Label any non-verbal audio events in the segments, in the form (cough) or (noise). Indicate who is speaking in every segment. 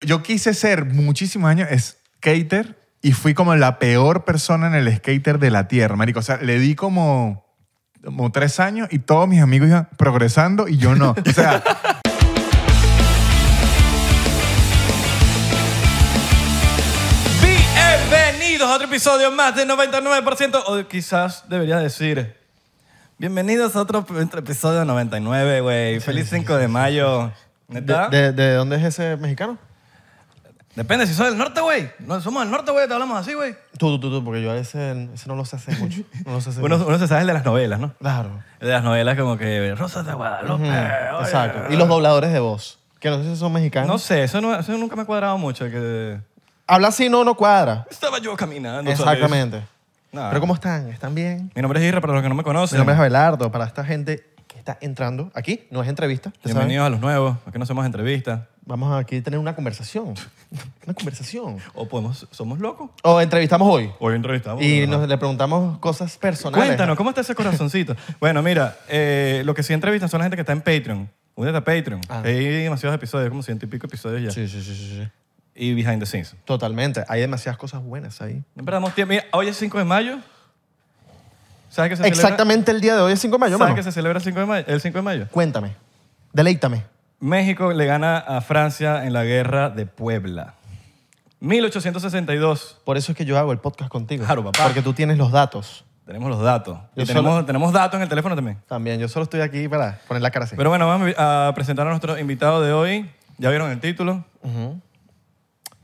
Speaker 1: yo quise ser muchísimos años skater y fui como la peor persona en el skater de la tierra, marico. O sea, le di como, como tres años y todos mis amigos iban progresando y yo no. O sea...
Speaker 2: Bienvenidos a otro episodio más de 99%, o quizás debería decir, bienvenidos a otro, otro episodio de 99, güey. Feliz 5 de mayo. ¿Neta?
Speaker 3: ¿De, de, de dónde es ese mexicano?
Speaker 2: Depende si soy del norte, güey. No, somos del norte, güey, te hablamos así, güey.
Speaker 3: Tú, tú, tú, tú, porque yo a ese, ese no lo sé hacer mucho. No lo sé hacer
Speaker 2: Uno,
Speaker 3: mucho.
Speaker 2: uno se sabe el de las novelas, ¿no?
Speaker 3: Claro.
Speaker 2: El de las novelas como que Rosas de Guadalupe.
Speaker 3: Ujú,
Speaker 2: oye.
Speaker 3: Exacto. Y los dobladores de voz, que no sé si son mexicanos.
Speaker 2: No sé, eso, no- eso nunca me ha cuadrado mucho. Que...
Speaker 3: Habla así, no, no cuadra.
Speaker 2: Estaba yo caminando. ¿sabes?
Speaker 3: Exactamente.
Speaker 2: Nah.
Speaker 3: Pero ¿cómo están? ¿Están bien?
Speaker 2: Mi nombre es Irra, para los que no me conocen.
Speaker 3: Mi nombre es Abelardo. Para esta gente que está entrando aquí, no es entrevista. ya saben.
Speaker 2: Bienvenidos a los nuevos, aquí no hacemos entrevistas.
Speaker 3: Vamos a aquí tener una conversación. (laughs) Una conversación.
Speaker 2: O podemos, somos locos.
Speaker 3: O entrevistamos hoy.
Speaker 2: Hoy entrevistamos.
Speaker 3: Y
Speaker 2: ¿no?
Speaker 3: nos le preguntamos cosas personales.
Speaker 2: Cuéntanos, ¿cómo está ese
Speaker 3: (laughs)
Speaker 2: corazoncito? bueno, mira, eh, lo que sí entrevistan son la gente que está en Patreon. Únete a Patreon.
Speaker 3: Ah.
Speaker 2: Hay demasiados episodios, como ciento y pico episodios ya.
Speaker 3: Sí, sí, sí, sí, sí.
Speaker 2: Y behind the scenes.
Speaker 3: Totalmente. Hay demasiadas cosas buenas ahí.
Speaker 2: No perdamos tiempo. Mira, hoy es 5 de mayo. ¿Sabes qué se celebra?
Speaker 3: Exactamente el día de hoy es 5 de mayo,
Speaker 2: ¿Sabes
Speaker 3: mano.
Speaker 2: qué se celebra 5 de mayo? el 5 de mayo?
Speaker 3: Cuéntame. Deleítame.
Speaker 2: México le gana a Francia en la guerra de Puebla. 1862.
Speaker 3: Por eso es que yo hago el podcast contigo.
Speaker 2: Claro, papá.
Speaker 3: Porque tú tienes los datos.
Speaker 2: Tenemos los datos. Y
Speaker 3: Yo
Speaker 2: tenemos,
Speaker 3: solo-
Speaker 2: tenemos datos en el teléfono también.
Speaker 3: También, yo solo estoy aquí para poner la cara así.
Speaker 2: Pero bueno, vamos a presentar a nuestro invitado de hoy. Ya vieron el título.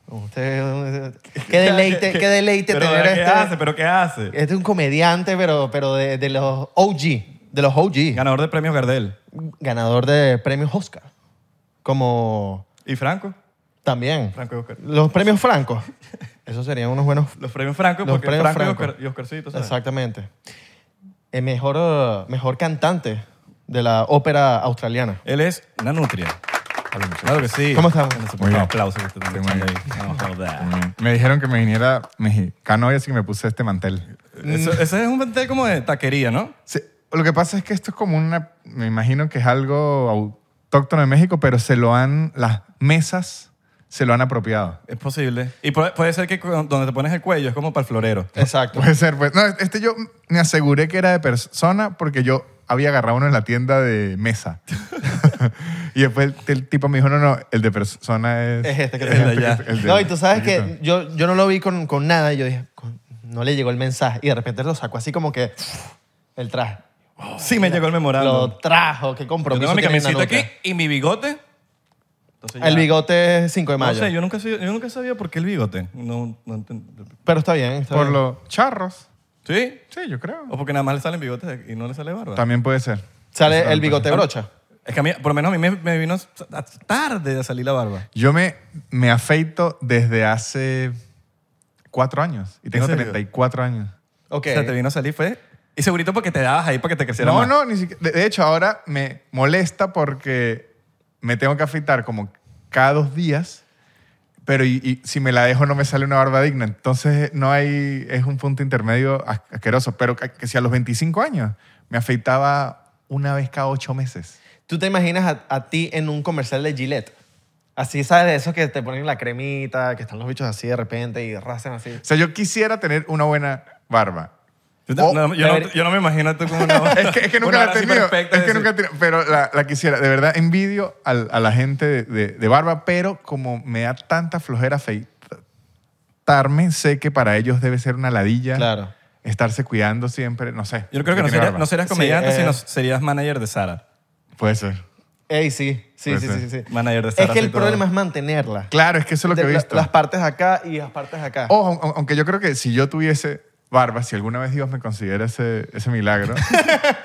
Speaker 3: Usted-
Speaker 2: (laughs)
Speaker 3: qué deleite, qué deleite
Speaker 2: Pero,
Speaker 3: tener
Speaker 2: ¿qué
Speaker 3: este.
Speaker 2: hace? ¿Pero qué hace?
Speaker 3: Este es un comediante, pero, pero de, de los OG. De los OG.
Speaker 2: Ganador de premios Gardel.
Speaker 3: Ganador de premios Oscar. Como
Speaker 2: ¿Y Franco?
Speaker 3: también.
Speaker 2: Franco y Oscar.
Speaker 3: Los premios francos. Esos serían unos buenos
Speaker 2: Los premios Franco,
Speaker 3: Los
Speaker 2: porque
Speaker 3: premios
Speaker 2: Franco, y
Speaker 3: Franco.
Speaker 2: Oscar- y Oscarcito, ¿sabes?
Speaker 3: Exactamente. El mejor, eh, mejor cantante de la ópera australiana.
Speaker 2: Él es una nutria. Claro que sí.
Speaker 3: ¿Cómo estamos?
Speaker 1: Muy
Speaker 2: Un
Speaker 1: bien.
Speaker 2: aplauso que te están
Speaker 1: Muy
Speaker 2: echando ahí. No, joder.
Speaker 1: Me dijeron que me viniera mexicano hoy, así que me puse este mantel.
Speaker 2: Eso- Ese es un mantel como de taquería, ¿no?
Speaker 1: Sí, lo que pasa es que esto es como una, me imagino que es algo autóctono de México, pero se lo han, las mesas se lo han apropiado.
Speaker 2: Es posible. Y puede, puede ser que cu- donde te pones el cuello es como para el florero.
Speaker 3: (laughs) Exacto.
Speaker 1: Puede ser, pues. No, este yo me aseguré que era de persona porque yo había agarrado uno en la tienda de mesa. (laughs) y después el, el tipo me dijo, no, no, el de persona es...
Speaker 3: Es este que
Speaker 1: es
Speaker 3: te
Speaker 2: El de allá.
Speaker 1: que- el de-
Speaker 3: No, y tú sabes que
Speaker 1: Exacto.
Speaker 3: yo, yo no lo vi con, con nada y yo dije, "Con- no le llegó el mensaje. Y de repente lo sacó así como que (sniffs) el traje.
Speaker 2: sí, me llegó el
Speaker 3: Lo
Speaker 2: memorando.
Speaker 3: trajo, qué
Speaker 2: Yo
Speaker 3: compromiso.
Speaker 2: tengo mi
Speaker 3: tiene una
Speaker 2: camisita aquí
Speaker 3: nuca.
Speaker 2: y mi bigote. Entonces ya-
Speaker 3: El bigote es 5 de
Speaker 2: No
Speaker 3: mayo.
Speaker 2: sé, yo nunca, sabía- yo nunca sabía por qué el bigote. No, no enten-
Speaker 3: Pero está bien. está
Speaker 1: Por
Speaker 3: bien.
Speaker 1: los charros.
Speaker 2: ¿Sí?
Speaker 1: Sí, yo creo.
Speaker 3: Oh,
Speaker 2: O porque nada más le salen bigotes y no le sale barba.
Speaker 1: También puede ser.
Speaker 3: Sale el bigote
Speaker 2: pues.
Speaker 3: brocha.
Speaker 2: Es que a mí, por lo menos a mí me, me vino tarde de salir la barba.
Speaker 1: Yo me, me afeito desde hace cuatro años y tengo
Speaker 2: serio?
Speaker 1: 34 años.
Speaker 3: Ok.
Speaker 2: O sea, te vino a salir fue... Y segurito porque te dabas ahí para que te creciera
Speaker 1: No,
Speaker 2: más.
Speaker 1: no, ni siquiera. De, de hecho, ahora me molesta porque me tengo que afeitar como cada dos días, pero y, y si me la dejo no me sale una barba digna. Entonces no hay, es un punto intermedio as- asqueroso. Pero que, que si a los 25 años me afeitaba una vez cada ocho meses.
Speaker 3: ¿Tú te imaginas a, a ti en un comercial de Gillette? Así, ¿sabes? De esos que te ponen la cremita, que están los bichos así de repente y rasen así.
Speaker 1: O sea, yo quisiera tener una buena barba.
Speaker 2: Yo, no-
Speaker 1: O-
Speaker 2: no, yo, no, yo no me imagino tú
Speaker 1: (laughs)
Speaker 2: como una barba.
Speaker 1: Oh, Es que, es que nunca
Speaker 2: Una
Speaker 1: la he
Speaker 2: barba así
Speaker 1: tenido.
Speaker 2: perfecta,
Speaker 1: Es que
Speaker 2: así.
Speaker 1: nunca he tenido. Pero la, la quisiera. De verdad, envidio al- a, la gente de, de- de barba, pero como me da tanta flojera afeitarme, sé que para ellos debe ser una ladilla.
Speaker 3: Claro.
Speaker 1: Estarse cuidando siempre, no sé.
Speaker 2: Yo creo que no,
Speaker 1: tiene
Speaker 2: sería-
Speaker 1: barba.
Speaker 2: no serías
Speaker 3: Sí,
Speaker 2: comediante,
Speaker 3: eh.
Speaker 2: sino serías manager
Speaker 1: (laughs)
Speaker 2: de Sara.
Speaker 1: Puede ser.
Speaker 3: Ey, sí. Sí,
Speaker 1: Puede
Speaker 3: sí,
Speaker 1: ser.
Speaker 3: sí, sí, sí.
Speaker 2: Manager de
Speaker 3: Es
Speaker 2: Zara,
Speaker 3: que el
Speaker 2: así todo.
Speaker 3: problema es mantenerla.
Speaker 1: Claro, es que eso es lo que
Speaker 3: De-
Speaker 1: he
Speaker 3: la-
Speaker 1: visto. Oh,
Speaker 3: Las partes acá y las partes acá.
Speaker 1: Ojo, aun- aunque yo creo que si yo tuviese barba, si alguna vez Dios me considera ese, ese (laughs) milagro,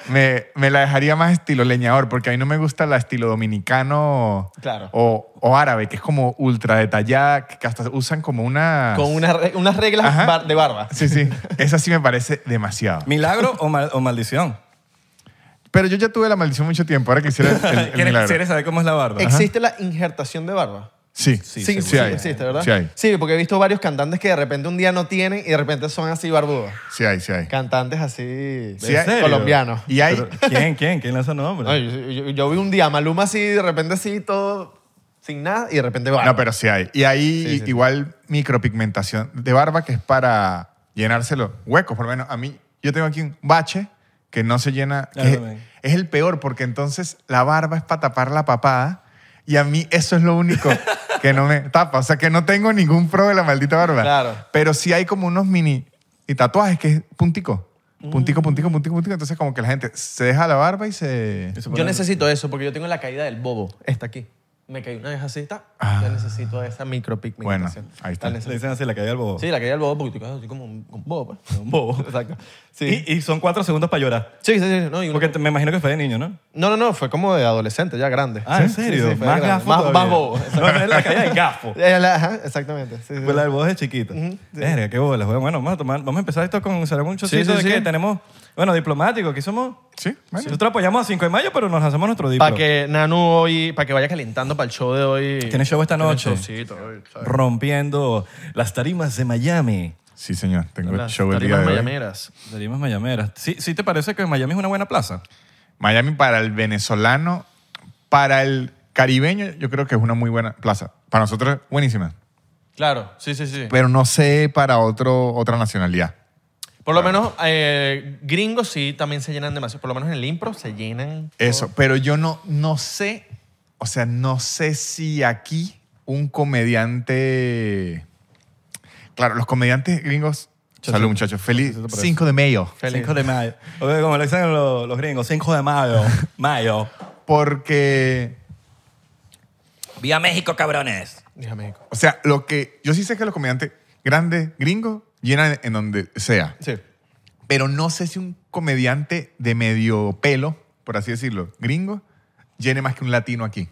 Speaker 1: me, me la dejaría más estilo leñador, porque a mí no me gusta la estilo dominicano
Speaker 3: Claro.
Speaker 1: o, o árabe, que es como ultra detallada, que hasta usan como una...
Speaker 3: Con unas re- unas reglas
Speaker 1: Ajá.
Speaker 3: bar- de barba.
Speaker 1: Sí, sí. Esa sí me parece demasiado.
Speaker 2: ¿Milagro o, mal- o maldición?
Speaker 1: Pero yo ya tuve la maldición mucho tiempo, ahora quisiera (laughs) el, el- el
Speaker 2: ¿Quieres,
Speaker 1: milagro.
Speaker 2: quieres saber cómo es la barba? (laughs)
Speaker 3: ¿Existe la injertación de barba?
Speaker 1: Sí,
Speaker 2: Sí,
Speaker 1: sí,
Speaker 2: seguro.
Speaker 1: sí hay.
Speaker 3: existe, ¿verdad?
Speaker 1: Sí hay,
Speaker 3: Sí, porque he visto varios cantantes que de repente un día no tienen y de repente son así barbudos.
Speaker 1: sí hay, sí hay.
Speaker 3: Cantantes así eh,
Speaker 1: Sí hay.
Speaker 2: serio?
Speaker 3: colombianos.
Speaker 1: Y hay...
Speaker 2: Pero, ¿Quién? ¿Quién? ¿Quién lanza nombre?
Speaker 3: No, yo, yo- yo vi un día a Maluma así, de repente así, todo sin nada y de repente va.
Speaker 1: No, pero sí hay. Y hay
Speaker 3: Sí, sí, sí.
Speaker 1: igual micropigmentación de barba que es para llenarse los huecos. Por lo menos a mí, yo tengo aquí un bache que no se llena.
Speaker 2: Claro,
Speaker 1: que es,
Speaker 2: también.
Speaker 1: es el peor porque entonces la barba es para tapar la papada y a mí eso es lo único que no me tapa. O sea, que no tengo ningún pro de la maldita barba.
Speaker 3: Claro.
Speaker 1: Pero sí hay como unos mini y tatuajes que es puntico. Puntico, puntico, puntico, puntico. Entonces como que la gente se deja la barba y se...
Speaker 2: Eso
Speaker 3: Yo
Speaker 2: ponerlo.
Speaker 3: necesito eso porque yo tengo la caída del bobo. Está aquí. Me caí una vez así, está.
Speaker 1: Ah.
Speaker 3: Yo necesito esa micropigmentación.
Speaker 1: Bueno, ahí está.
Speaker 3: La
Speaker 2: Le
Speaker 3: necesito.
Speaker 2: dicen así, la caída del bobo.
Speaker 3: Sí, la caída del bobo porque tú quedas así como un, un bobo. pues.
Speaker 2: (laughs) Un
Speaker 3: (laughs)
Speaker 2: bobo.
Speaker 3: Exacto. Sí.
Speaker 2: Y, y son cuatro segundos para llorar.
Speaker 3: Sí, sí, sí. No, y uno-
Speaker 2: Porque te- me imagino que fue de niño, ¿no?
Speaker 3: no, no, no, fue como de adolescente, ya grande.
Speaker 2: Ah,
Speaker 3: Sí,
Speaker 2: ¿en
Speaker 3: sí,
Speaker 2: serio?
Speaker 3: sí, fue
Speaker 2: más
Speaker 3: grande.
Speaker 2: gafo
Speaker 3: Más,
Speaker 2: todavía.
Speaker 3: más bobo.
Speaker 2: (laughs) No, es la caída de
Speaker 3: (laughs)
Speaker 2: gafo.
Speaker 3: Eh, la- Ajá, exactamente. Sí, sí,
Speaker 2: Pues
Speaker 3: sí.
Speaker 2: la del bobo es chiquita. Verga, qué bolas. Bueno, vamos a tomar, vamos a empezar esto con será un chocito
Speaker 3: sí,
Speaker 2: de que
Speaker 3: sí.
Speaker 2: tenemos, bueno, diplomático, aquí somos.
Speaker 1: Sí, bueno.
Speaker 2: Nosotros apoyamos a 5 de mayo, pero nos hacemos nuestro diplo.
Speaker 3: Para que Nanu hoy, para que vaya calentando para el show de hoy.
Speaker 2: Tiene show esta
Speaker 3: Tiene
Speaker 2: noche.
Speaker 3: showcito hoy, ¿sabes?
Speaker 2: Rompiendo las tarimas de Miami.
Speaker 1: Sí, señor. Tengo el
Speaker 3: Las
Speaker 1: show el día
Speaker 3: tarimas
Speaker 1: de hoy.
Speaker 3: mayameras.
Speaker 2: Tarimas mayameras. ¿Sí, ¿Sí te parece que Miami es una buena plaza?
Speaker 1: Miami para el venezolano, para el caribeño, yo creo que es una muy buena plaza. Para nosotros, buenísima.
Speaker 3: Claro, sí, sí, sí.
Speaker 1: Pero no sé para otro, otra nacionalidad.
Speaker 3: Por
Speaker 1: Ah.
Speaker 3: lo menos eh, gringos sí también se llenan demasiado. Por lo menos en el impro se llenan.
Speaker 1: Eso.
Speaker 2: Oh.
Speaker 3: todo.
Speaker 1: Pero yo no, no sé, o sea, no sé si aquí un comediante. Claro, los comediantes gringos.
Speaker 2: Chacho.
Speaker 1: Salud, muchachos. Feliz
Speaker 2: Chacho, por eso.
Speaker 1: 5 de mayo.
Speaker 3: Feliz.
Speaker 2: 5 de mayo. Oye, como le dicen los, los gringos, 5 de (laughs) mayo. mayo.
Speaker 1: Porque
Speaker 2: Vía México, cabrones.
Speaker 3: Dije a México.
Speaker 1: O sea, lo que yo sí sé que los comediantes grandes, gringos, llenan en donde sea.
Speaker 3: Sí.
Speaker 1: Pero no sé si un comediante de medio pelo, por así decirlo, gringo, llene más que un latino aquí.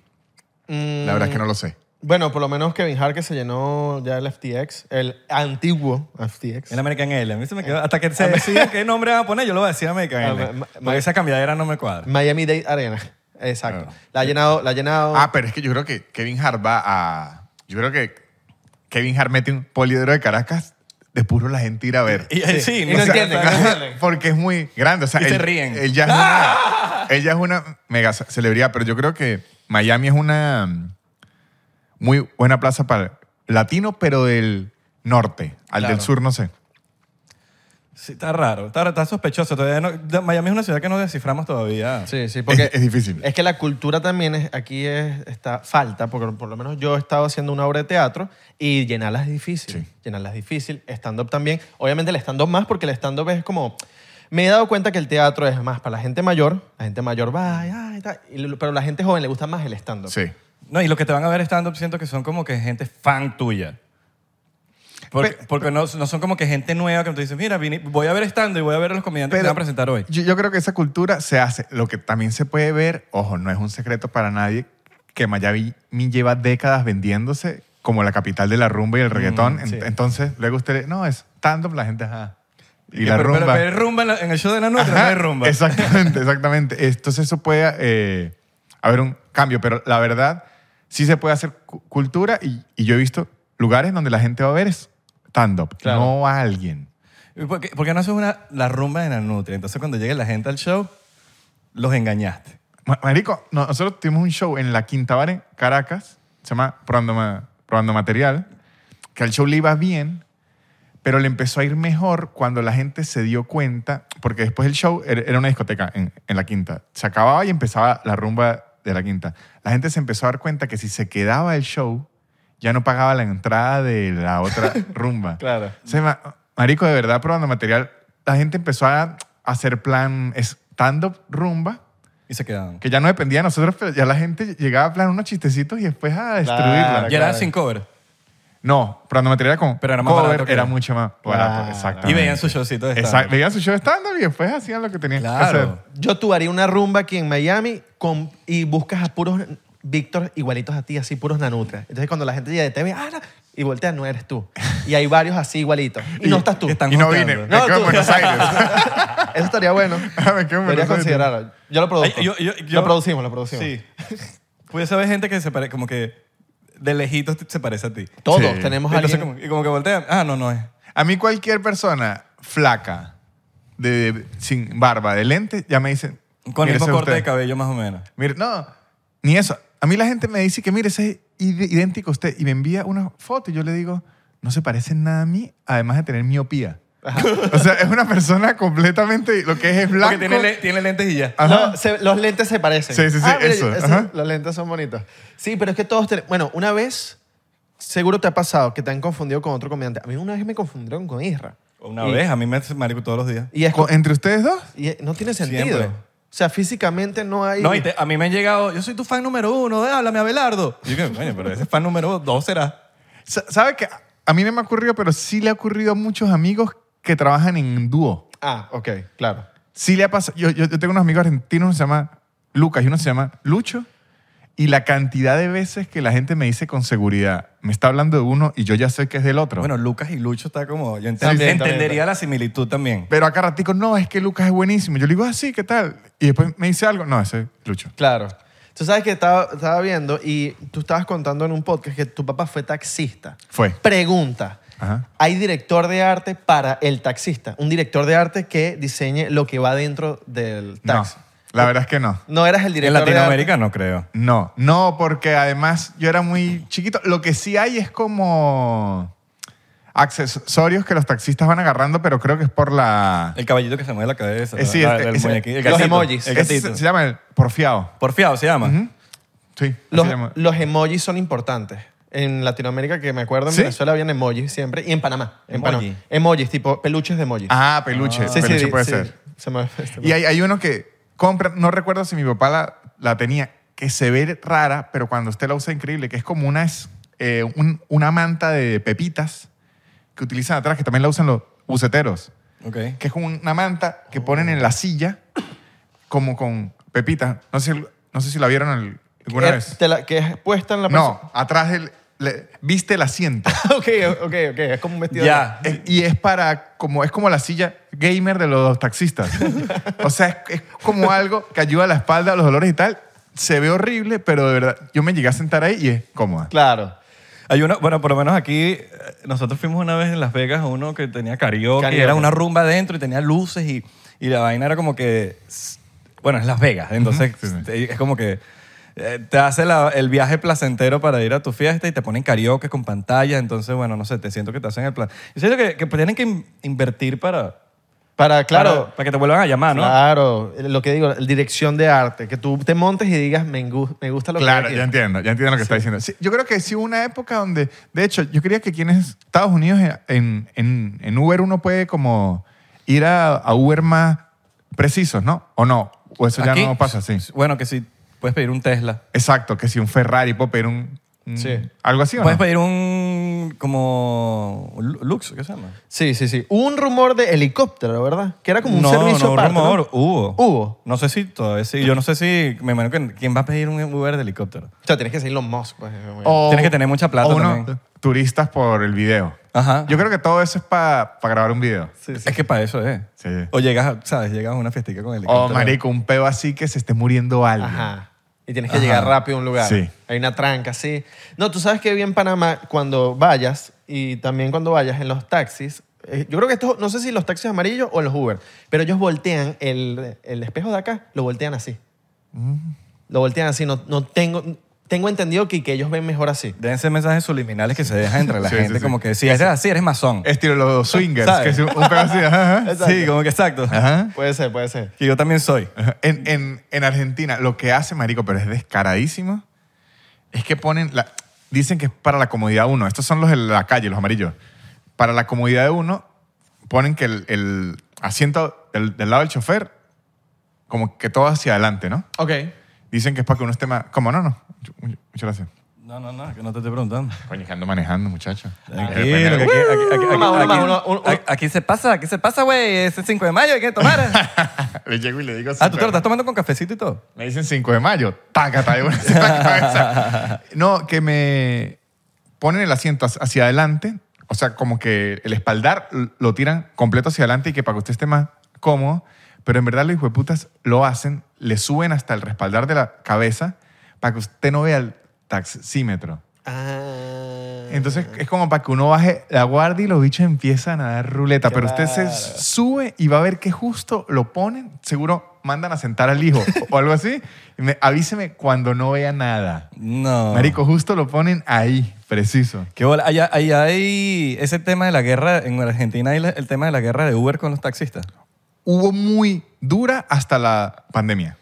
Speaker 1: La verdad es que no lo sé.
Speaker 3: Mm, Bueno, por lo menos Kevin Hart que se llenó ya el FTX, el antiguo FTX.
Speaker 2: El American Airlines. A mí se me quedó- Hasta que se decida qué nombre van a poner, yo lo voy a decir American
Speaker 3: Ah,
Speaker 2: Airlines.
Speaker 3: ma- ma-
Speaker 2: Porque esa cambiadera no me cuadra.
Speaker 3: Miami Dade Arena. Exacto.
Speaker 1: Ah.
Speaker 3: La ha llenado, la ha llenado.
Speaker 1: Ah, pero es que yo creo que Kevin Hart va a... Yo creo que Kevin Hart mete un poliedro de Caracas de puro la gente ir a ver.
Speaker 2: Y, sí,
Speaker 3: Y no
Speaker 2: sé,
Speaker 3: entienden,
Speaker 1: (laughs)
Speaker 2: o
Speaker 3: no
Speaker 2: sea,
Speaker 3: entienden.
Speaker 1: Porque es muy grande. O sea,
Speaker 2: Y se
Speaker 1: él-
Speaker 2: ríen.
Speaker 1: él ya es
Speaker 3: ¡Ah!
Speaker 1: una, ella es una mega ce- celebridad, pero yo creo que Miami es una mm, muy buena plaza para latino, pero del norte. Al
Speaker 2: Claro.
Speaker 1: del sur, no sé.
Speaker 2: Sí, está raro, está, está sospechoso. Todavía no- de- Miami es una ciudad que no desciframos todavía.
Speaker 3: Sí, sí, porque
Speaker 1: Es- es difícil.
Speaker 3: Es que la cultura también es, aquí es, está falta, porque por lo menos yo he estado haciendo una obra de teatro y llenarla es difícil.
Speaker 1: Sí.
Speaker 3: Llenarla es difícil. Stand-up también. Obviamente el stand-up más, porque el stand-up es como... Me he dado cuenta que el teatro es más para la gente mayor. La gente mayor va, ay, ay, tal, y lo- pero la gente joven le gusta más el stand-up.
Speaker 1: Sí.
Speaker 2: No, y los que te van a ver stand-up siento que son como que gente fan tuya. Porque,
Speaker 1: Pe-
Speaker 2: porque no, no son como que gente nueva que te dice, mira, vine- voy a ver stand-up y voy a ver a los comediantes que
Speaker 1: Pero
Speaker 2: te van a presentar hoy.
Speaker 1: Yo, yo creo que esa cultura se hace. Lo que también se puede ver, ojo, no es un secreto para nadie, que Miami lleva décadas vendiéndose como la capital de la rumba y
Speaker 2: Mm,
Speaker 1: el reggaetón.
Speaker 3: sí.
Speaker 1: Ent- Entonces, luego usted, no, es stand-up, la gente, ajá. Y, la
Speaker 2: pero,
Speaker 1: rumba.
Speaker 2: pero- pero hay rumba en, la- en el show de la nuestra,
Speaker 1: Ajá,
Speaker 2: no hay rumba.
Speaker 1: Exactamente, exactamente. Entonces eso puede eh, haber un cambio, pero la verdad sí se puede hacer cu- cultura y, y yo he visto lugares donde la gente va a ver es stand-up,
Speaker 3: Claro.
Speaker 1: no a alguien.
Speaker 2: ¿Y ¿Por qué, por qué no haces una, la rumba de Nanutria? Entonces cuando llegue la gente al show, los engañaste.
Speaker 1: Ma- Marico, no- nosotros tuvimos un show en la Quinta Bar en Caracas, se llama Probando, Ma- Probando Material, que al show le iba bien, pero le empezó a ir mejor cuando la gente se dio cuenta, porque después el show era era una discoteca en, en la Quinta. Se acababa y empezaba la rumba de la Quinta. La gente se empezó a dar cuenta que si se quedaba el show, ya no pagaba la entrada de la otra rumba.
Speaker 3: Claro.
Speaker 1: Se ma- marico, de verdad, probando material, la gente empezó a hacer plan stand-up rumba,
Speaker 2: Y se quedaban.
Speaker 1: que ya no dependía de nosotros, pero ya la gente llegaba a plan unos chistecitos y después a destruirla.
Speaker 3: Claro.
Speaker 2: Y era sin cover.
Speaker 1: No, probando material con
Speaker 2: Pero era más
Speaker 1: cover
Speaker 2: barato que-
Speaker 1: era mucho más barato,
Speaker 3: Claro.
Speaker 1: exactamente.
Speaker 2: Y veían su showcito de
Speaker 1: Exacto,
Speaker 2: stand-up.
Speaker 1: veían su show stand-up y después hacían lo que tenían que hacer.
Speaker 2: Claro.
Speaker 3: Yo tú haría una rumba aquí en Miami con, y buscas a puros Víctor igualitos a ti, así puros nanutra. Entonces cuando la gente llega te ve, ah, no", y voltea, no eres tú. Y hay varios así igualitos. Y, no estás tú.
Speaker 2: están
Speaker 1: Y no
Speaker 2: junteando.
Speaker 1: vine, me
Speaker 3: No,
Speaker 1: quedo en
Speaker 3: tú.
Speaker 1: Buenos
Speaker 3: (laughs)
Speaker 1: Aires.
Speaker 3: Eso
Speaker 1: (laughs)
Speaker 3: estaría bueno.
Speaker 1: Ah, me quedo en
Speaker 3: Deberías
Speaker 1: Buenos Aires.
Speaker 3: considerarlo. Yo lo produzco.
Speaker 2: Ay, yo- yo- yo-
Speaker 3: lo producimos, lo producimos.
Speaker 2: Sí. Pudiese haber gente que se parece, como que de lejitos te- se parece a ti.
Speaker 3: Todos
Speaker 1: Sí.
Speaker 3: tenemos
Speaker 2: Y,
Speaker 3: a
Speaker 2: entonces
Speaker 3: alguien.
Speaker 2: como, y como que voltean, ah, no, no es.
Speaker 1: A mí cualquier persona flaca, de, de- sin barba, de lente, ya me dicen...
Speaker 2: Con
Speaker 1: "Mire,
Speaker 2: el mismo
Speaker 1: ese es
Speaker 2: corte
Speaker 1: usted".
Speaker 2: de cabello más o menos.
Speaker 1: Mira, no, ni eso. A A mí la gente me dice que, mire, ese es id- idéntico a usted. Y me envía una foto y yo le digo, no se parece en nada a mí, además de tener miopía. (laughs) o sea, es una persona completamente, lo que es es blanco.
Speaker 2: Porque tiene, le- tiene lentes y ya.
Speaker 3: Ah,
Speaker 1: Ajá.
Speaker 3: No, se- los lentes se parecen. Ah,
Speaker 1: Sí, sí, sí,
Speaker 3: mira,
Speaker 1: eso,
Speaker 3: esos-
Speaker 1: ajá.
Speaker 3: los lentes son bonitos. Sí, pero es que todos tenemos... Bueno, una vez seguro te ha pasado que te han confundido con otro comediante. A mí una vez me confundieron con Isra.
Speaker 2: Una
Speaker 3: Y-
Speaker 2: vez, a mí me hace marico todos los días.
Speaker 3: Y es
Speaker 1: Co- ¿Entre ustedes dos?
Speaker 3: Y eh, no tiene sentido.
Speaker 2: Siempre.
Speaker 3: O sea, físicamente no hay...
Speaker 2: No, y te- a mí me han llegado, yo soy tu fan número uno, eh, háblame Abelardo. Y yo que, "Coño, pero ese fan número dos será.
Speaker 1: Sa- ¿Sabe que a mí no me ha ocurrido, pero sí le ha ocurrido a muchos amigos que trabajan en dúo?
Speaker 3: Ah, ok, claro.
Speaker 1: Sí le ha pasado. Yo, yo- yo tengo unos amigos argentinos, uno se llama Lucas y uno se llama Lucho. Y la cantidad de veces que la gente me dice con seguridad, me está hablando de uno y yo ya sé que es del otro.
Speaker 2: Bueno, Lucas y Lucho está como, yo ent-
Speaker 3: También,
Speaker 2: entendería
Speaker 3: también, también.
Speaker 2: la similitud también.
Speaker 1: pero acá ratico, no, es que Lucas es buenísimo. Yo le digo, ah, sí, ¿qué tal? Y después me dice algo, no, ese es Lucho.
Speaker 3: Claro. Tú sabes que estaba, estaba viendo y tú estabas contando en un podcast que tu papá fue taxista.
Speaker 1: Fue.
Speaker 3: Pregunta.
Speaker 1: Ajá.
Speaker 3: ¿Hay director de arte para el taxista? Un director de arte que diseñe lo que va dentro del
Speaker 1: No,
Speaker 3: taxi.
Speaker 1: la verdad es que no.
Speaker 3: No, eras el
Speaker 2: En
Speaker 3: director de arte.
Speaker 2: Latinoamérica no creo.
Speaker 1: No, no, porque además yo era muy chiquito. Lo que sí hay es como accesorios que los taxistas van agarrando, pero creo que es por la...
Speaker 2: El caballito que se mueve la cabeza.
Speaker 1: Eh, sí,
Speaker 2: la-
Speaker 1: es-
Speaker 2: la- el
Speaker 1: es-
Speaker 2: muñequito, el
Speaker 3: este, los
Speaker 2: gatito,
Speaker 3: emojis.
Speaker 2: El
Speaker 1: Es-
Speaker 2: gatito.
Speaker 1: se llama el porfiado.
Speaker 2: Porfiado se llama.
Speaker 1: Ujú. Sí, así
Speaker 3: Los,
Speaker 1: se llama.
Speaker 3: los emojis son importantes. En Latinoamérica, que me acuerdo, en
Speaker 1: ¿Sí?
Speaker 3: Venezuela habían emojis siempre. Y en Panamá. En
Speaker 2: Emoji.
Speaker 3: Panamá. Emojis, tipo peluches de emojis.
Speaker 1: Ah, peluche.
Speaker 3: Sí, sí,
Speaker 1: peluche puede
Speaker 3: sí.
Speaker 1: ser.
Speaker 3: Se me-
Speaker 1: Y hay, hay uno que compra, no recuerdo si mi papá la, la tenía, que se ve rara, pero cuando usted la usa increíble, que es como una, es- eh, un- una manta de pepitas que utilizan atrás, que también la usan los buceteros,
Speaker 2: Ok.
Speaker 1: que es como una manta que ponen en la silla, como con pepitas. No sé, no sé si la vieron el- alguna
Speaker 3: Eh,
Speaker 1: vez.
Speaker 3: te la- que es puesta en la
Speaker 1: No, atrás del, le- viste el asiento.
Speaker 3: (laughs) ok, ok, ok. Es como un vestido. de-
Speaker 2: Ya.
Speaker 1: Es- Eh, y es para como es como la silla gamer de los taxistas o sea es, es como algo que ayuda a la espalda a los dolores y tal se ve horrible pero de verdad yo me llegué a sentar ahí y es cómoda
Speaker 3: Claro.
Speaker 2: Hay uno, bueno, por lo menos aquí, eh, nosotros fuimos una vez en Las Vegas a uno que tenía karaoke,
Speaker 3: Karaoke.
Speaker 2: y era una rumba adentro y tenía luces y, y la vaina era como que, s- bueno, es Las Vegas, entonces
Speaker 1: Ujú, sí, sí.
Speaker 2: te- es como que eh, te hace la- el viaje placentero para ir a tu fiesta y te ponen karaoke con pantalla, entonces, bueno, no sé, te siento que te hacen el plan. Yo siento que, que tienen que in- invertir para,
Speaker 3: Para, claro.
Speaker 2: para, para que te vuelvan a
Speaker 1: ah,
Speaker 2: llamar, ¿no?
Speaker 3: Claro, lo que digo, dirección de arte, que tú te montes y digas, me, engu- me gusta lo
Speaker 1: claro
Speaker 3: que
Speaker 1: ya entiendo ya entiendo lo que está diciendo Sí, yo creo que sí hubo una época donde de hecho yo creía que aquí en Estados Unidos en, en, en Uber uno puede como ir a, a Uber más precisos ¿no? o no o eso ya
Speaker 2: Aquí,
Speaker 1: no pasa así
Speaker 2: s- Bueno, que si puedes pedir un Tesla.
Speaker 1: exacto que si un Ferrari puedo pedir un, un-
Speaker 3: Sí.
Speaker 1: algo así o
Speaker 2: Puedes
Speaker 1: no?
Speaker 2: pedir un como un lu- Lux, ¿qué se llama?
Speaker 3: Sí, sí, sí. Hubo un rumor de helicóptero, ¿verdad? Que era como un
Speaker 2: no,
Speaker 3: servicio
Speaker 2: no,
Speaker 3: aparte, ¿no?
Speaker 2: rumor, hubo.
Speaker 3: Hubo.
Speaker 2: No sé si todavía sí. Yo no sé si. Me imagino que quién va a pedir un Uber de helicóptero.
Speaker 3: O sea, tienes que seguir los Musk. Pues, güey.
Speaker 1: O-
Speaker 2: Tienes que tener mucha plata
Speaker 1: o uno,
Speaker 2: también.
Speaker 1: turistas por el video.
Speaker 2: Ajá.
Speaker 1: Yo creo que todo eso es para grabar un video.
Speaker 3: Sí, sí.
Speaker 2: Es que para eso es.
Speaker 1: Sí.
Speaker 2: O llegas, a- ¿sabes? Llegas a una fiestica con
Speaker 1: O
Speaker 2: helicóptero.
Speaker 1: Oh, marico, un peo así que se esté muriendo alguien.
Speaker 3: Ajá. Y tienes que
Speaker 2: Ajá.
Speaker 3: llegar rápido a un lugar.
Speaker 1: Sí.
Speaker 3: Hay una tranca, sí. No, tú sabes que vi en Panamá, cuando vayas, y también cuando vayas en los taxis, eh, yo creo que esto, no sé si los taxis amarillos o los Uber, pero ellos voltean el, el espejo de acá, lo voltean así.
Speaker 2: Mm.
Speaker 3: Lo voltean así. No, no tengo, tengo entendido que, que ellos ven mejor así.
Speaker 2: Dense mensajes subliminales que se dejan entre la
Speaker 1: Sí,
Speaker 2: gente.
Speaker 1: sí, sí.
Speaker 2: Como que si eres así,
Speaker 1: (laughs)
Speaker 2: eres masón.
Speaker 1: Estilo los swingers,
Speaker 2: ¿Sabes?
Speaker 1: que es un un peo así. ajá, ajá.
Speaker 3: Exacto.
Speaker 2: Sí, como que exacto.
Speaker 1: Ajá.
Speaker 3: Puede ser, puede ser.
Speaker 2: Que yo también soy.
Speaker 1: Ajá. En, en- en Argentina, lo que hace, marico, pero es descaradísimo, es que ponen, la- dicen que es para la comodidad de uno. Estos son los de la calle, los amarillos. Para la comodidad de uno, ponen que el, el asiento del, del lado del chofer, como que todo hacia adelante, ¿no?
Speaker 3: Ok.
Speaker 1: Dicen que es para que uno esté más... ¿Cómo? No, no. Mucho- mucho- Muchas gracias.
Speaker 2: No, no, no, que no te estoy preguntando.
Speaker 1: Coño, que ando manejando, muchacho.
Speaker 2: Tranquilo, que aquí, aquí- aquí-
Speaker 3: Uno más, uno más,
Speaker 2: aquí-
Speaker 3: uno- uno-
Speaker 2: aquí- aquí se pasa, aquí se pasa, güey. Ese 5 de mayo hay que tomar. ah,
Speaker 1: Le llego y le digo...
Speaker 2: tú te lo estás tomando con cafecito y todo.
Speaker 1: Me dicen 5 de mayo. Taca, taca, una en la (laughs) cabeza. No, que me ponen el asiento hacia- hacia adelante. O sea, como que el espaldar lo tiran completo hacia adelante y que para que usted esté más cómodo. Pero en verdad los hijueputas lo hacen, le suben hasta el respaldar de la cabeza para que usted no vea el taxímetro.
Speaker 3: Ah.
Speaker 1: Entonces es como para que uno baje la guardia y los bichos empiezan a dar ruleta. Pero usted se
Speaker 3: Claro.
Speaker 1: sube y va a ver que justo lo ponen, seguro mandan a sentar al hijo o algo así, y me, avíseme cuando no vea nada.
Speaker 2: No.
Speaker 1: Marico, justo lo ponen ahí, preciso.
Speaker 2: Qué bola. Ahí ahí hay ese tema de la guerra, en Argentina hay la- el tema de la guerra de Uber con los taxistas.
Speaker 1: Hubo muy dura hasta la pandemia,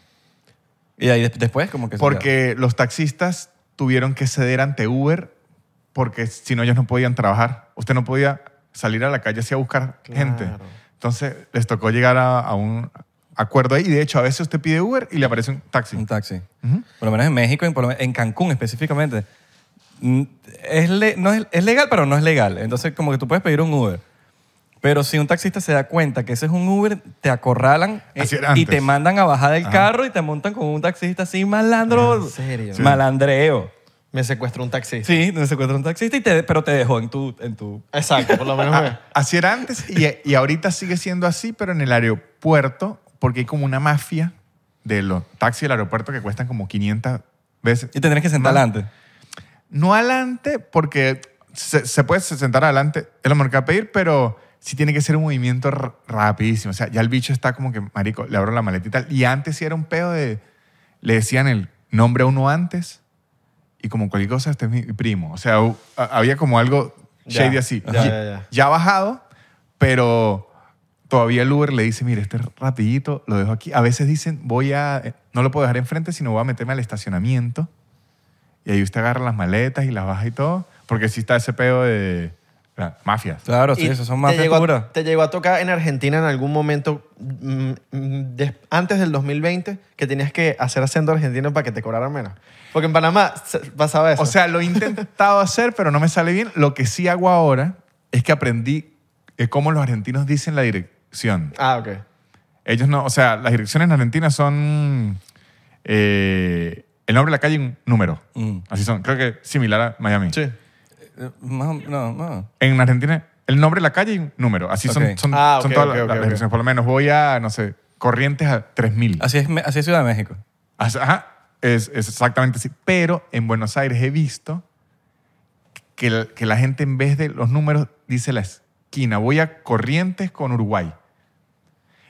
Speaker 2: Y ahí des- después como que... se-
Speaker 1: porque los taxistas tuvieron que ceder ante Uber porque si no ellos no podían trabajar. Usted no podía salir a la calle así a buscar
Speaker 3: Claro.
Speaker 1: gente. Entonces les tocó llegar a, a un acuerdo ahí y de hecho a veces usted pide Uber y le aparece un taxi.
Speaker 2: Un taxi.
Speaker 1: Ujú.
Speaker 2: Por lo menos en México, en, por lo men- en Cancún específicamente. Mm, Es, le- no es, es legal, pero no es legal. Entonces, como que tú puedes pedir un Uber. Pero si un taxista se da cuenta que ese es un Uber, te acorralan eh,
Speaker 1: Así era
Speaker 2: y
Speaker 1: antes.
Speaker 2: te mandan a bajar del
Speaker 1: Ajá. Ah,
Speaker 2: carro y te montan con un taxista así malandro.
Speaker 3: ¿En serio?
Speaker 2: Sí. Malandreo.
Speaker 3: Me secuestró un taxista.
Speaker 2: Sí, se encuentra un taxista, y te, pero te dejó en tu, en tu...
Speaker 3: Exacto, por
Speaker 1: (laughs)
Speaker 3: lo menos. me-
Speaker 1: A- así era antes y, y ahorita sigue siendo así, pero en el aeropuerto, porque hay como una mafia de los taxis del aeropuerto que cuestan como 500 veces.
Speaker 2: Y te tienes que sentar
Speaker 1: Mal.
Speaker 2: adelante.
Speaker 1: No adelante, porque se, se puede sentar adelante, es lo mejor que va a pedir, pero sí tiene que ser un movimiento r- rapidísimo. O sea, ya el bicho está como que, marico, le abro la maleta y tal. Y antes sí era un pedo de, le decían el nombre a uno antes y como cualquier cosa, este es mi primo. O sea, hu- a- había como algo
Speaker 3: Ya,
Speaker 1: shady así.
Speaker 3: ya,
Speaker 1: Ya,
Speaker 3: ya, ya.
Speaker 1: ya bajado, pero todavía el Uber le dice, mire, este es rapidito, lo dejo aquí. A veces dicen, voy a, eh, no lo puedo dejar enfrente, sino voy a meterme al estacionamiento. Y ahí usted agarra las maletas y las baja y todo, porque sí está ese pedo de las mafias.
Speaker 2: Claro, sí,
Speaker 3: Y
Speaker 2: eso son
Speaker 3: te
Speaker 2: mafias
Speaker 3: llegó a-
Speaker 2: puras.
Speaker 3: ¿Te llegó a tocar en Argentina en algún momento mm, mm, des- antes del 2020 que tenías que hacer acento argentino para que te cobraran menos? Porque en Panamá se- pasaba eso.
Speaker 1: O sea, lo he intentado hacer, pero no me sale bien. Lo que sí hago ahora es que aprendí eh, cómo los argentinos dicen la dirección.
Speaker 3: ah, ok.
Speaker 1: Ellos no, o sea, las direcciones en Argentina son eh, el nombre de la calle y un número.
Speaker 2: Mm.
Speaker 1: Así son, creo que similar a Miami.
Speaker 3: Sí.
Speaker 2: Eh, más o- no, no.
Speaker 1: En Argentina, el nombre de la calle y un número. Así son,
Speaker 2: Ok.
Speaker 1: son,
Speaker 3: Ah,
Speaker 1: son
Speaker 3: ok,
Speaker 1: todas
Speaker 3: ok,
Speaker 1: las,
Speaker 3: ok,
Speaker 1: las
Speaker 3: ok.
Speaker 1: direcciones. Por lo menos voy a, no sé, Corrientes a 3000.
Speaker 2: Así es, me- así es Ciudad de México.
Speaker 1: As- Ajá, es, es exactamente así. Pero en Buenos Aires he visto que la, que la gente en vez de los números dice la esquina. Voy a Corrientes con Uruguay.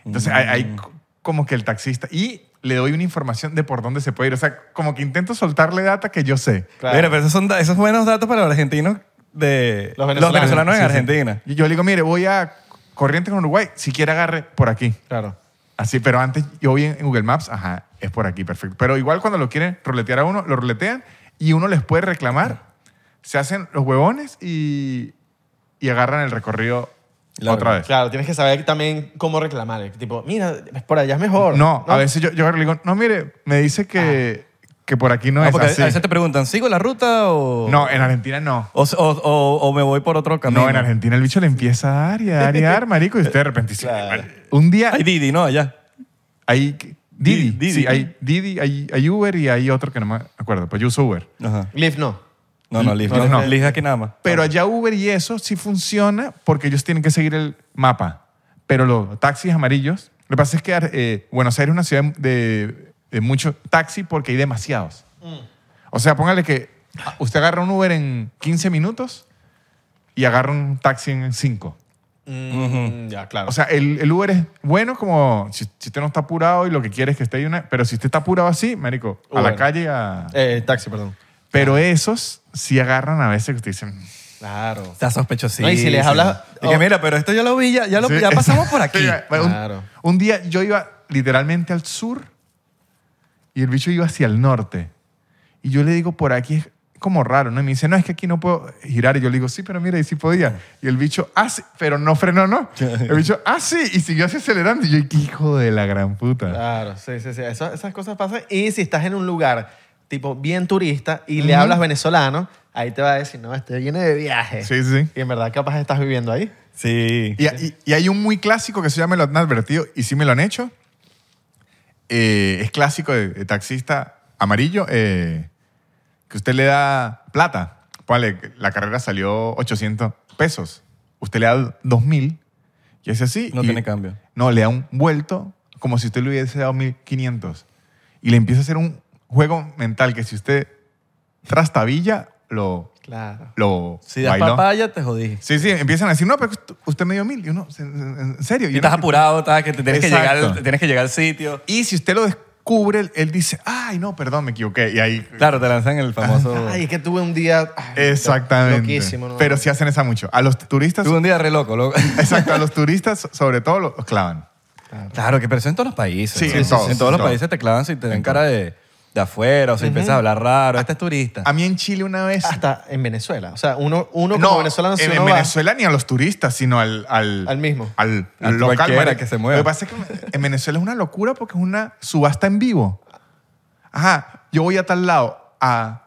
Speaker 1: Entonces hay, hay
Speaker 2: Mm.
Speaker 1: co- como que el taxista... Y le doy una información de por dónde se puede ir. O sea, como que intento soltarle data que yo sé.
Speaker 3: Claro.
Speaker 2: Mira, pero esos son da- esos buenos datos para los argentinos de
Speaker 3: Los venezolanos.
Speaker 2: en
Speaker 1: Sí, sí.
Speaker 2: Argentina.
Speaker 1: Y yo le digo, mire, voy a Corrientes con Uruguay. Si quiere agarre por aquí.
Speaker 3: Claro.
Speaker 1: Así, pero antes yo vi en Google Maps, ajá, es por aquí, perfecto. Pero igual cuando lo quieren roletear a uno, lo roletean y uno les puede reclamar. Se hacen los huevones y, y agarran el recorrido
Speaker 2: Largo.
Speaker 1: otra vez.
Speaker 3: Claro, tienes que saber también cómo reclamar. Tipo, mira, es por allá es mejor.
Speaker 1: No, a veces yo, yo le digo, no, mire, me dice que, que por aquí no,
Speaker 2: Ah,
Speaker 1: es
Speaker 2: porque a-
Speaker 1: así.
Speaker 2: a veces te preguntan, ¿sigo la ruta o.?
Speaker 1: No, en Argentina no.
Speaker 2: O, o- o- o me voy por otro camino.
Speaker 1: No, en Argentina el bicho le empieza a dar y a dar y a dar, marico, y usted de repente dice,
Speaker 3: Claro.
Speaker 1: un día
Speaker 2: Hay Didi, ¿no? Allá.
Speaker 1: hay Didi,
Speaker 2: Didi,
Speaker 1: sí,
Speaker 2: Didi.
Speaker 1: hay Didi, hay, hay Uber y hay otro que no me acuerdo, pues yo uso Uber.
Speaker 2: Ajá.
Speaker 3: Lyft no.
Speaker 2: No, no, Liz.
Speaker 1: No,
Speaker 2: Liz-
Speaker 1: no.
Speaker 2: Liz aquí nada más.
Speaker 1: Pero allá Uber y eso sí funciona porque ellos tienen que seguir el mapa. Pero los taxis amarillos, lo que pasa es que eh, Buenos Aires es una ciudad de, de mucho taxi porque hay demasiados. O sea, póngale que usted agarra un Uber en 15 minutos y agarra un taxi en 5.
Speaker 3: Mm, Ya, claro.
Speaker 1: O sea, el, el Uber es bueno como si, si usted no está apurado y lo que quiere es que esté ahí una... Pero si usted está apurado así, marico, a la
Speaker 3: Uber.
Speaker 1: calle a...
Speaker 3: Eh, taxi, perdón.
Speaker 1: Pero esos sí agarran a veces que usted dice...
Speaker 3: Claro.
Speaker 2: Está sospechosísimo.
Speaker 3: No, y si les hablas-
Speaker 2: Y que
Speaker 3: oh.
Speaker 2: mira, pero esto ya lo vi, ya, ya, lo-
Speaker 1: Sí.
Speaker 2: ya pasamos por
Speaker 1: (laughs)
Speaker 2: aquí.
Speaker 1: Sí, bueno, un-
Speaker 3: Claro.
Speaker 1: Un, día yo iba literalmente al sur y el bicho iba hacia el norte. Y yo le digo, por aquí es como raro, ¿no? Y me dice, no, es que aquí no puedo girar. Y yo le digo, sí, pero mira, y sí podía. Y el bicho, ah, sí, pero no frenó,
Speaker 3: (laughs)
Speaker 1: ¿no? El bicho, ah, sí, y siguió así acelerando. Y yo, qué hijo de la gran puta.
Speaker 3: Claro, sí, sí, sí. Eso- esas cosas pasan. Y si estás en un lugar tipo bien turista y le hablas venezolano, ahí te va a decir, no, estoy lleno de viajes.
Speaker 1: Sí, sí.
Speaker 3: Y en verdad capaz estás viviendo ahí.
Speaker 2: Sí.
Speaker 1: Y, y- y hay un muy clásico que eso ya me lo han advertido y sí me lo han hecho. Eh, es clásico de, de taxista amarillo eh, que usted le da plata. Póngale, la carrera salió 800 pesos. Usted le da 2000 y es así.
Speaker 2: No
Speaker 1: y-
Speaker 2: tiene cambio.
Speaker 1: No, le da un vuelto como si usted le hubiese dado 1500. Y le empieza a hacer un juego mental que si usted trastabilla, lo
Speaker 3: Claro.
Speaker 1: lo
Speaker 2: Si das
Speaker 1: bailó.
Speaker 2: papaya, te jodí.
Speaker 1: Sí, sí, empiezan a decir, no, pero usted me dio mil. Y uno, ¿en serio?
Speaker 2: Y estás
Speaker 1: uno-
Speaker 2: apurado, estás que te tienes que, llegar,
Speaker 1: Exacto.
Speaker 2: te tienes que llegar al sitio.
Speaker 1: Y si usted lo descubre, él- él dice, ay, no, perdón, me equivoqué. Y ahí...
Speaker 2: Claro, te lanzan el (laughs) famoso...
Speaker 3: Ay, es que tuve un día. ay,
Speaker 1: Exactamente.
Speaker 3: Loquísimo, ¿no?
Speaker 1: Pero sí hacen esa mucho. A los turistas...
Speaker 2: Tuve un día re loco, (laughs) loco.
Speaker 1: Exacto, a los turistas sobre todo los clavan.
Speaker 2: Claro, que pero eso en todos los países.
Speaker 1: Sí,
Speaker 2: ¿no?
Speaker 1: en todos, en
Speaker 2: los
Speaker 1: todos.
Speaker 2: países te clavan si te ven cara de, de afuera o si empiezas a hablar raro. Este es turista.
Speaker 1: A mí en Chile una vez...
Speaker 3: (laughs) Hasta en Venezuela. O sea, uno, uno como venezolano, si
Speaker 1: en,
Speaker 3: uno
Speaker 1: en
Speaker 3: va-
Speaker 1: Venezuela ni a los turistas, sino al... Al,
Speaker 3: Al mismo.
Speaker 1: Al,
Speaker 2: Al
Speaker 1: local.
Speaker 2: cualquiera
Speaker 1: marico.
Speaker 2: que se mueva.
Speaker 1: Lo que pasa es que en Venezuela es una locura porque es una subasta en vivo. Ajá, yo voy a tal lado, a...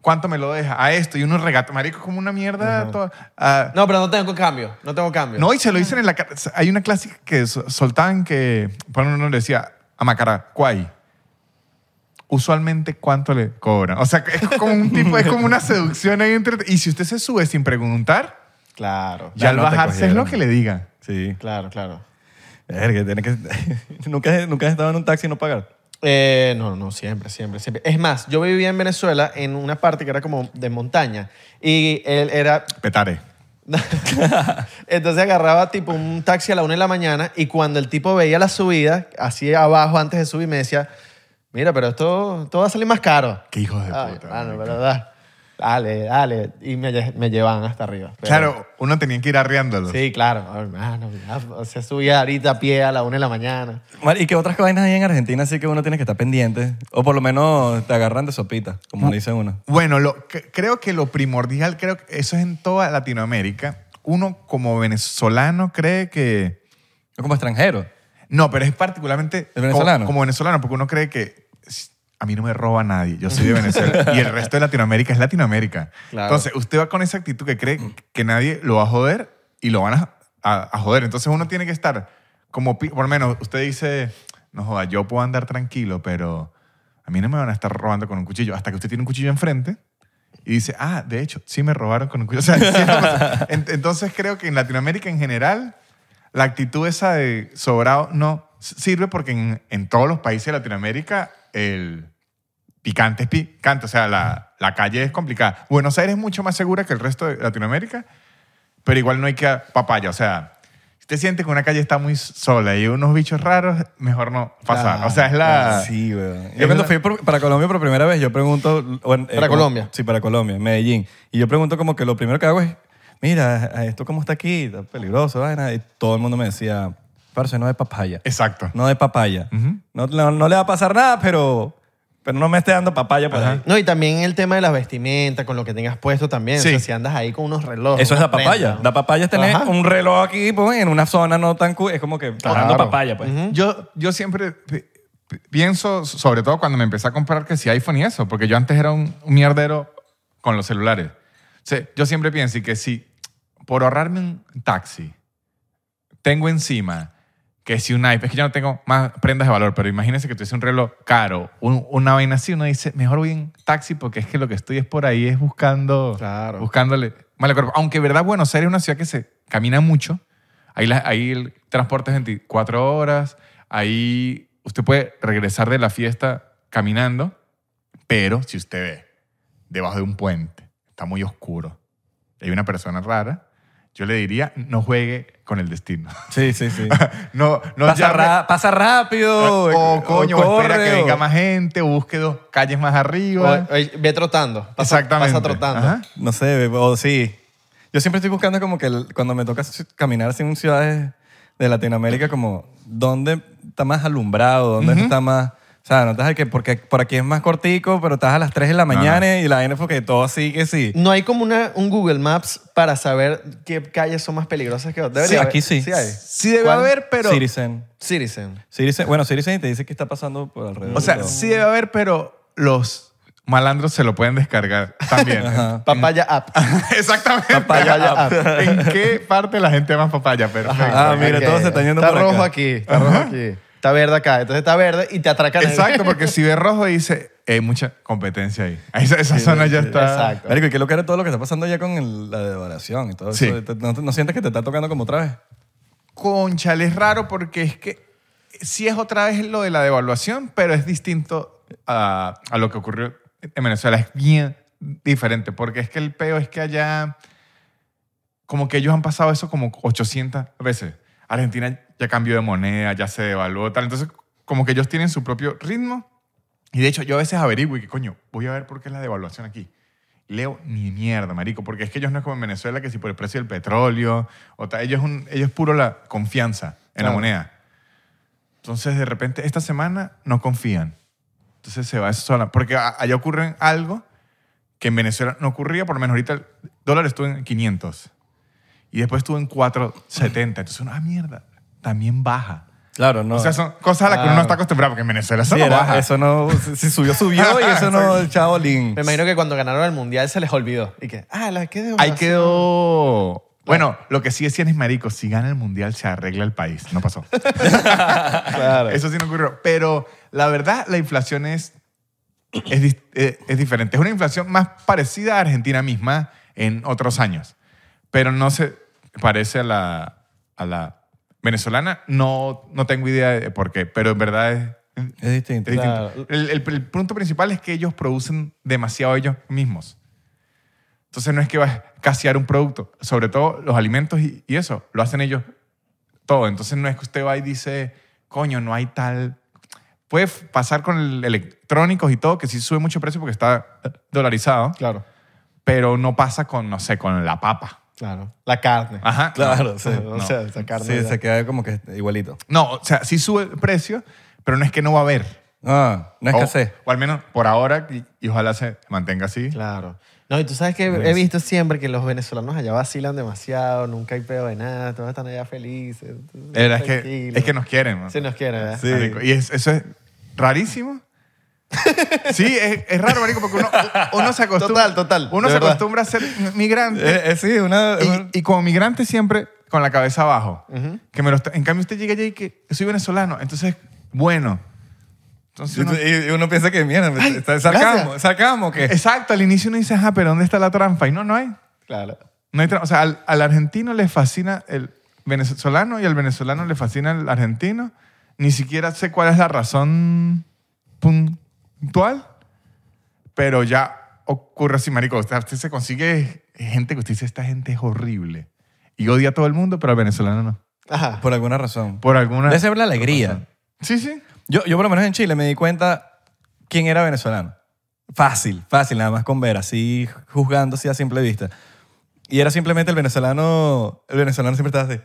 Speaker 1: ¿Cuánto me lo deja? A esto. Y uno regata. Marico, es como una mierda. toda- ah,
Speaker 3: No, pero no tengo cambio. No tengo cambio.
Speaker 1: no, y se lo dicen en la... cara. Hay una clásica que so- soltaban que... Bueno, uno le decía, a Macaracuay. Usualmente, ¿cuánto le cobran? O sea, es como un tipo... es como una seducción ahí entre... Y si usted se sube sin preguntar...
Speaker 3: Claro.
Speaker 1: Ya al
Speaker 2: no te
Speaker 1: bajarse es
Speaker 2: cogieron.
Speaker 1: lo que le digan.
Speaker 2: Sí.
Speaker 3: Claro, claro.
Speaker 2: Verga, tienes que... (laughs) ¿Nunca, nunca has estado en un taxi y no pagar.
Speaker 3: Eh, no, no, siempre, siempre, siempre. Es más, yo vivía en Venezuela en una parte que era como de montaña y él era...
Speaker 1: Petare.
Speaker 3: (laughs) Entonces agarraba tipo un taxi a la una de la mañana y cuando el tipo veía la subida, así abajo antes de subir, me decía, mira, pero esto, esto va a salir más caro.
Speaker 1: Qué hijo de
Speaker 3: Ay,
Speaker 1: puta.
Speaker 3: mano, pero da- dale, dale. Y me, lle- me llevaban hasta arriba. Pero-
Speaker 1: Claro, uno tenía que ir arriándolo.
Speaker 3: Sí, claro. Ay, Hermano, ya, o sea, subía ahorita a pie a la una de la mañana.
Speaker 2: Mar, ¿Y qué otras vainas hay en Argentina así que uno tiene que estar pendiente? O por lo menos te agarran de sopita, como le dice uno.
Speaker 1: Bueno, lo, que- creo que lo primordial, creo que eso es en toda Latinoamérica. Uno como venezolano cree que...
Speaker 2: O como extranjero.
Speaker 1: No, pero es particularmente...
Speaker 2: ¿El venezolano?
Speaker 1: Como, como venezolano, porque uno cree que "Sh, a mí no me roba nadie, yo soy de Venezuela y el resto de Latinoamérica es Latinoamérica.
Speaker 3: Claro.
Speaker 1: Entonces, usted va con esa actitud que cree que nadie lo va a joder y lo van a, a- a joder. Entonces, uno tiene que estar como... pi- Por lo menos, usted dice, no joda, yo puedo andar tranquilo, pero a mí no me van a estar robando con un cuchillo. Hasta que usted tiene un cuchillo enfrente y dice, ah, de hecho, sí me robaron con un cuchillo. O sea, sí, (laughs) no pasa. En- entonces creo que en Latinoamérica en general, la actitud esa de sobrado no s- sirve porque en, en todos los países de Latinoamérica el picante es picante. O sea, la, la calle es complicada. Buenos Aires es mucho más segura que el resto de Latinoamérica, pero igual no hay que papaya. O sea, si te sientes que una calle está muy sola y hay unos bichos raros, mejor no pasar.
Speaker 3: Claro,
Speaker 1: o sea, es la...
Speaker 2: Sí, weón.
Speaker 1: Ah. Es
Speaker 2: Yo cuando
Speaker 1: la-
Speaker 2: fui por- para Colombia por primera vez, yo pregunto... o en- eh,
Speaker 3: ¿Para
Speaker 2: como-
Speaker 3: Colombia?
Speaker 2: Sí, para Colombia, Medellín. Y yo pregunto como que lo primero que hago es, mira, ¿esto cómo está aquí? Está peligroso, vaina. Y todo el mundo me decía, parce, no de papaya.
Speaker 1: Exacto.
Speaker 2: No de papaya. no, no- no le va a pasar nada, pero, pero no me esté dando papaya por ahí.
Speaker 3: No, y también el tema de las vestimentas, con lo que tengas puesto también.
Speaker 1: Sí.
Speaker 3: O sea, si andas ahí con unos relojes.
Speaker 2: Eso es
Speaker 3: una
Speaker 2: la papaya.
Speaker 3: prenda.
Speaker 2: La papaya es tener
Speaker 3: Ajá.
Speaker 2: un reloj aquí pues, en una zona no tan cool. Es como que dando papaya, pues.
Speaker 1: Yo, yo siempre pi- pi- pienso, sobre todo cuando me empecé a comprar que si iPhone y eso, porque yo antes era un, un mierdero con los celulares. O sea, yo siempre pienso y que si por ahorrarme un taxi tengo encima que si un iPhone, es que yo no tengo más prendas de valor, pero imagínense que tuviese un reloj caro, un- una vaina así, uno dice, mejor voy en taxi porque es que lo que estoy es por ahí es buscando,
Speaker 3: Claro.
Speaker 1: buscándole mal al cuerpo. Aunque verdad Buenos Aires es una ciudad que se camina mucho, ahí, la- ahí el transporte es 24 horas, ahí usted puede regresar de la fiesta caminando, pero si usted ve debajo de un puente, está muy oscuro, hay una persona rara, yo le diría, no juegue con el destino. (laughs)
Speaker 2: Sí, sí, sí.
Speaker 1: No, no
Speaker 2: pasa,
Speaker 1: llame-
Speaker 2: ra- pasa rápido. eh,
Speaker 1: o, coño, eh, o espera
Speaker 2: corre,
Speaker 1: que
Speaker 2: o-
Speaker 1: venga más gente, o busque dos calles más
Speaker 3: O-
Speaker 1: arriba.
Speaker 3: o- ve trotando. Pasa,
Speaker 1: Exactamente.
Speaker 3: Pasa trotando.
Speaker 1: Ajá.
Speaker 2: No sé, o sí. Yo siempre estoy buscando como que el- cuando me toca ci- caminar así en ciudades de Latinoamérica, como dónde está más alumbrado, dónde está más... O sea, no estás de que porque por aquí es más cortico, pero estás a las 3 de la mañana y la vaina es porque todo así que sí.
Speaker 3: No hay como una, un Google Maps para saber qué calles son más peligrosas que otras. Debería
Speaker 2: Sí,
Speaker 3: haber.
Speaker 2: aquí sí.
Speaker 3: Sí hay.
Speaker 1: Sí debe
Speaker 3: ¿Cuál?
Speaker 1: haber, pero...
Speaker 2: Citizen.
Speaker 3: Citizen.
Speaker 2: Citizen- Bueno, Citizen te dice que está pasando por alrededor.
Speaker 1: O
Speaker 2: de
Speaker 1: sea,
Speaker 2: todo.
Speaker 1: sí debe haber, pero los malandros se lo pueden descargar (laughs) también.
Speaker 3: Papaya app.
Speaker 2: Ah,
Speaker 1: Exactamente. (laughs)
Speaker 2: Papaya app.
Speaker 1: ¿En qué parte la gente más papaya? Perfecto.
Speaker 2: Ah, mira,
Speaker 3: (laughs) Ok.
Speaker 2: todos se están yendo
Speaker 3: Está
Speaker 2: por acá.
Speaker 3: rojo aquí. Está rojo aquí. Está verde acá. Entonces está verde y te atracan. ahí.
Speaker 1: Exacto, porque si ve rojo dice, hay mucha competencia ahí. (laughs) Esa, esa zona ya está...
Speaker 3: Exacto.
Speaker 2: Marico, ¿y qué lo que era todo lo que está pasando ya con el- la devaluación y todo
Speaker 1: Sí.
Speaker 2: eso? ¿Te- ¿No, no sientes que te está tocando como otra vez?
Speaker 1: Conchal, es raro porque es que sí es otra vez lo de la devaluación, pero es distinto a, a lo que ocurrió en Venezuela. Es bien diferente, porque es que el peo es que allá, como que ellos han pasado eso como 800 veces. Argentina ya cambió de moneda, ya se devaluó, tal. Entonces, como que ellos tienen su propio ritmo. Y de hecho, yo a veces averiguo y que, coño, voy a ver por qué es la devaluación aquí. Leo ni mierda, marico, porque es que ellos no es como en Venezuela, que si por el precio del petróleo, o tal. Ellos, es un- ellos es puro la confianza en
Speaker 3: Claro.
Speaker 1: la moneda. Entonces, de repente, esta semana no confían. Entonces se va eso sola. Porque a- allá ocurre algo que en Venezuela no ocurría, por lo menos ahorita el dólar estuvo en 500 y después estuvo en 470. Entonces uno, ah, mierda, también baja.
Speaker 2: Claro, no.
Speaker 1: O sea, son cosas a las que uno
Speaker 2: Ah.
Speaker 1: no está acostumbrado, porque en Venezuela eso
Speaker 2: Sí,
Speaker 1: no
Speaker 2: era-
Speaker 1: baja.
Speaker 2: eso no- si- si subió, subió y
Speaker 1: (laughs)
Speaker 2: eso no, chao, Lin.
Speaker 3: (laughs) Me imagino que cuando ganaron el mundial se les olvidó. Y que, ah, la que
Speaker 1: Ahí quedó. Bueno, lo que sí decían es, marico, si gana el mundial se arregla el país. No pasó.
Speaker 3: Claro.
Speaker 1: Eso sí no ocurrió. Pero la verdad, la inflación es, es, dis- eh, es diferente. Es una inflación más parecida a Argentina misma en otros años. Pero no se parece a la, a la venezolana. No, no tengo idea de por qué, pero en verdad es,
Speaker 2: Es distinto.
Speaker 1: es
Speaker 3: Claro.
Speaker 1: distinto. El, el- el punto principal es que ellos producen demasiado ellos mismos. Entonces no es que vas a casear un producto, sobre todo los alimentos y, y eso, lo hacen ellos todo. Entonces no es que usted va y dice, coño, no hay tal... Puede f- pasar con el electrónicos y todo, que sí sube mucho precio porque está eh, dolarizado,
Speaker 3: Claro,
Speaker 1: pero no pasa con, no sé, con la papa.
Speaker 3: claro. La carne.
Speaker 1: Ajá.
Speaker 2: Ah, Claro, sí.
Speaker 3: (laughs) o sea, esa carne.
Speaker 2: Sí,
Speaker 3: ya.
Speaker 2: se queda como que igualito.
Speaker 1: No, o sea, sí sube el precio, pero no es que no va a haber.
Speaker 2: Ah, no
Speaker 1: O-
Speaker 2: escasez.
Speaker 1: O, al menos por ahora, y, y ojalá se mantenga así.
Speaker 3: Claro. No, y tú sabes que he visto siempre que los venezolanos allá vacilan demasiado, nunca hay pedo de nada, todos están allá felices.
Speaker 1: La verdad es que,
Speaker 3: tranquilos.
Speaker 1: es que nos quieren. man.
Speaker 3: Sí nos quieren, ¿verdad?
Speaker 2: Sí.
Speaker 1: Marico, Y es- eso es rarísimo.
Speaker 3: (laughs)
Speaker 1: sí, es, es raro, marico, porque uno, uno se acostumbra.
Speaker 3: Total, total,
Speaker 1: Uno
Speaker 3: de
Speaker 1: se
Speaker 3: verdad.
Speaker 1: acostumbra a ser migrante.
Speaker 2: Eh, eh, sí, una. una-
Speaker 1: y, y como migrante siempre con la cabeza abajo. que me lo está- en cambio, usted llega allá y que soy venezolano. Entonces, bueno. Entonces uno-
Speaker 2: y- y uno piensa que, mierda,
Speaker 3: Ay,
Speaker 2: está- sacamos,
Speaker 3: gracias.
Speaker 2: sacamos que.
Speaker 1: exacto, al inicio uno dice, ajá, pero ¿dónde está la trampa? Y no, no hay.
Speaker 3: Claro.
Speaker 1: No hay tra- o sea, al, al argentino le fascina el venezolano y al venezolano le fascina el argentino. Ni siquiera sé cuál es la razón puntual, pero ya ocurre así, marico. Usted, usted se consigue gente que usted dice, esta gente es horrible. Y odia a todo el mundo, pero al venezolano no.
Speaker 3: Ajá.
Speaker 2: Por alguna razón.
Speaker 1: Por alguna...
Speaker 2: Debe ser la alegría.
Speaker 1: Sí, sí.
Speaker 2: Yo, yo por lo menos en Chile me di cuenta quién era venezolano. Fácil, fácil, nada más con ver, así juzgando así a simple vista. Y era simplemente el venezolano, el venezolano siempre estaba así.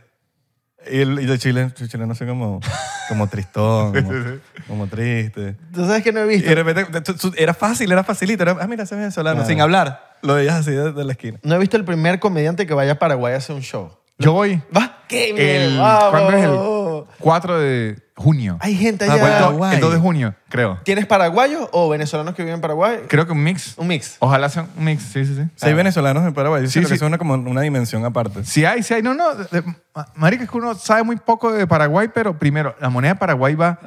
Speaker 2: Y el, y el chileno, el chileno así como, como tristón, como, como triste.
Speaker 3: Tú sabes que no he
Speaker 2: Y
Speaker 3: visto.
Speaker 2: de repente tu- tu- era fácil, era facilito. Era, ah, mira, ese venezolano, sin hablar. Lo veías así desde la esquina.
Speaker 3: No he visto el primer comediante que vaya a Paraguay a hacer un show.
Speaker 1: Yo voy
Speaker 3: ¿Va? ¡Qué
Speaker 1: el...
Speaker 3: bien!
Speaker 1: ¿Cuándo es
Speaker 3: ¡Vamos!
Speaker 1: el 4 de junio?
Speaker 3: Hay gente
Speaker 2: Ah,
Speaker 3: allá.
Speaker 1: O el, do-
Speaker 2: Paraguay.
Speaker 1: el 2 de junio, creo.
Speaker 3: ¿Tienes paraguayos o venezolanos que viven en Paraguay?
Speaker 1: Creo que un mix.
Speaker 3: Un mix.
Speaker 1: Ojalá sea un mix, sí, sí, sí.
Speaker 2: Seis venezolanos en Paraguay. Yo
Speaker 1: Sí,
Speaker 2: siento que
Speaker 1: sí.
Speaker 2: eso es una, como una dimensión aparte.
Speaker 1: Sí hay, sí hay. No, no. de- de- ma- marica, es que uno sabe muy poco de Paraguay, pero primero, la moneda de Paraguay va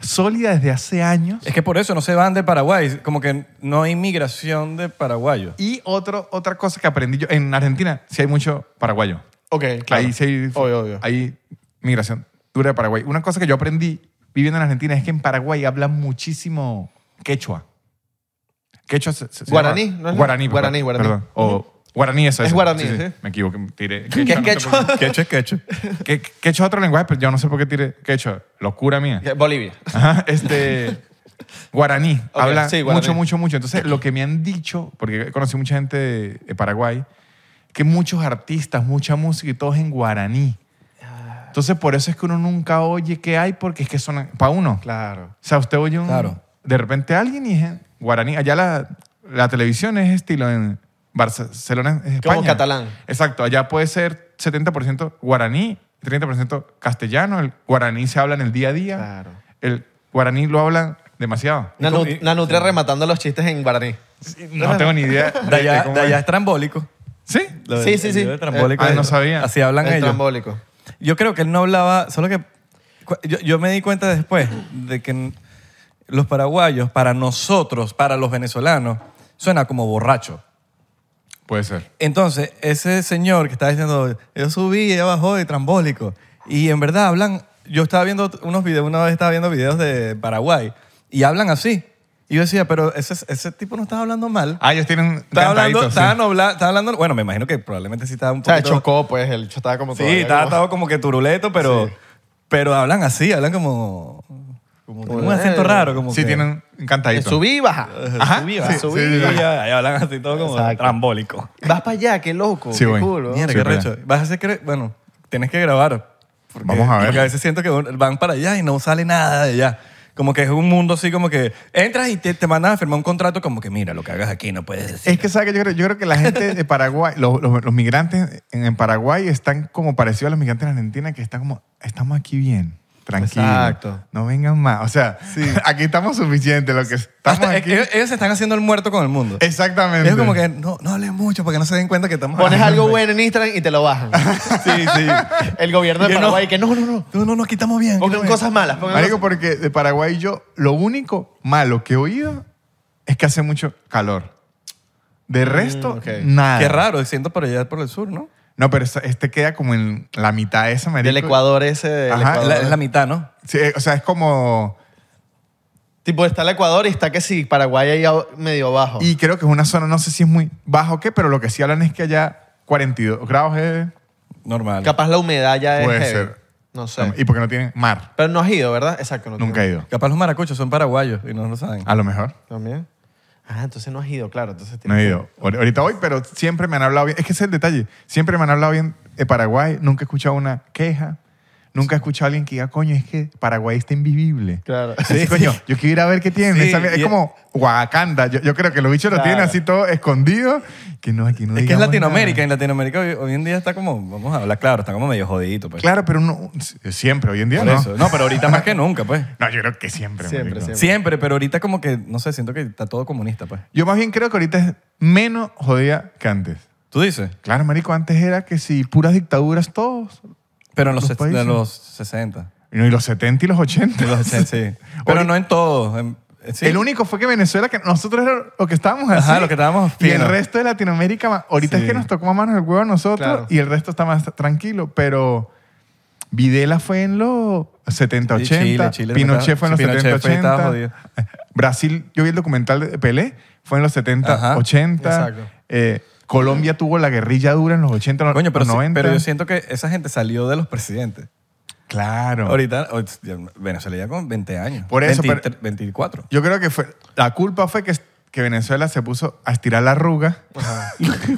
Speaker 1: sólida desde hace años.
Speaker 2: Es que por eso no se van de Paraguay. Como que no hay migración
Speaker 1: (laughs)
Speaker 2: de paraguayos.
Speaker 1: Y otro, otra cosa que aprendí yo, en Argentina sí hay mucho paraguayo.
Speaker 3: Ok, claro.
Speaker 1: Ahí sí hay,
Speaker 3: Obvio, obvio.
Speaker 1: hay migración dura de Paraguay. Una cosa que yo aprendí viviendo en Argentina es que en Paraguay hablan muchísimo quechua. Quechua se- se- se
Speaker 3: Guaraní,
Speaker 1: llama-
Speaker 3: ¿no es?
Speaker 1: guaraní, perdón,
Speaker 3: Guaraní, guaraní.
Speaker 1: perdón. O guaraní, eso
Speaker 3: Es
Speaker 1: eso.
Speaker 3: guaraní, sí.
Speaker 1: Me equivoqué, tiré.
Speaker 3: ¿Qué es
Speaker 1: no sé por
Speaker 3: quechua?
Speaker 2: Quecho es quecho.
Speaker 1: Que, quechua es otro lenguaje, pero yo no sé por qué tiré quechua. Locura mía.
Speaker 3: Bolivia.
Speaker 1: Ajá, este. Guaraní.
Speaker 3: Ok,
Speaker 1: habla
Speaker 3: sí, guaraní.
Speaker 1: mucho, mucho, mucho. Entonces, lo que me han dicho, porque he conocido mucha gente de, de Paraguay, que muchos artistas, mucha música y todo es en guaraní.
Speaker 3: Ah.
Speaker 1: Entonces, por eso es que uno nunca oye qué hay, porque es que son para uno.
Speaker 3: Claro.
Speaker 1: O sea, usted oye un,
Speaker 2: Claro.
Speaker 1: de repente alguien y es en guaraní. Allá la, la televisión es estilo en Barcelona, es España.
Speaker 3: Como catalán.
Speaker 1: Exacto, allá puede ser 70% guaraní, 30% castellano. El guaraní se habla en el día a día.
Speaker 3: Claro.
Speaker 1: El guaraní lo hablan demasiado.
Speaker 3: Nanu-
Speaker 2: Y-
Speaker 3: Nanutria rematando los chistes en guaraní.
Speaker 1: No tengo ni idea.
Speaker 2: De allá,
Speaker 1: cómo
Speaker 2: de allá
Speaker 1: es.
Speaker 2: es trambólico.
Speaker 1: ¿Sí?
Speaker 2: Lo
Speaker 3: Sí,
Speaker 2: del-
Speaker 3: sí,
Speaker 2: el
Speaker 3: sí.
Speaker 2: video de trambólico.
Speaker 1: Eh, ah, no
Speaker 2: es-
Speaker 1: sabía.
Speaker 2: Así hablan
Speaker 3: el
Speaker 2: ellos.
Speaker 3: trambólico.
Speaker 2: Yo creo que él no hablaba, solo que cu- yo, yo me di cuenta después de que n- los paraguayos, para nosotros, para los venezolanos, suena como borracho.
Speaker 1: Puede ser.
Speaker 2: Entonces, ese señor que estaba diciendo, yo subí, ella bajó de trambólico. Y en verdad hablan, yo estaba viendo unos videos, una vez estaba viendo videos de Paraguay, y hablan así. Y yo decía, pero ese, ese tipo no estaba hablando mal.
Speaker 1: Ah, ellos tienen
Speaker 2: Estaba hablando,
Speaker 1: cantaditos, sí.
Speaker 2: estaba nobla- estaba hablando, bueno, me imagino que probablemente sí estaba un
Speaker 3: O sea,
Speaker 2: poquito...
Speaker 3: chocó, pues, el yo estaba como
Speaker 2: Sí,
Speaker 3: todavía
Speaker 2: estaba,
Speaker 3: como-
Speaker 2: estaba como que turuleto, pero,
Speaker 3: Sí.
Speaker 2: pero hablan así, hablan como... Como tienen un acento raro, como
Speaker 1: Sí,
Speaker 2: que-
Speaker 1: tienen un cantadito.
Speaker 3: eh, Subí y baja.
Speaker 1: Ajá,
Speaker 3: Subí y baja.
Speaker 1: sí,
Speaker 3: subí
Speaker 1: sí,
Speaker 3: y
Speaker 1: sí,
Speaker 3: baja.
Speaker 2: Y ya, ya hablan así todo como
Speaker 3: Exacto.
Speaker 2: trambólico.
Speaker 3: Vas para allá, qué loco.
Speaker 1: Sí,
Speaker 3: qué
Speaker 1: voy.
Speaker 3: cool, ¿no?
Speaker 2: Mierda,
Speaker 1: Sí,
Speaker 2: qué
Speaker 1: pero-
Speaker 2: recho. Vas a hacer que, bueno, tienes que grabar. porque-
Speaker 1: Vamos a ver.
Speaker 2: Porque a veces siento que van para allá y no sale nada de allá. Como que es un mundo así como que entras y te, te mandan a firmar un contrato como que mira, lo que hagas aquí no puedes decir.
Speaker 1: Es que, ¿sabes que yo creo, yo creo que la gente de Paraguay, los, los- los migrantes en, en Paraguay están como parecidos a los migrantes en Argentina, que están como, estamos aquí bien, tranquilos.
Speaker 3: Exacto.
Speaker 1: No vengan más. O sea, (laughs) aquí estamos suficientes, lo que estamos
Speaker 2: Hasta-
Speaker 1: aquí.
Speaker 2: ellos, ellos se están haciendo el muerto con el mundo.
Speaker 1: Exactamente.
Speaker 2: Es como que no, no hables mucho para que no se den cuenta que estamos...
Speaker 3: Pones
Speaker 2: hablando.
Speaker 3: algo bueno en Instagram y te
Speaker 1: (laughs)
Speaker 3: lo bajan.
Speaker 2: Sí, sí.
Speaker 3: El gobierno de
Speaker 2: Y no.
Speaker 3: Paraguay que no, no, no.
Speaker 2: No, no, nos quitamos bien.
Speaker 3: Pongan
Speaker 2: quitamos
Speaker 3: cosas malas. pongan
Speaker 1: Marico,
Speaker 3: cosas-
Speaker 1: porque de Paraguay yo, lo único malo que he oído es que hace mucho calor. De resto,
Speaker 3: ok.
Speaker 2: bien.
Speaker 1: nada.
Speaker 2: Mm, Qué raro, siento por allá por el sur, ¿no?
Speaker 1: No, pero esta- este queda como en la mitad de esa, marico.
Speaker 3: Del Ecuador ese. del
Speaker 1: Ajá,
Speaker 2: Es
Speaker 3: Ecuador.
Speaker 2: la, es la mitad, ¿no?
Speaker 1: Sí, eh, o sea, es como...
Speaker 3: Tipo, está el Ecuador y está que sí, Paraguay ahí a- medio
Speaker 2: Oh.
Speaker 3: bajo.
Speaker 1: Y creo que es una zona, no sé si es muy baja o qué, pero lo que sí hablan es que allá 42 grados es...
Speaker 2: Normal.
Speaker 3: Capaz la humedad ya es
Speaker 1: Puede
Speaker 3: heavy.
Speaker 1: ser.
Speaker 3: No sé.
Speaker 1: Y porque no tienen mar.
Speaker 3: Pero no has ido, ¿verdad? Exacto. No
Speaker 1: Nunca he ido.
Speaker 2: Capaz los maracuchos son paraguayos y no lo saben.
Speaker 1: A lo mejor.
Speaker 3: También. Ah, entonces no has ido, claro. Entonces
Speaker 1: No he ido. Ahor- Ahorita voy, pero siempre me han hablado bien. Es que ese es el detalle. Siempre me han hablado bien de Paraguay. Nunca he escuchado una queja. Nunca he escuchado a alguien que diga, coño, es que Paraguay está invivible. (laughs)
Speaker 3: Claro. (laughs)
Speaker 1: Sí, coño, yo quiero ir a ver qué tienen.
Speaker 2: Sí,
Speaker 1: Esa mierda- es
Speaker 2: y- e
Speaker 1: como Wakanda. Yo, yo creo que los bichos lo
Speaker 3: Claro.
Speaker 1: tienen así todo escondido. Que no, aquí no
Speaker 2: es que es
Speaker 1: digamos
Speaker 2: Latinoamérica.
Speaker 1: nada.
Speaker 2: En Latinoamérica hoy, hoy en día está como, vamos a hablar claro, está como medio jodidito. Pues.
Speaker 1: Claro, pero uno, siempre, hoy en día
Speaker 2: Por
Speaker 1: no.
Speaker 2: eso. No, pero ahorita más que nunca, pues.
Speaker 1: No, yo creo que siempre.
Speaker 3: Siempre,
Speaker 1: marico.
Speaker 3: siempre.
Speaker 2: Siempre, pero ahorita como que, no sé, siento que está todo comunista, pues.
Speaker 1: Yo más bien creo que ahorita es menos jodida que antes.
Speaker 2: ¿Tú dices?
Speaker 1: Claro, marico, antes era que si puras dictaduras todos.
Speaker 2: Pero en los,
Speaker 1: Los
Speaker 2: ses-
Speaker 1: países.
Speaker 2: de los 60.
Speaker 1: Y no, y los 70 y los 80.
Speaker 2: De los
Speaker 1: (laughs)
Speaker 2: 80, sí. Pero no en todos. en- sí.
Speaker 1: El único fue que Venezuela, que nosotros era lo que estábamos así.
Speaker 2: Ajá, lo que estábamos
Speaker 1: Y el
Speaker 2: fino.
Speaker 1: resto de Latinoamérica, ma- ahorita
Speaker 2: Sí.
Speaker 1: es que nos tocó más manos el huevo a nosotros
Speaker 3: Claro.
Speaker 1: y el resto está más tranquilo. Pero Videla fue en los 70,
Speaker 2: Y
Speaker 1: 80.
Speaker 2: Chile, Chile
Speaker 1: Pinochet
Speaker 2: estaba-
Speaker 1: fue en los 70,
Speaker 2: Pinochet fue y estaba
Speaker 1: 80. (laughs) Brasil, yo vi el documental de Pelé, fue en los 70,
Speaker 2: Ajá.
Speaker 1: 80.
Speaker 3: Exacto.
Speaker 1: Eh, Colombia tuvo la guerrilla dura en los 80, los
Speaker 2: Coño, pero, sí-
Speaker 1: 90.
Speaker 2: pero yo siento que esa gente salió de los presidentes.
Speaker 1: Claro.
Speaker 2: Ahorita, hoy- ya- Venezuela ya con 20 años.
Speaker 1: Por eso, pero-
Speaker 2: 23, 24.
Speaker 1: Yo creo que fue, la culpa fue que, que Venezuela se puso a estirar la arruga.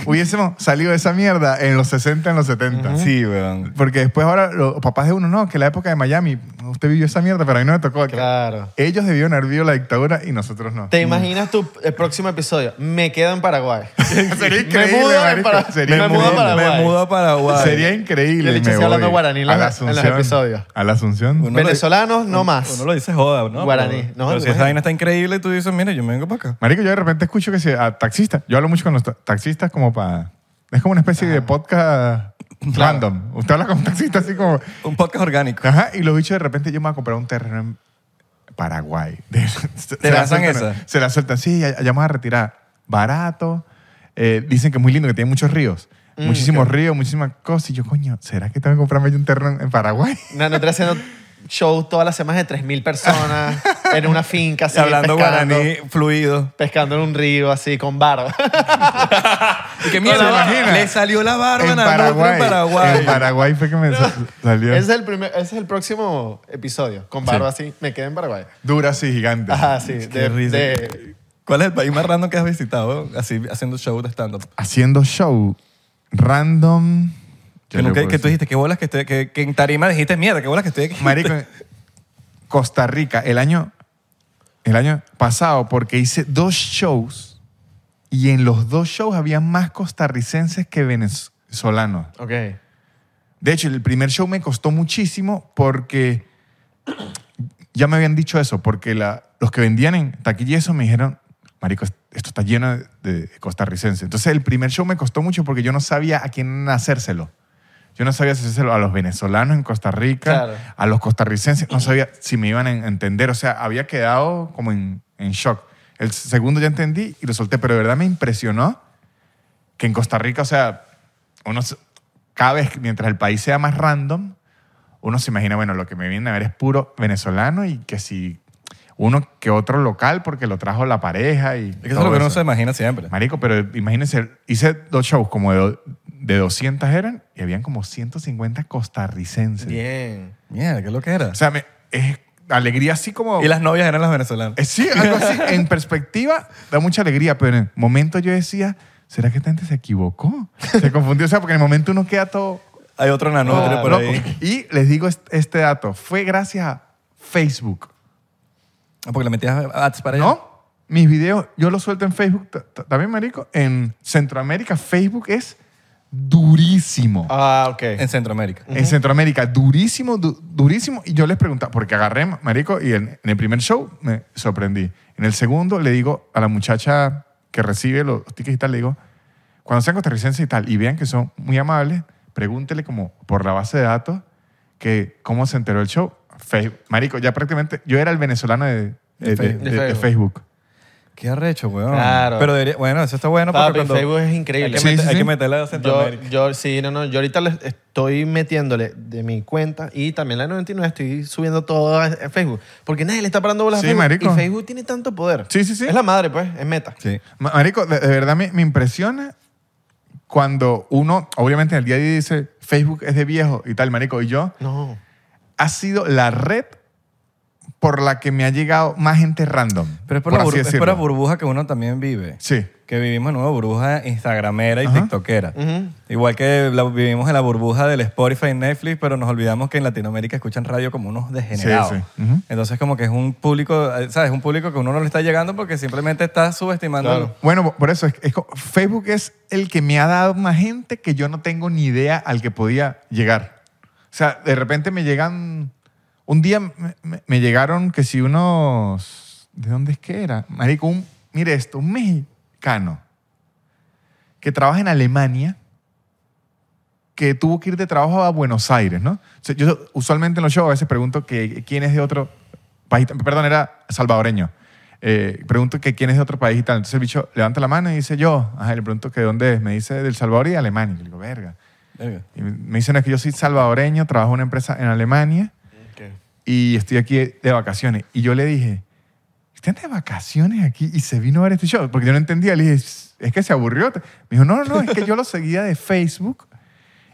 Speaker 1: Hubiésemos salido de esa mierda en los 60, en los 70.
Speaker 2: Sí, weón.
Speaker 1: Porque después ahora los papás de uno, no, que la época de Miami, usted vivió esa mierda, pero a mí no me tocó.
Speaker 3: Claro.
Speaker 1: Ellos debieron haber vivido la dictadura y nosotros no.
Speaker 3: ¿Te imaginas tu el próximo episodio? Me quedo en Paraguay.
Speaker 1: (laughs) Sería
Speaker 3: (laughs) me
Speaker 1: increíble,
Speaker 3: mudo en
Speaker 1: marico.
Speaker 3: Paraguay.
Speaker 1: Sería
Speaker 3: me mudo a
Speaker 1: increíble.
Speaker 3: Paraguay.
Speaker 2: Me mudo a Paraguay.
Speaker 1: Sería increíble.
Speaker 3: El bicho
Speaker 1: me
Speaker 3: hacía hablando
Speaker 1: voy.
Speaker 3: guaraní en los-
Speaker 1: A la
Speaker 3: en los
Speaker 1: Asunción.
Speaker 3: episodios.
Speaker 1: A la Asunción.
Speaker 2: Uno-
Speaker 3: Venezolanos, no más.
Speaker 2: Uno lo dice joda, ¿no?
Speaker 3: Guaraní.
Speaker 2: Pero, pero
Speaker 3: No,
Speaker 2: si
Speaker 3: imagínate.
Speaker 2: esa vaina está increíble, tú dices, mira, yo me vengo para acá.
Speaker 1: Marico, yo de repente escucho que se, a taxistas. Yo hablo mucho con los ta- taxistas como para... Es como una especie
Speaker 3: Ah.
Speaker 1: de podcast random. Usted habla con taxistas así como...
Speaker 2: Un podcast orgánico.
Speaker 1: Ajá, y los bichos de repente yo me voy a comprar un terreno en Paraguay. (laughs) se,
Speaker 2: ¿Te lanzan
Speaker 1: sueltan,
Speaker 2: esa?
Speaker 1: Se la sueltan. Sí, allá allá me voy a retirar. Barato. Eh, dicen que es muy lindo, que tiene muchos ríos.
Speaker 2: Mm,
Speaker 1: muchísimos ríos, muchísimas cosas. Y yo, coño, ¿será que tengo que comprarme yo un terreno en- en
Speaker 2: (laughs)
Speaker 1: Paraguay?
Speaker 3: No, no estoy haciendo shows todas las semanas de 3.000 personas en una finca así,
Speaker 2: hablando
Speaker 3: pescando,
Speaker 2: guaraní fluido.
Speaker 3: Pescando en un río así, con barba.
Speaker 2: Y que
Speaker 1: ¿Te
Speaker 2: mierda,
Speaker 1: imaginas?
Speaker 2: le salió la barba
Speaker 1: en
Speaker 2: en
Speaker 1: Paraguay.
Speaker 2: Paraguay. En Paraguay.
Speaker 1: En Paraguay fue que
Speaker 2: (laughs)
Speaker 1: me sa- salió.
Speaker 3: ese, es el primer, ese es el próximo episodio, con barba así. Me quedo en Paraguay.
Speaker 1: Dura así, gigante.
Speaker 3: Ajá, sí.
Speaker 2: Qué
Speaker 3: De,
Speaker 2: risa.
Speaker 3: de-
Speaker 2: ¿Cuál es el país más random que has visitado? Así, haciendo show de stand-up.
Speaker 1: Haciendo show random.
Speaker 2: Que, nunca- que tú dijiste, qué bolas que estoy, que, que en tarima dijiste, mierda, qué bolas que estoy aquí.
Speaker 1: Marico, Costa Rica, el año, el año pasado, porque hice dos shows y en los dos shows había más costarricenses que venezolanos.
Speaker 3: ok.
Speaker 1: De hecho, el primer show me costó muchísimo porque (clears throat) ya me habían dicho eso, porque la- los que vendían en taquilla y eso me dijeron, marico, esto está lleno de, de costarricenses. Entonces, el primer show me costó mucho porque yo no sabía a quién hacérselo. Yo no sabía hacérselo a los venezolanos en Costa Rica,
Speaker 3: Claro.
Speaker 1: a los costarricenses, no sabía si me iban a en- entender. O sea, había quedado como en, en shock. El segundo ya entendí y lo solté, pero de verdad me impresionó que en Costa Rica, o sea, uno se- cada vez, que- mientras el país sea más random, uno se imagina, bueno, lo que me vienen a ver es puro venezolano y que si uno que otro local porque lo trajo la pareja y
Speaker 2: (laughs) Es que eso es
Speaker 1: todo
Speaker 2: lo que uno
Speaker 1: eso.
Speaker 2: se imagina siempre.
Speaker 1: Marico, pero imagínense, hice dos shows como de, do- de 200 eran y habían como 150 costarricenses.
Speaker 3: Bien.
Speaker 2: Mierda, ¿qué es lo que era?
Speaker 1: O sea, me- es alegría así como...
Speaker 2: y las novias eran las venezolanas.
Speaker 1: Eh, Sí, algo
Speaker 2: (laughs)
Speaker 1: así. En perspectiva, da mucha alegría, pero en el momento yo decía, ¿será que esta gente se equivocó? Se confundió. O sea, porque en el momento uno queda todo
Speaker 2: Hay otro nanotre
Speaker 1: todo
Speaker 2: por
Speaker 1: loco.
Speaker 2: ahí.
Speaker 1: Ah, Y les digo est- este dato. Fue gracias a Facebook,
Speaker 2: Ah, Porque le metías ads para allá.
Speaker 1: ¿no? Mis videos, yo los suelto en Facebook ta- ta- también, marico. En Centroamérica, Facebook es durísimo.
Speaker 3: Ah, ok.
Speaker 2: En Centroamérica.
Speaker 1: En Centroamérica, durísimo, du- durísimo. Y yo les preguntaba, porque agarré, marico, y en, en el primer show me sorprendí. En el segundo le digo a la muchacha que recibe los tickets y tal, le digo, cuando sean costarricenses y tal, y vean que son muy amables, pregúntele como por la base de datos que cómo se enteró el show. Facebook. Marico, ya prácticamente, yo era el venezolano de, de- de- de- de Facebook.
Speaker 2: Facebook.
Speaker 3: De
Speaker 2: Qué arrecho, weón.
Speaker 3: Claro.
Speaker 2: Pero debería- bueno, eso está bueno porque
Speaker 3: Papi,
Speaker 2: cuando...
Speaker 3: Facebook es increíble.
Speaker 2: hay que,
Speaker 1: Sí,
Speaker 2: meter-
Speaker 1: sí,
Speaker 2: hay
Speaker 1: sí.
Speaker 2: que meterle a
Speaker 3: Yo,
Speaker 2: Centroamérica.
Speaker 3: yo sí, no, no. Yo ahorita les estoy metiéndole de mi cuenta y también la 99 estoy subiendo todo a a Facebook. Porque nadie le está parando bolas
Speaker 1: Sí,
Speaker 3: a Facebook.
Speaker 1: marico.
Speaker 3: Y Facebook tiene tanto poder.
Speaker 1: Sí, sí, sí.
Speaker 3: Es la madre, pues. Es meta.
Speaker 2: Sí.
Speaker 1: Ma- Marico, de, de verdad me, me impresiona cuando uno, obviamente en el día a día dice, Facebook es de viejo y tal, marico, y yo...
Speaker 3: No.
Speaker 1: ha sido la red por la que me ha llegado más gente random.
Speaker 2: Pero es por, la,
Speaker 1: así
Speaker 2: burbu- es por
Speaker 1: decirlo.
Speaker 2: la burbuja que uno también vive.
Speaker 1: Sí.
Speaker 2: Que vivimos en una burbuja instagramera y
Speaker 1: Ajá.
Speaker 2: tiktokera.
Speaker 3: Ujú.
Speaker 2: Igual que la- vivimos en la burbuja del Spotify y Netflix, pero nos olvidamos que en Latinoamérica escuchan radio como unos degenerados.
Speaker 1: Sí, sí. Ujú.
Speaker 2: Entonces como que es un público, eh, ¿sabes? Un público que uno no le está llegando porque simplemente está subestimando.
Speaker 3: Claro.
Speaker 1: Bueno, por eso es, es co- Facebook es el que me ha dado más gente que yo no tengo ni idea al que podía llegar. O sea, de repente me llegan un día me, me- me llegaron que si unos ¿de dónde es que era? Marico, un mire esto, un mexicano que trabaja en Alemania que tuvo que ir de trabajo a Buenos Aires, ¿no? O sea, yo usualmente en los shows a veces pregunto que quién es de otro país, perdón, era salvadoreño. Eh, pregunto que quién es de otro país y tal. Entonces el bicho levanta la mano y dice yo. Ajá, y le pregunto que dónde es. Me dice del Salvador y de Alemania. Y le digo, verga.
Speaker 2: Verga.
Speaker 1: Y me dicen es que yo soy salvadoreño, trabajo en una empresa en Alemania y estoy aquí de vacaciones. Y yo le dije, ¿están de vacaciones aquí? Y se vino a ver este show, porque yo no entendía. Le dije, "Es- es que se aburrió. Me dijo, no, no, no, es que yo lo seguía de Facebook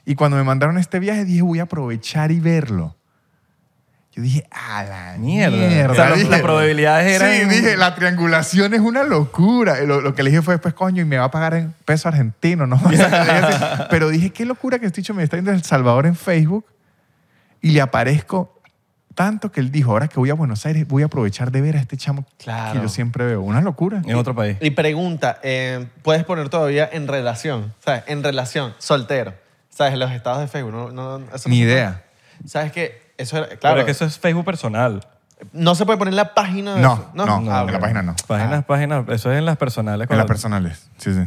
Speaker 1: y cuando me mandaron a este viaje dije, voy a aprovechar y verlo. Yo dije, a la mierda.
Speaker 2: Mierda. O sea, las-
Speaker 1: Dije,
Speaker 2: las probabilidades eran-
Speaker 1: Sí, dije, la triangulación es una locura. Lo, lo que le dije fue después, coño, y me va a pagar en peso argentino, ¿no? (laughs) O sea, Pero dije, qué locura que este dicho me está viendo en El Salvador en Facebook y le aparezco tanto que él dijo, ahora que voy a Buenos Aires, voy a aprovechar de ver a este chamo
Speaker 3: Claro.
Speaker 1: que yo siempre veo. Una locura.
Speaker 2: En otro país.
Speaker 3: Y pregunta, eh, puedes poner todavía en relación, ¿sabes? En relación, soltero. ¿Sabes? Los estados de Facebook. No, no, eso no
Speaker 1: Ni
Speaker 3: se puede.
Speaker 1: idea.
Speaker 3: ¿Sabes qué? Eso era,
Speaker 2: Claro.
Speaker 3: claro.
Speaker 2: Pero es que eso es Facebook personal.
Speaker 3: No se puede poner en la página. de
Speaker 1: No,
Speaker 3: Facebook.
Speaker 1: no, en
Speaker 3: Ah,
Speaker 1: la
Speaker 3: ok.
Speaker 1: página no.
Speaker 2: Páginas, páginas, eso es en las personales.
Speaker 1: En
Speaker 2: cuando-
Speaker 1: las personales. Sí, sí.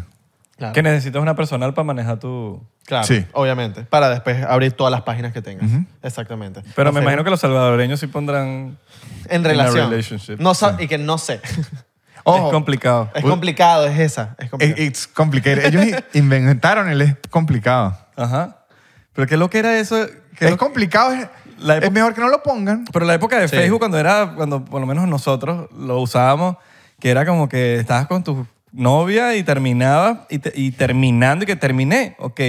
Speaker 3: Claro.
Speaker 2: Que necesitas una personal para manejar tu...
Speaker 3: Claro,
Speaker 1: Sí.
Speaker 3: obviamente. Para después abrir todas las páginas que tengas.
Speaker 1: Ujú.
Speaker 3: Exactamente.
Speaker 2: Pero
Speaker 3: No
Speaker 2: me
Speaker 3: sé,
Speaker 2: imagino que los salvadoreños sí pondrán...
Speaker 3: En
Speaker 2: a
Speaker 3: relación.
Speaker 2: relationship.
Speaker 3: No sab- Y que no sé.
Speaker 1: Ojo,
Speaker 2: Es complicado.
Speaker 3: es complicado, es esa. Es
Speaker 1: it-
Speaker 3: complicado.
Speaker 1: Eh, it's complicated. Ellos i- inventaron el es complicado.
Speaker 2: Ajá. Pero qué lo que era eso... qué
Speaker 1: Es
Speaker 2: lo-
Speaker 1: complicado, es,
Speaker 2: La epo-
Speaker 1: es mejor que no lo pongan.
Speaker 2: Pero la época de
Speaker 3: Sí.
Speaker 2: Facebook, cuando era, cuando por lo menos nosotros lo usábamos, que era como que estabas con tu novia y terminabas, y, te- y terminando, y que terminé, ok.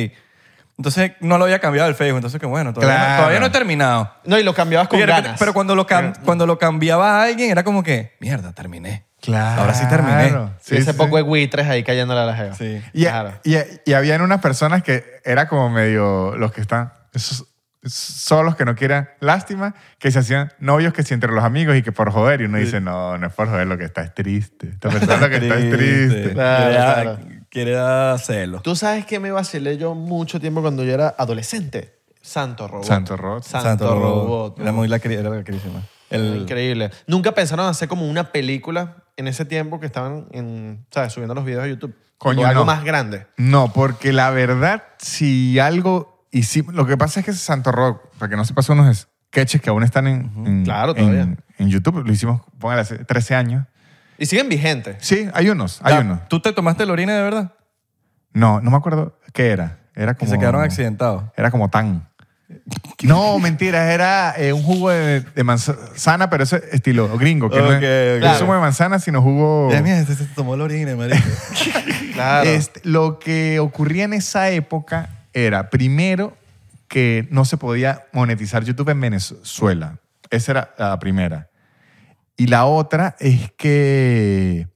Speaker 2: Entonces no lo había cambiado el Facebook, entonces que bueno, todavía, no,
Speaker 1: Claro.
Speaker 2: todavía no he terminado.
Speaker 3: no, y lo cambiabas con
Speaker 2: Y de repente-
Speaker 3: ganas.
Speaker 2: pero cuando lo, cam- cuando lo cambiaba a alguien era como que, mierda, terminé.
Speaker 1: Claro.
Speaker 2: Ahora sí terminé.
Speaker 1: Sí,
Speaker 3: y ese
Speaker 1: sí.
Speaker 3: poco de buitres ahí cayéndole a la jeva.
Speaker 2: Sí.
Speaker 1: Y,
Speaker 3: Claro.
Speaker 1: y, y habían unas personas que era como medio los que están esos solos que no quieran lástima, que se hacían novios que sí entre los amigos y que por joder. Y uno dice, no, no es por joder, lo que está es triste. Esta persona lo que está es triste.
Speaker 3: Claro,
Speaker 2: Quiere dar-
Speaker 3: claro.
Speaker 2: Quiere dar celos.
Speaker 3: Tú sabes que me vacilé yo mucho tiempo cuando yo era adolescente. Santo robot.
Speaker 1: Santo robot.
Speaker 3: Santo, robot.
Speaker 2: Robo. Era muy lacri- era lacrísima. El,
Speaker 3: Increíble. Nunca pensaron hacer como una película en ese tiempo que estaban en, ¿sabes? subiendo los videos a YouTube.
Speaker 1: Coño,
Speaker 3: Como algo
Speaker 1: no.
Speaker 3: más grande.
Speaker 1: No, porque la verdad, si algo hicimos. Lo que pasa es que Santo Rock, para que no se pasó unos sketches que aún están en, en-
Speaker 3: Claro,
Speaker 1: en-
Speaker 3: todavía.
Speaker 1: en YouTube, lo hicimos, póngale, hace 13 años.
Speaker 3: Y siguen vigentes.
Speaker 1: Sí, hay unos, hay
Speaker 2: Da-
Speaker 1: unos.
Speaker 2: ¿Tú te tomaste la orina de verdad?
Speaker 1: No, no me acuerdo qué era. Era
Speaker 2: Que
Speaker 1: como.
Speaker 2: se quedaron accidentados.
Speaker 1: Era como tan. No, mentira, era eh, un jugo de, de manzana, pero ese estilo gringo. Que no es,
Speaker 2: Ok, ok.
Speaker 1: no es zumo de manzana, sino jugo...
Speaker 2: Ya, mira, este se tomó la orina, marico.
Speaker 3: Claro.
Speaker 1: Este, lo que ocurría en esa época era, primero, que no se podía monetizar YouTube en Venezuela. Esa era la primera. Y la otra es que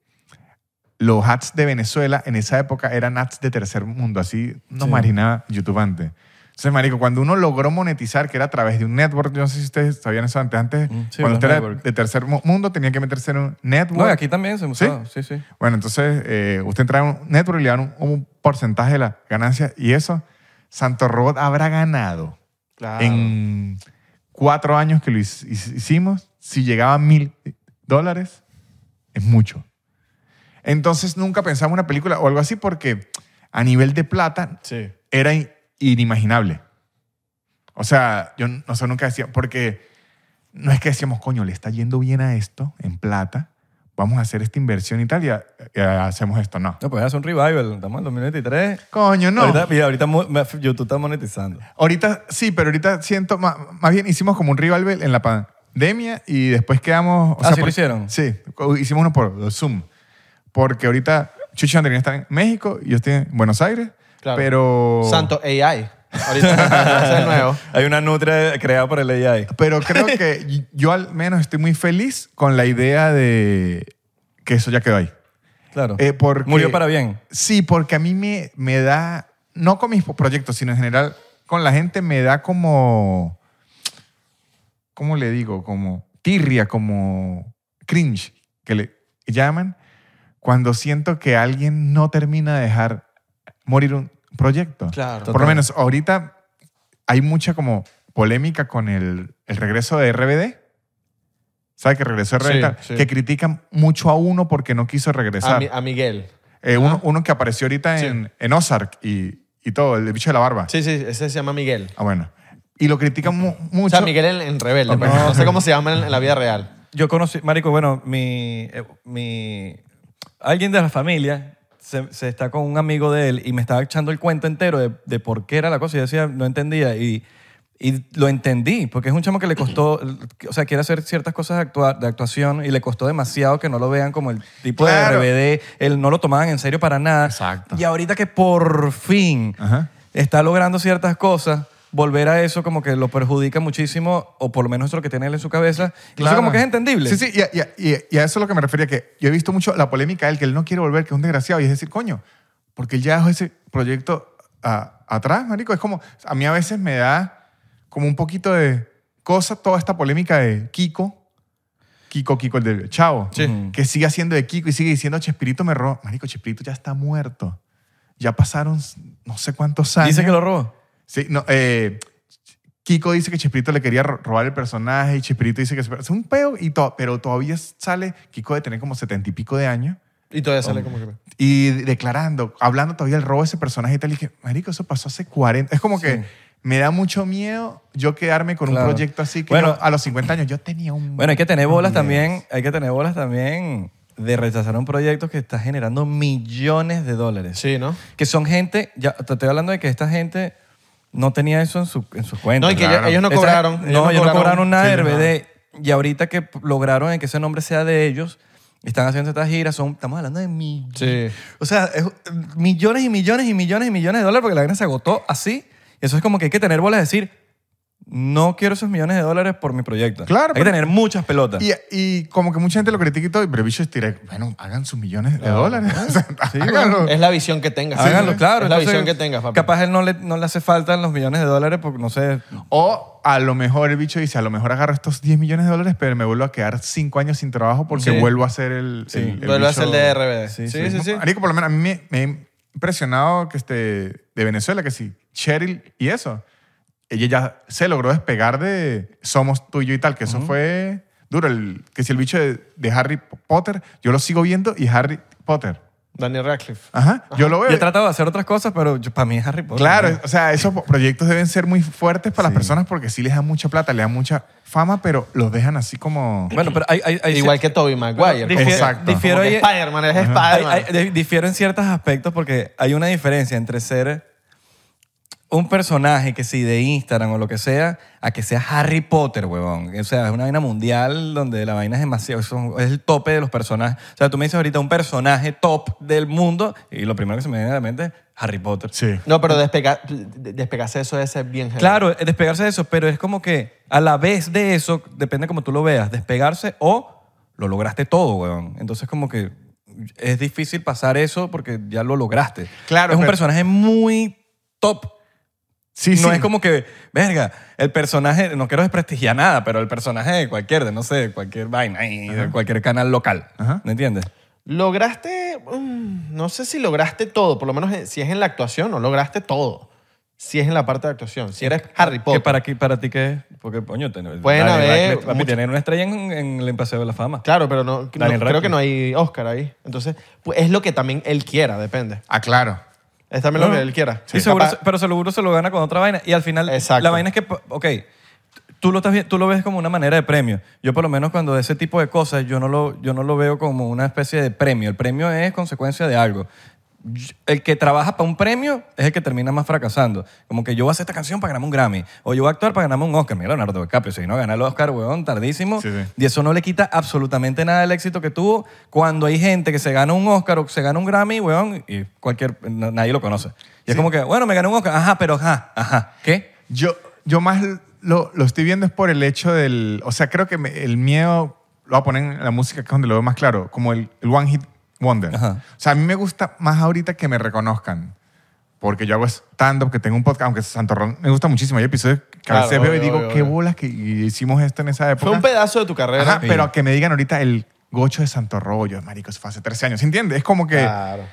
Speaker 1: los ads de Venezuela en esa época eran ads de tercer mundo. Así no
Speaker 2: Sí.
Speaker 1: marinaba YouTube antes. Entonces, marico, cuando uno logró monetizar, que era a través de un network, yo no sé si ustedes sabían eso antes, antes
Speaker 2: Mm, sí,
Speaker 1: cuando
Speaker 2: los
Speaker 1: usted era
Speaker 2: network.
Speaker 1: de tercer mu- mundo tenía que meterse en un network.
Speaker 2: (laughs) No, y aquí también se
Speaker 1: ¿Sí?
Speaker 2: usaba. Sí, sí.
Speaker 1: Bueno, entonces eh, usted entra en un network y le dan un, un porcentaje de las ganancias y eso, Santo Robot habrá ganado
Speaker 3: Claro.
Speaker 1: en cuatro años que lo hic- hic- hicimos, si llegaba a mil dólares, es mucho. Entonces nunca pensamos una película o algo así porque a nivel de plata
Speaker 3: Sí.
Speaker 1: era in- inimaginable. O sea, yo n- nosotros nunca decíamos, porque no es que decíamos, coño, le está yendo bien a esto en plata, vamos a hacer esta inversión y tal, y, ha- y ha- hacemos esto, no.
Speaker 2: No, pues hace un revival. Estamos en 2023.
Speaker 1: Coño, no.
Speaker 2: Ahorita,
Speaker 1: Ahorita,
Speaker 2: mira, ahorita mo- me- YouTube está monetizando.
Speaker 1: sí, pero ahorita siento, ma- más, bien hicimos como un rival en la pandemia y después quedamos... O
Speaker 2: Ah, ¿sí lo
Speaker 1: por-
Speaker 2: hicieron?
Speaker 1: Sí, co- hicimos uno por Zoom, porque ahorita Chuchi Andrés está en México, y yo estoy en Buenos Aires,
Speaker 3: Claro.
Speaker 1: pero...
Speaker 3: Santo AI. Ahorita ese
Speaker 1: (laughs)
Speaker 3: es nuevo.
Speaker 2: Hay una nutria creada por el AI.
Speaker 1: Pero
Speaker 2: (laughs)
Speaker 1: creo que yo al menos estoy muy feliz con la idea de que eso ya quedó ahí.
Speaker 2: Claro.
Speaker 1: Eh, porque-
Speaker 2: Murió para bien.
Speaker 1: Sí, porque a mí me, me da, no con mis proyectos, sino en general con la gente, me da como, ¿cómo le digo? Como tirria, como cringe, que le llaman, cuando siento que alguien no termina de dejar morir un proyecto.
Speaker 3: Claro.
Speaker 1: Por lo menos ahorita hay mucha como polémica con el, el regreso de RBD. ¿Sabes que regresó RBD?
Speaker 3: Sí,
Speaker 1: tal?
Speaker 3: sí.
Speaker 1: Que critican mucho a uno porque no quiso regresar.
Speaker 3: A, mi- a Miguel.
Speaker 1: Eh, uno, uno que apareció ahorita
Speaker 3: Sí.
Speaker 1: en, en Ozark y, y todo, el bicho de la barba.
Speaker 3: Sí, sí, ese se llama Miguel.
Speaker 1: Ah, bueno. Y lo critican mu-
Speaker 3: O
Speaker 1: mucho.
Speaker 3: sea, Miguel en, en Rebelde.
Speaker 1: Ok.
Speaker 3: pues. No sé cómo se llama en, en la vida real.
Speaker 2: Yo conocí, Marico, bueno, mi, eh, mi. Alguien de la familia se, se está con un amigo de él y me estaba echando el cuento entero de, de por qué era la cosa. Y yo decía, no entendía. Y, y lo entendí, porque es un chamo que le costó. O sea, quiere hacer ciertas cosas de, actua- de actuación y le costó demasiado que no lo vean como el tipo
Speaker 1: Claro.
Speaker 2: de RBD. Él no lo tomaban en serio para nada.
Speaker 1: Exacto.
Speaker 2: Y ahorita que por fin
Speaker 1: Ajá.
Speaker 2: está logrando ciertas cosas, volver a eso como que lo perjudica muchísimo, o por lo menos eso es lo que tiene él en su cabeza. Entonces
Speaker 1: Claro.
Speaker 2: como que es entendible.
Speaker 1: Sí, sí, y a, y a- y a- y a eso es lo que me refería, que yo he visto mucho la polémica de él, que él no quiere volver, que es un desgraciado, y es decir, coño, porque él ya dejó ese proyecto a- atrás, marico. Es como, a mí a veces me da como un poquito de cosa toda esta polémica de Kiko, Kiko, Kiko, el del chavo,
Speaker 3: Sí.
Speaker 1: que sigue haciendo de Kiko y sigue diciendo, Chespirito me robó. Marico, Chespirito ya está muerto. Ya pasaron no sé cuántos años.
Speaker 2: Dice que lo robó.
Speaker 1: Sí, no, eh, Kiko dice que Chespirito le quería ro- robar el personaje y Chespirito dice que es es un peo, y to- pero todavía sale Kiko de tener como setenta y pico de años
Speaker 3: Y todavía sale como que.
Speaker 1: y de- declarando, hablando todavía del robo de ese personaje y tal. Y que, marico, eso pasó hace 40. Es como que me da mucho miedo yo quedarme con
Speaker 2: Claro.
Speaker 1: un proyecto así que
Speaker 2: Bueno.
Speaker 1: yo a los 50 años yo tenía un...
Speaker 2: Bueno, hay que tener bolas
Speaker 1: Mierda.
Speaker 2: también, hay que tener bolas también de rechazar un proyecto que está generando millones de dólares.
Speaker 3: Sí, ¿no?
Speaker 2: Que son gente, ya te estoy hablando de que esta gente no tenía eso en, su, en sus cuentas.
Speaker 3: No, y que
Speaker 1: Claro.
Speaker 3: ellos- ellos no
Speaker 2: Esa-
Speaker 3: cobraron.
Speaker 2: no, ellos no cobraron nada de
Speaker 3: Sí, no.
Speaker 2: RBD. Y ahorita que p- lograron en que ese nombre sea de ellos, están haciendo estas giras, son, estamos hablando de millones.
Speaker 3: Sí.
Speaker 2: O sea, es- millones y millones y millones y millones de dólares porque la vaina se agotó así. Y eso es como que hay que tener bolas de decir, no quiero esos millones de dólares por mi proyecto.
Speaker 1: Claro,
Speaker 2: Hay que
Speaker 1: pero-
Speaker 2: tener muchas pelotas.
Speaker 1: Y, y como que mucha gente lo critica y todo, pero bicho, diré, bueno, hagan sus millones de dólares. (laughs) O sea,
Speaker 2: (laughs)
Speaker 1: háganlo.
Speaker 3: Es la visión que tengas.
Speaker 2: Háganlo,
Speaker 3: Sí,
Speaker 2: claro.
Speaker 3: Es la
Speaker 2: entonces,
Speaker 3: visión que tengas, papá.
Speaker 2: Capaz él no le, no le hace falta los millones de dólares porque, no sé,
Speaker 1: O a lo mejor el bicho dice, a lo mejor agarro estos 10 millones de dólares, pero me vuelvo a quedar 5 años sin trabajo porque
Speaker 3: Sí.
Speaker 1: vuelvo a ser el...
Speaker 2: Sí.
Speaker 1: el- el
Speaker 3: Vuelve a
Speaker 1: bicho-
Speaker 3: ser de RBD.
Speaker 2: Sí,
Speaker 3: Sí,
Speaker 2: sí.
Speaker 3: sí, sí.
Speaker 1: Marico, por lo menos a mí me, me ha impresionado que este, de Venezuela, que sí, Cheryl y eso. Ella ya se logró despegar de Somos tuyo y tal, que eso fue duro. El, que si el bicho de, de Harry Potter, yo lo sigo viendo y Harry Potter.
Speaker 3: Daniel Radcliffe.
Speaker 1: Ajá, yo lo veo.
Speaker 2: yo he tratado de hacer otras cosas, pero yo- para mí es Harry Potter.
Speaker 1: Claro, o sea, esos proyectos deben ser muy fuertes para
Speaker 2: Sí.
Speaker 1: las personas porque sí les dan mucha plata, les dan mucha fama, pero los dejan así como...
Speaker 2: Bueno, pero hay... hay- hay-
Speaker 3: Igual que Toby Maguire.
Speaker 2: difiero-
Speaker 1: Exacto.
Speaker 2: Difiero
Speaker 3: Como que
Speaker 2: ahí-
Speaker 3: Spider-Man, es
Speaker 2: Hay-
Speaker 3: Spider-Man.
Speaker 2: hay- de- difiero en ciertos aspectos porque hay una diferencia entre ser un personaje que si de Instagram o lo que sea, a que sea Harry Potter, huevón. O sea, es una vaina mundial donde la vaina es demasiado, son- es el tope de los personajes. O sea, tú me dices ahorita un personaje top del mundo y lo primero que se me viene a la mente es Harry Potter.
Speaker 1: Sí.
Speaker 3: No, pero despega- de- despegarse de eso debe ser bien
Speaker 2: (laughs)
Speaker 3: heavy.
Speaker 2: Claro, eh, despegarse de eso, pero es como que a la vez de eso, depende como tú lo veas, despegarse o lo lograste todo, weón. Entonces como que es difícil pasar eso porque ya lo lograste.
Speaker 1: Claro,
Speaker 2: Es un
Speaker 1: pero-
Speaker 2: personaje muy top.
Speaker 1: Sí,
Speaker 2: no
Speaker 1: sí.
Speaker 2: es como que, verga, el personaje, no quiero desprestigiar nada, pero el personaje de cualquier, de no sé, de cualquier vaina y de cualquier canal local.
Speaker 1: Ajá.
Speaker 2: ¿Me entiendes?
Speaker 3: Lograste, mm, no sé si lograste todo, por lo menos en- si es en la actuación, no lograste todo. Si es en la parte de actuación, si eres Harry
Speaker 2: ¿Qué
Speaker 3: Potter.
Speaker 2: para, aquí- para ti qué es? Porque, coño, ten-
Speaker 3: Pueden
Speaker 2: Daniel
Speaker 3: haber
Speaker 2: Radcliffe, papi,
Speaker 3: mucho-
Speaker 2: tener una estrella en, en el Paseo de la Fama.
Speaker 3: Claro, pero no, no-
Speaker 2: Daniel
Speaker 3: creo que
Speaker 2: Radcliffe.
Speaker 3: no hay Oscar ahí. Entonces, pues, es lo que también él quiera, depende.
Speaker 1: Ah, claro.
Speaker 3: Es también lo
Speaker 2: No,
Speaker 3: que
Speaker 2: no.
Speaker 3: él quiera.
Speaker 2: Y seguro
Speaker 3: Capaz-
Speaker 2: se- pero seguro se lo gana con otra vaina. Y al final,
Speaker 3: Exacto.
Speaker 2: la vaina es que, ok, tú lo, estás, vi- tú lo ves como una manera de premio. Yo por lo menos cuando ese tipo de cosas, yo no, lo, yo no lo veo como una especie de premio. El premio es consecuencia de algo. Yo- El que trabaja para un premio es el que termina más fracasando. Como que yo voy a hacer esta canción para ganarme un Grammy. O yo voy a actuar para ganarme un Oscar. Mira, Leonardo DiCaprio se vino a ganar el Oscar, weón, tardísimo.
Speaker 1: Sí, sí.
Speaker 2: Y eso no le quita absolutamente nada del éxito que tuvo cuando hay gente que se gana un Oscar o que se gana un Grammy, weón, y cualquier, na- nadie lo conoce. Y es como que, bueno, me gané un Oscar, ajá, pero ajá, ajá, ¿qué?
Speaker 1: Yo, yo más lo, lo estoy viendo es por el hecho del... O sea, creo que me- el miedo lo voy a poner en la música, que es donde lo veo más claro, como el, el One Hit Wonder.
Speaker 2: Ajá.
Speaker 1: O sea, a mí me gusta más ahorita que me reconozcan. Porque yo hago stand-up, que tengo un podcast, aunque Santorrón me gusta muchísimo. Hay episodios que a
Speaker 3: Claro,
Speaker 1: veces veo y
Speaker 3: obvio,
Speaker 1: digo,
Speaker 3: obvio,
Speaker 1: qué
Speaker 3: obvio.
Speaker 1: bolas que hicimos esto en esa época.
Speaker 3: Fue un pedazo de tu carrera.
Speaker 1: Ajá,
Speaker 2: Sí.
Speaker 1: pero que me digan ahorita el gocho de Santo Rollo, marico, eso fue hace 13 años, ¿entiendes? Es como que
Speaker 3: Claro.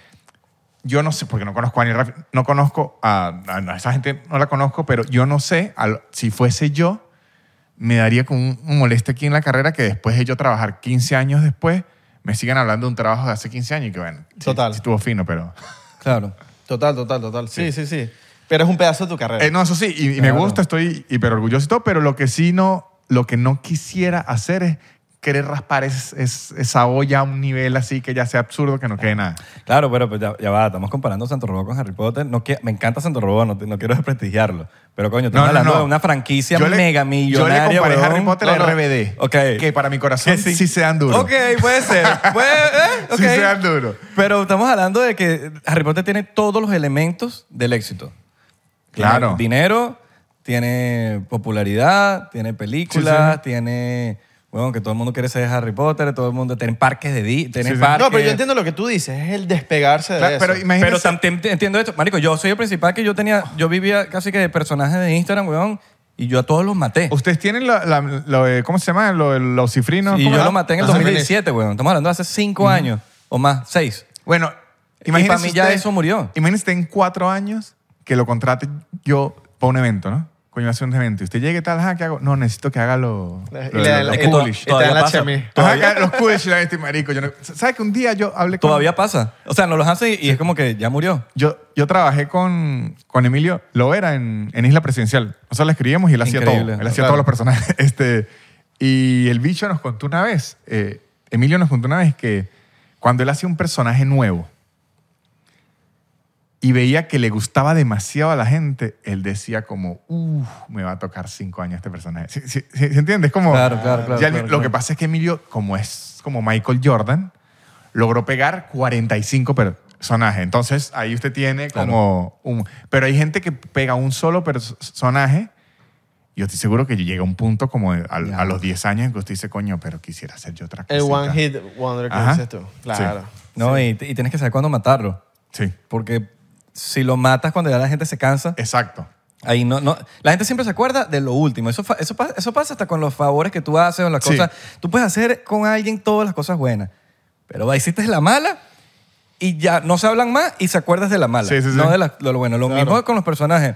Speaker 1: yo no sé, porque no conozco a Annie Radcliffe, no conozco a, a- a esa gente, no la conozco, pero yo no sé, al- si fuese yo, me daría con un, un molesto aquí en la carrera que después de yo trabajar 15 años después, me sigan hablando de un trabajo de hace 15 años y que bueno, sí-
Speaker 3: Total.
Speaker 1: sí estuvo fino, pero...
Speaker 2: Claro.
Speaker 3: Total, total, total. Sí, sí, sí, Pero es un pedazo de tu carrera.
Speaker 1: Eh, no, eso sí, y, y me
Speaker 2: Claro.
Speaker 1: gusta, estoy hiper orgulloso y todo, pero lo que sí no, lo que no quisiera hacer es querer raspar es- es- esa olla a un nivel así que ya sea absurdo, que no quede nada.
Speaker 2: Claro, pero pues ya, ya va, estamos comparando Santo Robo con Harry Potter. No que, me encanta Santo Robo, no, te- no quiero desprestigiarlo. Pero coño, estamos hablando de una franquicia
Speaker 1: Yo le-
Speaker 2: mega millonaria.
Speaker 1: Yo le comparé
Speaker 2: weón.
Speaker 1: Harry Potter
Speaker 2: No,
Speaker 1: a
Speaker 2: no.
Speaker 1: RBD.
Speaker 2: Ok.
Speaker 1: Que para mi corazón
Speaker 2: Que
Speaker 1: sí, se dan duro.
Speaker 2: Ok, puede ser. Puede, eh,
Speaker 1: (laughs) Sí
Speaker 2: ok.
Speaker 1: se dan duro.
Speaker 2: Pero estamos hablando de que Harry Potter tiene todos los elementos del éxito. Tiene
Speaker 1: Claro.
Speaker 2: dinero, tiene popularidad, tiene películas, tiene... Bueno, que todo el mundo quiere ser Harry Potter, todo el mundo tiene parques de di, tiene
Speaker 1: Sí, sí.
Speaker 2: parques.
Speaker 3: No, pero yo entiendo lo que tú dices. Es el despegarse de
Speaker 1: Claro,
Speaker 3: eso.
Speaker 1: pero imagínese-
Speaker 2: Pero también entiendo esto. Marico, yo soy el principal que yo tenía. Yo vivía casi que de personajes de Instagram, weón. Y yo a todos los maté.
Speaker 1: Ustedes tienen la- la- lo de- ¿cómo se llama? Lo de los cifrinos.
Speaker 2: y
Speaker 1: ¿cómo
Speaker 2: yo
Speaker 1: era?
Speaker 2: lo maté en el
Speaker 3: Los
Speaker 2: 2017, weón. Estamos hablando de hace cinco años o más, seis.
Speaker 1: Bueno,
Speaker 2: Y
Speaker 1: imagínense
Speaker 2: para mí ya
Speaker 1: usted-
Speaker 2: eso murió.
Speaker 1: Imagínense en cuatro años que lo contrate yo para un evento, ¿no? Coño, hace un evento. Y usted llegue y tal, ajá, ¿qué hago? No, necesito que haga lo,
Speaker 3: Y le
Speaker 1: lo-
Speaker 3: dan
Speaker 1: lo
Speaker 3: Eh, la-
Speaker 2: es que
Speaker 1: cool.
Speaker 2: to-
Speaker 3: Coolish, y te
Speaker 2: todavía
Speaker 3: dan la
Speaker 2: pasa.
Speaker 3: chemi.
Speaker 1: Ajá, que haga los coolish y la de este marico. Yo no- ¿Sabes que un día yo hablé con...
Speaker 2: Todavía pasa. O sea, no los hace y y es como que ya murió.
Speaker 1: Yo, yo trabajé con, con Emilio Loera en, en Isla Presidencial. Nosotros la escribíamos y él hacía todo.
Speaker 2: Increíble.
Speaker 1: Él hacía
Speaker 2: Claro.
Speaker 1: todos los personajes. (laughs) Este, y el bicho nos contó una vez, eh, Emilio nos contó una vez que cuando él hacía un personaje nuevo y veía que le gustaba demasiado a la gente, él decía como, uff, me va a tocar cinco años este personaje. ¿Sí, sí- sí- ¿se entiende? Es como...
Speaker 2: Claro, claro, claro,
Speaker 1: Oh. ya el-
Speaker 2: claro,
Speaker 1: lo que
Speaker 2: claro.
Speaker 1: pasa es que Emilio, como es como Michael Jordan, logró pegar 45 personajes. Entonces, ahí usted tiene como un... Pero hay gente que pega un solo personaje. y Yo estoy seguro que llega un punto como de- al- a,
Speaker 2: Ya.
Speaker 1: los 10 años en que usted dice, coño, pero quisiera hacer yo otra cosa.
Speaker 3: El one hit wonder que
Speaker 1: Ajá.
Speaker 3: dices tú. Claro.
Speaker 2: No, y, y tienes que saber cuándo matarlo.
Speaker 1: Sí,
Speaker 2: Porque si lo matas cuando ya la gente se cansa,
Speaker 1: exacto.
Speaker 2: Ahí no, no. La gente siempre se acuerda de lo último. Eso, fa- eso, pa- eso pasa hasta con los favores que tú haces o las
Speaker 1: Sí.
Speaker 2: cosas. Tú puedes hacer con alguien todas las cosas buenas. Pero va, hiciste la mala y ya no se hablan más y se acuerdas de la mala.
Speaker 1: Sí, sí, sí.
Speaker 2: No de, la- de lo bueno. Lo
Speaker 3: Claro.
Speaker 2: mismo con los personajes.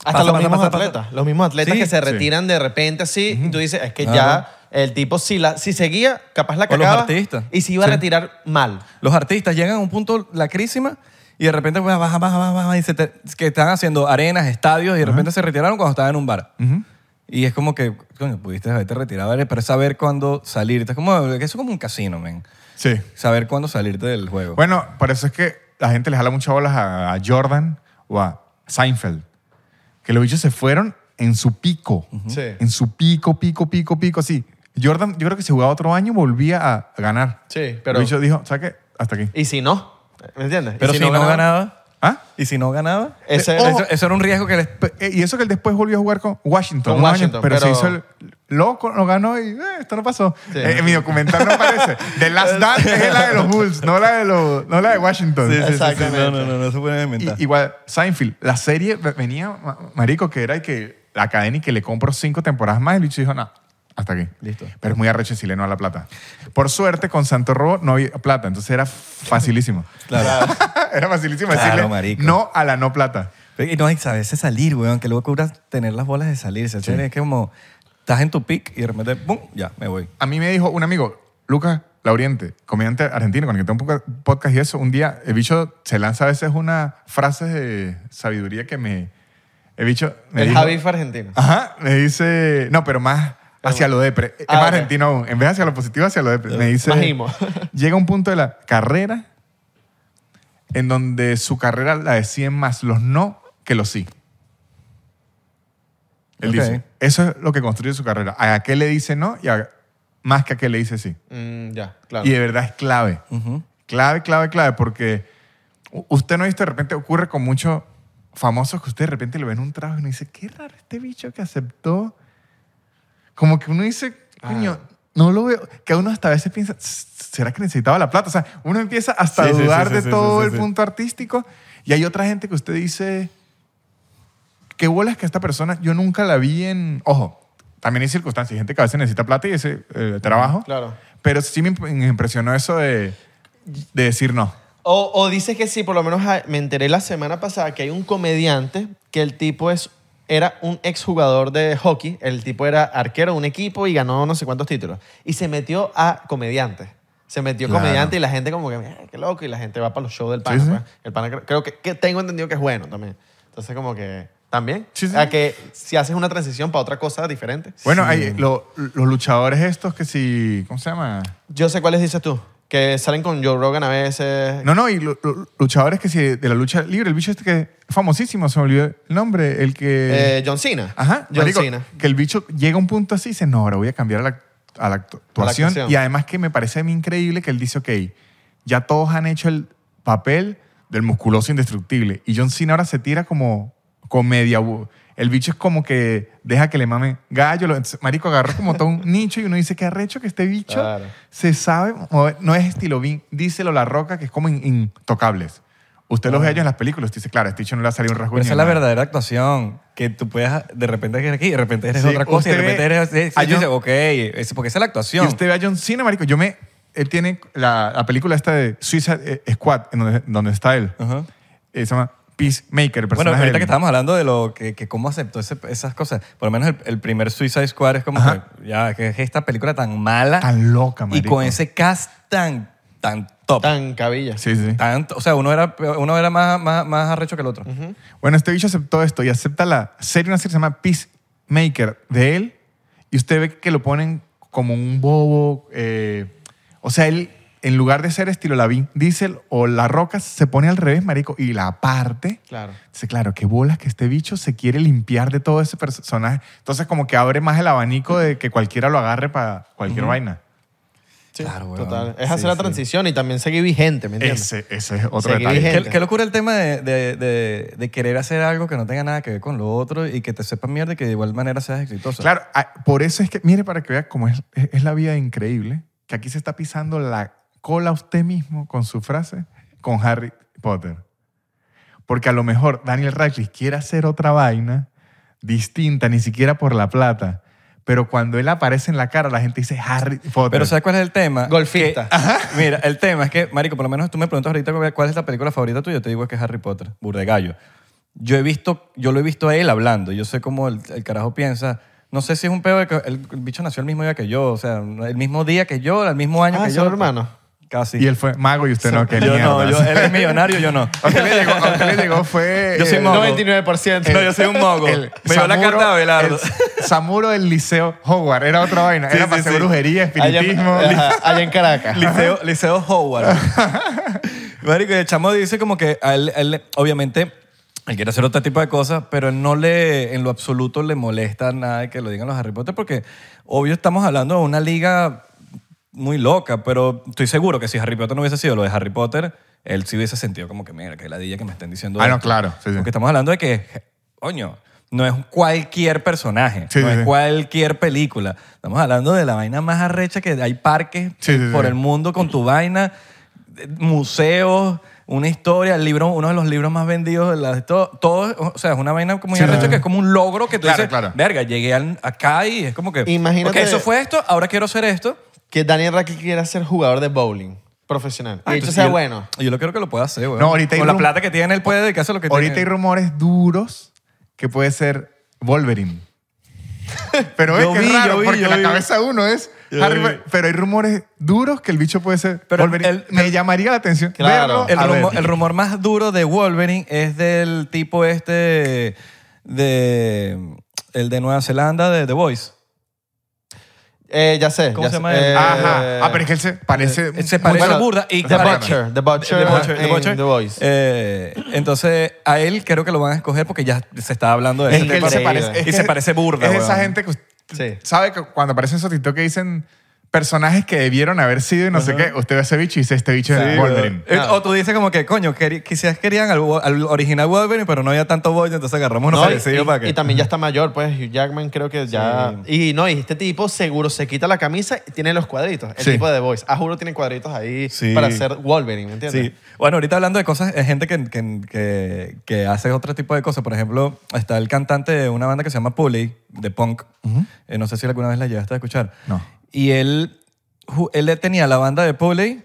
Speaker 3: Hasta
Speaker 2: Pasa,
Speaker 3: los
Speaker 2: pasa,
Speaker 3: mismos
Speaker 2: pasa, pasa.
Speaker 3: atletas. Los mismos atletas
Speaker 2: Sí,
Speaker 3: que se
Speaker 1: sí.
Speaker 3: retiran de repente así. Y tú dices, es que
Speaker 2: Claro.
Speaker 3: ya el tipo, si, la, si seguía, capaz la
Speaker 2: O los
Speaker 3: cagaba.
Speaker 2: artistas.
Speaker 3: Y se iba
Speaker 2: Sí.
Speaker 3: a retirar mal.
Speaker 2: Los artistas llegan a un punto lacrísima y de repente pues, baja, baja, baja, baja, y se te- que están haciendo arenas, estadios y de repente se retiraron cuando estaban en un bar. Y es como que, coño, pudiste haberte retirado, ¿vale? pero es saber cuándo salirte. Es como, eso es como un casino, men.
Speaker 1: Sí.
Speaker 2: Saber cuándo salirte del juego.
Speaker 1: Bueno, por eso es que la gente le jala muchas bolas a, a Jordan o a Seinfeld. que los bichos se fueron en su pico.
Speaker 3: Sí.
Speaker 1: En su pico, pico, pico, pico, así. Jordan, yo creo que si jugaba otro año, volvía a, a ganar.
Speaker 3: Sí, pero-
Speaker 1: El bicho dijo, ¿sabes qué? Hasta aquí.
Speaker 3: Y si no, ¿me entiendes?
Speaker 2: Pero si, no,
Speaker 3: ganaba-
Speaker 2: ganaba,
Speaker 1: ¿Ah?
Speaker 2: y si no ganaba,
Speaker 3: Ese-
Speaker 2: eso,
Speaker 3: Ojo.
Speaker 2: eso era un riesgo que les-
Speaker 1: Pe- eh, Y eso que él después volvió a jugar con Washington.
Speaker 3: Con
Speaker 1: unos
Speaker 3: Washington,
Speaker 1: pero,
Speaker 3: pero-
Speaker 1: se hizo el loco, lo ganó y eh, esto no pasó.
Speaker 3: Sí.
Speaker 1: Eh, en mi documental no aparece. The Last Dance es la de los Bulls, no la de, los, no la de Washington.
Speaker 2: Sí, sí, sí, sí,
Speaker 3: Exactamente.
Speaker 2: No, no, no, no se pueden
Speaker 1: Y-
Speaker 2: inventar.
Speaker 1: igual, Seinfeld, la serie ve- venía, ma- marico, que era y que la academia y que le compro cinco temporadas más y el bicho dijo, no, hasta aquí.
Speaker 2: Listo.
Speaker 1: Pero es muy arrecho si le no a la plata. Por suerte, con Santo Robo no había plata, entonces era facilísimo. (laughs)
Speaker 2: claro.
Speaker 1: era facilísimo
Speaker 2: Claro,
Speaker 1: decirle
Speaker 2: marico.
Speaker 1: no a la no plata.
Speaker 2: Y no hay que saberse salir, weón, que luego curas tener las bolas de salirse.
Speaker 1: Sí.
Speaker 2: Es que como estás en tu pick y de repente, ¡pum! Ya, me voy.
Speaker 1: A mí me dijo un amigo, Lucas Lauriente, comediante argentino, con el que tengo un poca- podcast y eso, un día el bicho se lanza a veces unas frases de sabiduría que me... El bicho me
Speaker 3: El
Speaker 1: dijo-
Speaker 3: Javif argentino.
Speaker 2: "Ah,
Speaker 1: Ajá, me dice... No, pero más hacia lo depre. Es
Speaker 3: Ah,
Speaker 1: más
Speaker 3: ok.
Speaker 1: argentino aún. En vez de hacia lo positivo, hacia lo depre. Me dice...
Speaker 3: Más emo. (laughs)
Speaker 1: Llega un punto de la carrera en donde su carrera la decían más los no que los sí. Él
Speaker 2: Ok.
Speaker 1: dice, eso es lo que construye su carrera. A qué le dice no y a- más que a qué le dice sí.
Speaker 3: Mm, ya, claro.
Speaker 1: Y de verdad es clave.
Speaker 2: Ujú.
Speaker 1: Clave, clave, clave, porque u- usted no ha visto, de repente ocurre con muchos famosos que usted de repente lo ven en un trabajo y uno dice, qué raro este bicho que aceptó. Como que uno dice, coño,
Speaker 3: Ah.
Speaker 1: no lo veo. Que uno hasta a veces piensa, "S- ¿será que necesitaba la plata? O sea, uno empieza hasta
Speaker 2: Sí,
Speaker 1: a
Speaker 2: sí, sí,
Speaker 1: dudar
Speaker 2: sí,
Speaker 1: de
Speaker 2: sí,
Speaker 1: todo
Speaker 2: sí,
Speaker 1: el
Speaker 2: sí.
Speaker 1: punto artístico. Y hay otra gente que usted dice, qué bolas que esta persona, yo nunca la vi en... Ojo, también hay circunstancias, hay gente que a veces necesita plata y ese eh, trabajo.
Speaker 3: Claro.
Speaker 1: Pero sí me imp- me impresionó eso de, de decir no.
Speaker 3: O, o dices que sí, por lo menos ah, me enteré la semana pasada que hay un comediante que el tipo es, era un exjugador de hockey, el tipo era arquero de un equipo y ganó no sé cuántos títulos. Y se metió a comediante. Se metió
Speaker 1: Claro.
Speaker 3: comediante y la gente como que, "Ah, qué loco, y la gente va para los shows del pana.
Speaker 1: Sí, sí.
Speaker 3: pues. El pana creo- creo que, que tengo entendido que es bueno también. Entonces como que también,
Speaker 1: Sí, sí.
Speaker 3: a que si haces una transición para otra cosa diferente.
Speaker 1: Bueno, hay lo- los luchadores estos que si... ¿Cómo se llama?
Speaker 3: Yo sé cuáles dices tú, que salen con Joe Rogan a veces.
Speaker 1: No, no, y lo- lo- luchadores que si de la lucha libre. El bicho este que es famosísimo, se me olvidó el nombre. El que...
Speaker 3: Eh, John Cena.
Speaker 1: ajá,
Speaker 3: John
Speaker 1: marico,
Speaker 3: Cena.
Speaker 1: Que el bicho llega a un punto así y dice, no, ahora voy a cambiar a la, a la actu- actuación.
Speaker 3: actuación.
Speaker 1: Y además que me parece a mí increíble que él dice, ok, ya todos han hecho el papel del musculoso indestructible. Y John Cena ahora se tira como comedia. bu- El bicho es como que deja que le mamen gallo. lo- entonces, marico agarró como todo un (laughs) nicho y uno dice, qué arrecho que este bicho
Speaker 3: Claro.
Speaker 1: se sabe mover. No es estilo Vin Díselo La Roca, que es como in- intocables. Usted
Speaker 3: Ah.
Speaker 1: los ve a ellos en las películas. Usted dice, claro, este bicho no le va a salir un rasguño.
Speaker 2: Pero esa es
Speaker 1: ni
Speaker 2: la
Speaker 1: nada".
Speaker 2: verdadera actuación. Que tú puedas, de repente eres aquí, de repente eres
Speaker 1: Sí,
Speaker 2: otra cosa, y de
Speaker 1: usted
Speaker 2: repente
Speaker 1: ve-
Speaker 2: eres. Sí, sí,
Speaker 1: hay
Speaker 2: dices,
Speaker 1: un-
Speaker 2: ok, es- porque esa es la actuación.
Speaker 1: Y usted ve a John Cena, marico. Yo me... Él tiene la, la película esta de Suicide eh, Squad, en donde, donde está él.
Speaker 2: Ajá.
Speaker 1: Eh, se llama Peacemaker. el
Speaker 2: Bueno,
Speaker 1: personaje
Speaker 2: ahorita
Speaker 1: del-
Speaker 2: que estábamos hablando de lo que, que cómo aceptó ese- esas cosas, por lo menos el, el primer Suicide Squad es como
Speaker 1: Ajá.
Speaker 2: que, ya, que es esta película tan mala
Speaker 1: Tan loca,
Speaker 2: y
Speaker 1: marico.
Speaker 2: con ese cast tan, tan top.
Speaker 3: Tan cabilla.
Speaker 1: Sí, sí.
Speaker 2: Tanto, o sea, uno era, peor- uno era más, más, más arrecho que el otro.
Speaker 1: Bueno, este bicho aceptó esto y acepta la serie, una serie que se llama Peacemaker de él. Y usted ve que lo ponen como un bobo. eh, o sea, él, en lugar de ser estilo la Vin Diesel o La Roca, se pone al revés, marico. Y la parte.
Speaker 3: Claro.
Speaker 1: Dice, claro, qué bolas que este bicho se quiere limpiar de todo ese personaje. Entonces, como que abre más el abanico de que cualquiera lo agarre para cualquier vaina.
Speaker 2: Claro, Ah, weón.
Speaker 3: Total. Es
Speaker 2: Sí,
Speaker 3: hacer la
Speaker 2: sí.
Speaker 3: transición y también seguir vigente, ¿me entiendes?
Speaker 1: Ese, ese es otro
Speaker 3: Seguí
Speaker 1: detalle.
Speaker 3: vigente.
Speaker 2: ¿Qué, qué locura el tema de, de- de- de querer hacer algo que no tenga nada que ver con lo otro y que te sepa mierda y que de igual manera seas exitoso.
Speaker 1: Claro, ah, por eso es que, mire, para que vea cómo es, es, es la vida increíble, que aquí se está pisando la cola usted mismo con su frase con Harry Potter. Porque a lo mejor Daniel Radcliffe quiere hacer otra vaina distinta, ni siquiera por la plata, pero cuando él aparece en la cara, la gente dice Harry Potter.
Speaker 2: Pero ¿sabes cuál es el tema?
Speaker 3: Golfista.
Speaker 2: Que- mira, el tema es que, marico, por lo menos tú me preguntas ahorita cuál es la película favorita tuya, yo te digo que es Harry Potter, Burdegallo. Yo he visto, yo lo he visto a él hablando, yo sé cómo el, el carajo piensa. No sé si es un pedo de que el, el bicho nació el mismo día que yo, o sea, el mismo día que yo, el mismo año
Speaker 3: Ah,
Speaker 2: que
Speaker 3: ¿son
Speaker 2: yo.
Speaker 3: hermanos?
Speaker 2: Casi.
Speaker 1: y él fue mago y usted no, que
Speaker 2: Este. yo
Speaker 1: mierda.
Speaker 2: no, yo, él
Speaker 1: (laughs)
Speaker 2: es millonario, yo no.
Speaker 1: A usted le llegó, a usted le llegó fue...
Speaker 2: Yo soy
Speaker 1: eh,
Speaker 2: mago. (laughs)
Speaker 3: 99%.
Speaker 2: No, yo soy un mogo.
Speaker 1: el
Speaker 2: Me dio la
Speaker 1: Samuro-
Speaker 2: carta de Abelardo.
Speaker 1: el Samuro del Liceo Howard. Era otra vaina.
Speaker 2: Sí,
Speaker 1: era
Speaker 2: sí,
Speaker 1: para hacer
Speaker 2: sí.
Speaker 1: brujería,
Speaker 3: (laughs) allá,
Speaker 1: espiritismo.
Speaker 3: ajá, allá en
Speaker 1: (laughs)
Speaker 3: Caracas.
Speaker 2: Liceo, Liceo Howard. Marico, el chamo dice como que a él- a él, obviamente Él quiere hacer otro tipo de cosas, pero él no le, en lo absoluto le molesta nada que lo digan los Harry Potter, porque obvio estamos hablando de una liga muy loca, pero estoy seguro que si Harry Potter no hubiese sido lo de Harry Potter, él sí hubiese sentido como que, mira, que ladilla que me estén diciendo.
Speaker 1: Ah, no,
Speaker 2: esto".
Speaker 1: claro, sí, sí.
Speaker 2: Porque estamos hablando de que, coño, no es cualquier personaje,
Speaker 1: Sí,
Speaker 2: no
Speaker 1: sí,
Speaker 2: es
Speaker 1: sí.
Speaker 2: cualquier película. Estamos hablando de la vaina más arrecha que hay parques
Speaker 1: Sí, sí, sí.
Speaker 2: por el mundo con tu vaina, eh, museos, una historia, el libro, uno de los libros más vendidos de la, todo, todo, o sea, es una vaina como muy
Speaker 1: Sí,
Speaker 2: arrecha
Speaker 1: sí.
Speaker 2: que es como un logro que tú
Speaker 1: Claro,
Speaker 2: dices,
Speaker 1: claro.
Speaker 2: verga, llegué al- acá y es como que,
Speaker 3: Imagínate-
Speaker 2: ok, eso fue esto, ahora quiero hacer esto.
Speaker 3: Que Daniel Radcliffe quiera ser jugador de bowling profesional.
Speaker 2: Ah,
Speaker 3: y esto
Speaker 2: entonces
Speaker 3: sea
Speaker 2: yo-
Speaker 3: bueno.
Speaker 2: Yo lo creo que lo pueda hacer, güey.
Speaker 1: No, ahorita hay
Speaker 2: Con la
Speaker 1: rum-
Speaker 2: plata que tiene, él puede dedicarse a lo que
Speaker 1: Ahorita hay
Speaker 2: tiene.
Speaker 1: rumores duros que puede ser
Speaker 2: (laughs)
Speaker 1: Wolverine. Pero es
Speaker 2: Yo
Speaker 1: que
Speaker 2: vi,
Speaker 1: es
Speaker 2: yo
Speaker 1: raro
Speaker 2: vi,
Speaker 1: porque
Speaker 2: yo
Speaker 1: la
Speaker 2: vi.
Speaker 1: cabeza de uno es
Speaker 2: Yo
Speaker 1: Harry
Speaker 2: vi.
Speaker 1: Potter. Pero hay rumores duros que el bicho puede ser
Speaker 2: Pero
Speaker 1: Wolverine.
Speaker 2: el-
Speaker 1: Me llamaría la atención. Claro.
Speaker 3: Claro.
Speaker 2: El, rumo- el rumor más duro de Wolverine es del tipo este de el de Nueva Zelanda de The Voice.
Speaker 3: Eh, ya sé.
Speaker 2: ¿Cómo
Speaker 3: ya
Speaker 2: se
Speaker 3: sé.
Speaker 2: llama él?
Speaker 3: Eh,
Speaker 1: Ajá. Ah, pero es que él se parece.
Speaker 2: Eh, se parece
Speaker 3: bueno,
Speaker 2: burda y
Speaker 3: The
Speaker 2: se parece-
Speaker 3: Butcher. The Butcher.
Speaker 2: The Butcher, The
Speaker 3: en
Speaker 2: Butcher.
Speaker 3: The Voice.
Speaker 2: Eh, entonces a él creo que lo van a escoger porque ya se está hablando de
Speaker 1: Es
Speaker 2: ese
Speaker 1: que él
Speaker 2: tema.
Speaker 1: se
Speaker 3: Increíble.
Speaker 1: parece. es
Speaker 2: y
Speaker 1: que
Speaker 2: se parece burda.
Speaker 1: Es esa
Speaker 2: weón.
Speaker 1: gente que. usted-
Speaker 3: Sí.
Speaker 1: ¿Sabe que cuando aparecen esos TikTok que dicen personajes que debieron haber sido y no sé qué? Usted ve ese bicho y dice: Este bicho es Wolverine.
Speaker 2: Eh,
Speaker 3: Ah.
Speaker 2: O tú dices como que, coño, queri- quizás querían al, wo- al original Wolverine, pero no había tanto Wolverine, entonces agarramos uno
Speaker 3: No, y,
Speaker 2: parecido
Speaker 3: y-
Speaker 2: para que...
Speaker 3: y también ya está mayor, pues Hugh Jackman creo que ya... Y no, y este tipo seguro se quita la camisa y tiene los cuadritos. El
Speaker 1: Sí.
Speaker 3: tipo de The Voice. Ah, juro tiene cuadritos ahí
Speaker 2: Sí.
Speaker 3: para ser Wolverine, ¿me entiendes?
Speaker 2: Sí. Bueno, ahorita hablando de cosas, hay gente que, que, que- que hace otro tipo de cosas. Por ejemplo, está el cantante de una banda que se llama Pulley, de punk. Eh, no sé si alguna vez la llegaste a escuchar.
Speaker 1: No.
Speaker 2: Y él, ju- él tenía la banda de Pulley.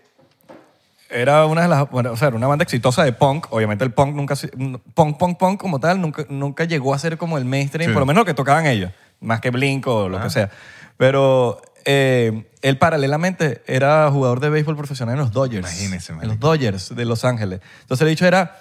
Speaker 2: Era una de las, bueno, o sea, era una banda exitosa de punk. Obviamente el punk nunca, se- punk, punk, punk como tal, nunca, nunca llegó a ser como el mainstream,
Speaker 1: Sí. Ah.
Speaker 2: por lo menos lo que tocaban ellos, más que Blink o lo que sea. Pero eh, él paralelamente era jugador de béisbol profesional en los Dodgers.
Speaker 1: Imagínese,
Speaker 2: En
Speaker 1: marico.
Speaker 2: los Dodgers de Los Ángeles. Entonces el dicho era,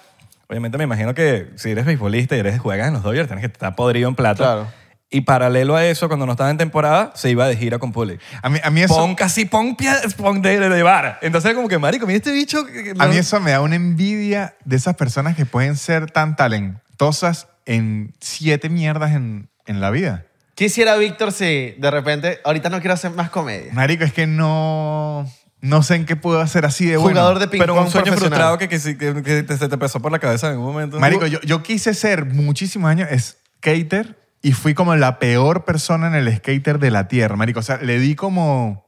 Speaker 2: obviamente me imagino que si eres beisbolista y eres, juegas en los Dodgers, tienes que estar podrido en plata.
Speaker 3: Claro.
Speaker 2: Y paralelo a eso, cuando no estaba en temporada, se iba de gira con Pulley.
Speaker 1: A mí, a mí eso.
Speaker 2: Pon casi, pon, pie- pon de, de, de vara. Entonces como que, marico, mira este bicho. que- que
Speaker 1: A
Speaker 2: no-
Speaker 1: mí eso me da una envidia de esas personas que pueden ser tan talentosas en siete mierdas en, en la vida.
Speaker 3: ¿Qué hiciera Víctor si de repente, ahorita no quiero hacer más comedia?
Speaker 1: Marico, es que no, no sé en qué puedo hacer así de bueno.
Speaker 3: Jugador de ping
Speaker 2: Pero
Speaker 3: pong
Speaker 2: un sueño
Speaker 3: profesional.
Speaker 2: frustrado que, que, sí- que- que te- se te pasó por la cabeza en algún momento.
Speaker 1: Marico, yo, yo quise ser muchísimos años skater y fui como la peor persona en el skater de la tierra, marico. O sea, le di como,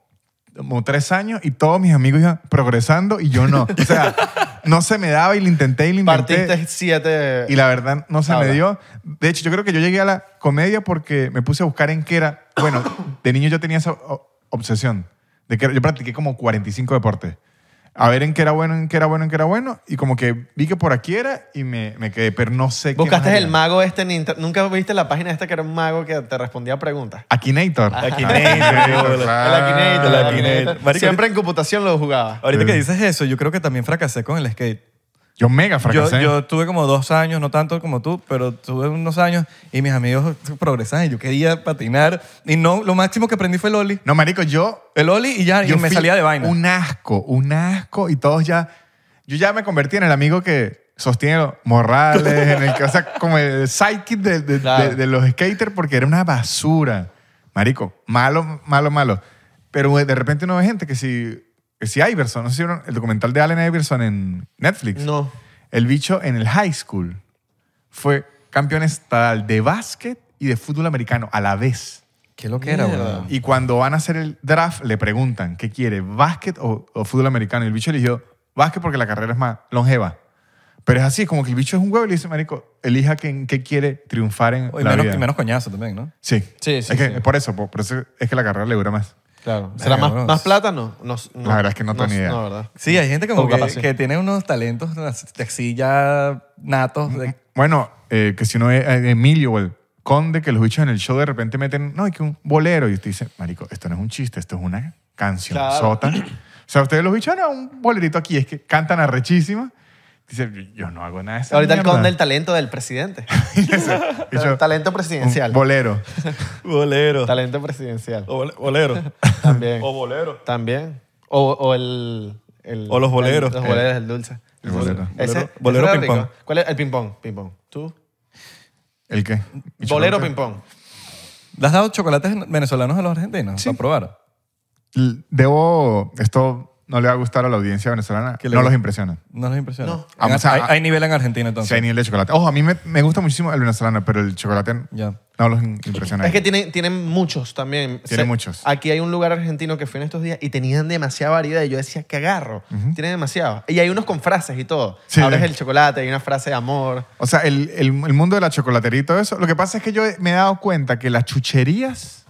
Speaker 1: como tres años y todos mis amigos iban progresando y yo no. O sea, no se me daba y lo intenté y lo intenté.
Speaker 3: Partiste siete...
Speaker 1: y la verdad no se
Speaker 3: Ahora.
Speaker 1: me dio. De hecho, yo creo que yo llegué a la comedia porque me puse a buscar en qué era. Bueno, de niño yo tenía esa o- obsesión. De que era- yo practiqué como 45 deportes. A ver en qué era bueno, en qué era bueno, en qué era bueno. Y como que vi que por aquí era y me, me quedé, pero no sé qué
Speaker 3: Buscaste
Speaker 1: más
Speaker 3: el
Speaker 1: había.
Speaker 3: mago este en internet. ¿Nunca viste la página esta que era un mago que te respondía preguntas?
Speaker 1: Akinator.
Speaker 2: Akinator.
Speaker 1: claro.
Speaker 3: el Akinator.
Speaker 2: el
Speaker 3: el
Speaker 2: Akinator.
Speaker 3: Akinator.
Speaker 2: Marico,
Speaker 3: Siempre en computación lo jugaba.
Speaker 2: Ahorita
Speaker 1: Sí.
Speaker 2: que dices eso, yo creo que también fracasé con el skate.
Speaker 1: Yo mega
Speaker 2: Yo,
Speaker 1: fracasé.
Speaker 2: yo tuve como dos años, no tanto como tú, pero tuve unos años y mis amigos progresaban y yo quería patinar. Y no, lo máximo que aprendí fue el ollie.
Speaker 1: No, marico, yo
Speaker 2: El ollie y ya, y
Speaker 1: Yo
Speaker 2: me
Speaker 1: fui
Speaker 2: salía de vaina.
Speaker 1: Un asco, un asco. Y todos ya. Yo ya me convertí en el amigo que sostiene los morrales, en el que, o sea, como el sidekick de, de-
Speaker 3: Claro.
Speaker 1: de- de los skaters, porque era una basura. Marico, malo, malo, malo. Pero de repente uno ve gente que si. Que si Iverson, no sé si vieron el documental de Allen Iverson en Netflix.
Speaker 3: No.
Speaker 1: El bicho en el high school fue campeón estatal de básquet y de fútbol americano a la vez.
Speaker 2: ¿Qué lo que era,
Speaker 3: Mierda.
Speaker 2: weón?
Speaker 1: Y cuando van a hacer el draft, le preguntan, ¿qué quiere? ¿Básquet o, o fútbol americano? Y el bicho eligió básquet porque la carrera es más longeva. Pero es así, como que el bicho es un huevo y le dice, marico, elija que- en qué quiere triunfar en
Speaker 2: Y
Speaker 1: la
Speaker 2: menos,
Speaker 1: vida.
Speaker 2: y menos coñazo también, ¿no?
Speaker 1: Sí.
Speaker 3: Sí, sí,
Speaker 1: Es que
Speaker 3: sí.
Speaker 1: es por eso, por, por eso es que la carrera le dura más.
Speaker 3: Claro. ¿Será
Speaker 2: Verga,
Speaker 3: más,
Speaker 2: bro.
Speaker 3: más plata? No, no,
Speaker 1: La verdad es que no tengo ni idea.
Speaker 3: No, ¿verdad?
Speaker 2: Sí, hay gente como
Speaker 3: Poca
Speaker 2: que,
Speaker 3: pasión.
Speaker 2: que tiene unos talentos así ya natos. de-
Speaker 1: Bueno, eh, que si uno es Emilio o el Conde, que los bichos en el show de repente meten, no, hay que un bolero. Y usted dice, marico, esto no es un chiste, esto es una canción sota. O sea, ustedes los bichos, no, un bolerito aquí. Es que cantan arrechísima. Dice, yo no hago nada de esa
Speaker 3: Ahorita el
Speaker 1: mierda". (laughs)
Speaker 3: conde el talento del presidente. (laughs)
Speaker 1: Bicho,
Speaker 3: talento
Speaker 1: un
Speaker 3: presidencial.
Speaker 1: bolero.
Speaker 2: Bolero.
Speaker 3: Talento presidencial.
Speaker 2: O bol- bolero.
Speaker 3: (laughs) También.
Speaker 2: bolero.
Speaker 3: También. O, o el, el-
Speaker 2: O los boleros. Eh.
Speaker 3: el- los boleros, el dulce.
Speaker 1: El bolero.
Speaker 3: Ese-
Speaker 2: Bolero-
Speaker 3: ese
Speaker 2: bolero
Speaker 3: era
Speaker 2: ping-pong.
Speaker 3: rico. ¿Cuál es? El ping-pong. Ping-pong. ¿Tú?
Speaker 1: ¿El qué? ¿Y
Speaker 3: Bolero
Speaker 1: chocolate?
Speaker 3: ping-pong.
Speaker 2: ¿Le has dado chocolates venezolanos a los argentinos para probar?
Speaker 1: L- Debo. Esto no le va a gustar a la audiencia venezolana.
Speaker 2: ¿Qué le
Speaker 1: No
Speaker 2: gusta?
Speaker 1: los impresiona.
Speaker 2: No los impresiona.
Speaker 3: No.
Speaker 2: En-
Speaker 1: Ah, o sea,
Speaker 2: hay,
Speaker 1: ah-
Speaker 2: hay nivel en Argentina
Speaker 1: Si hay
Speaker 2: entonces.
Speaker 1: nivel de chocolate. Ojo, a mí me, me gusta muchísimo el venezolano, pero el chocolate
Speaker 2: Ya.
Speaker 1: no los in- impresiona.
Speaker 3: Es que tienen, tienen muchos también.
Speaker 1: Tienen muchos.
Speaker 3: Aquí hay un lugar argentino que fui en estos días y tenían demasiada variedad. Y yo decía, ¿qué agarro? Tienen demasiado. Y hay unos con frases y todo.
Speaker 1: Sí,
Speaker 3: Abres
Speaker 1: sí.
Speaker 3: el chocolate, hay una frase de amor.
Speaker 1: O sea, el, el- el mundo de la chocolatería y todo eso. Lo que pasa es que yo he- me he dado cuenta que las chucherías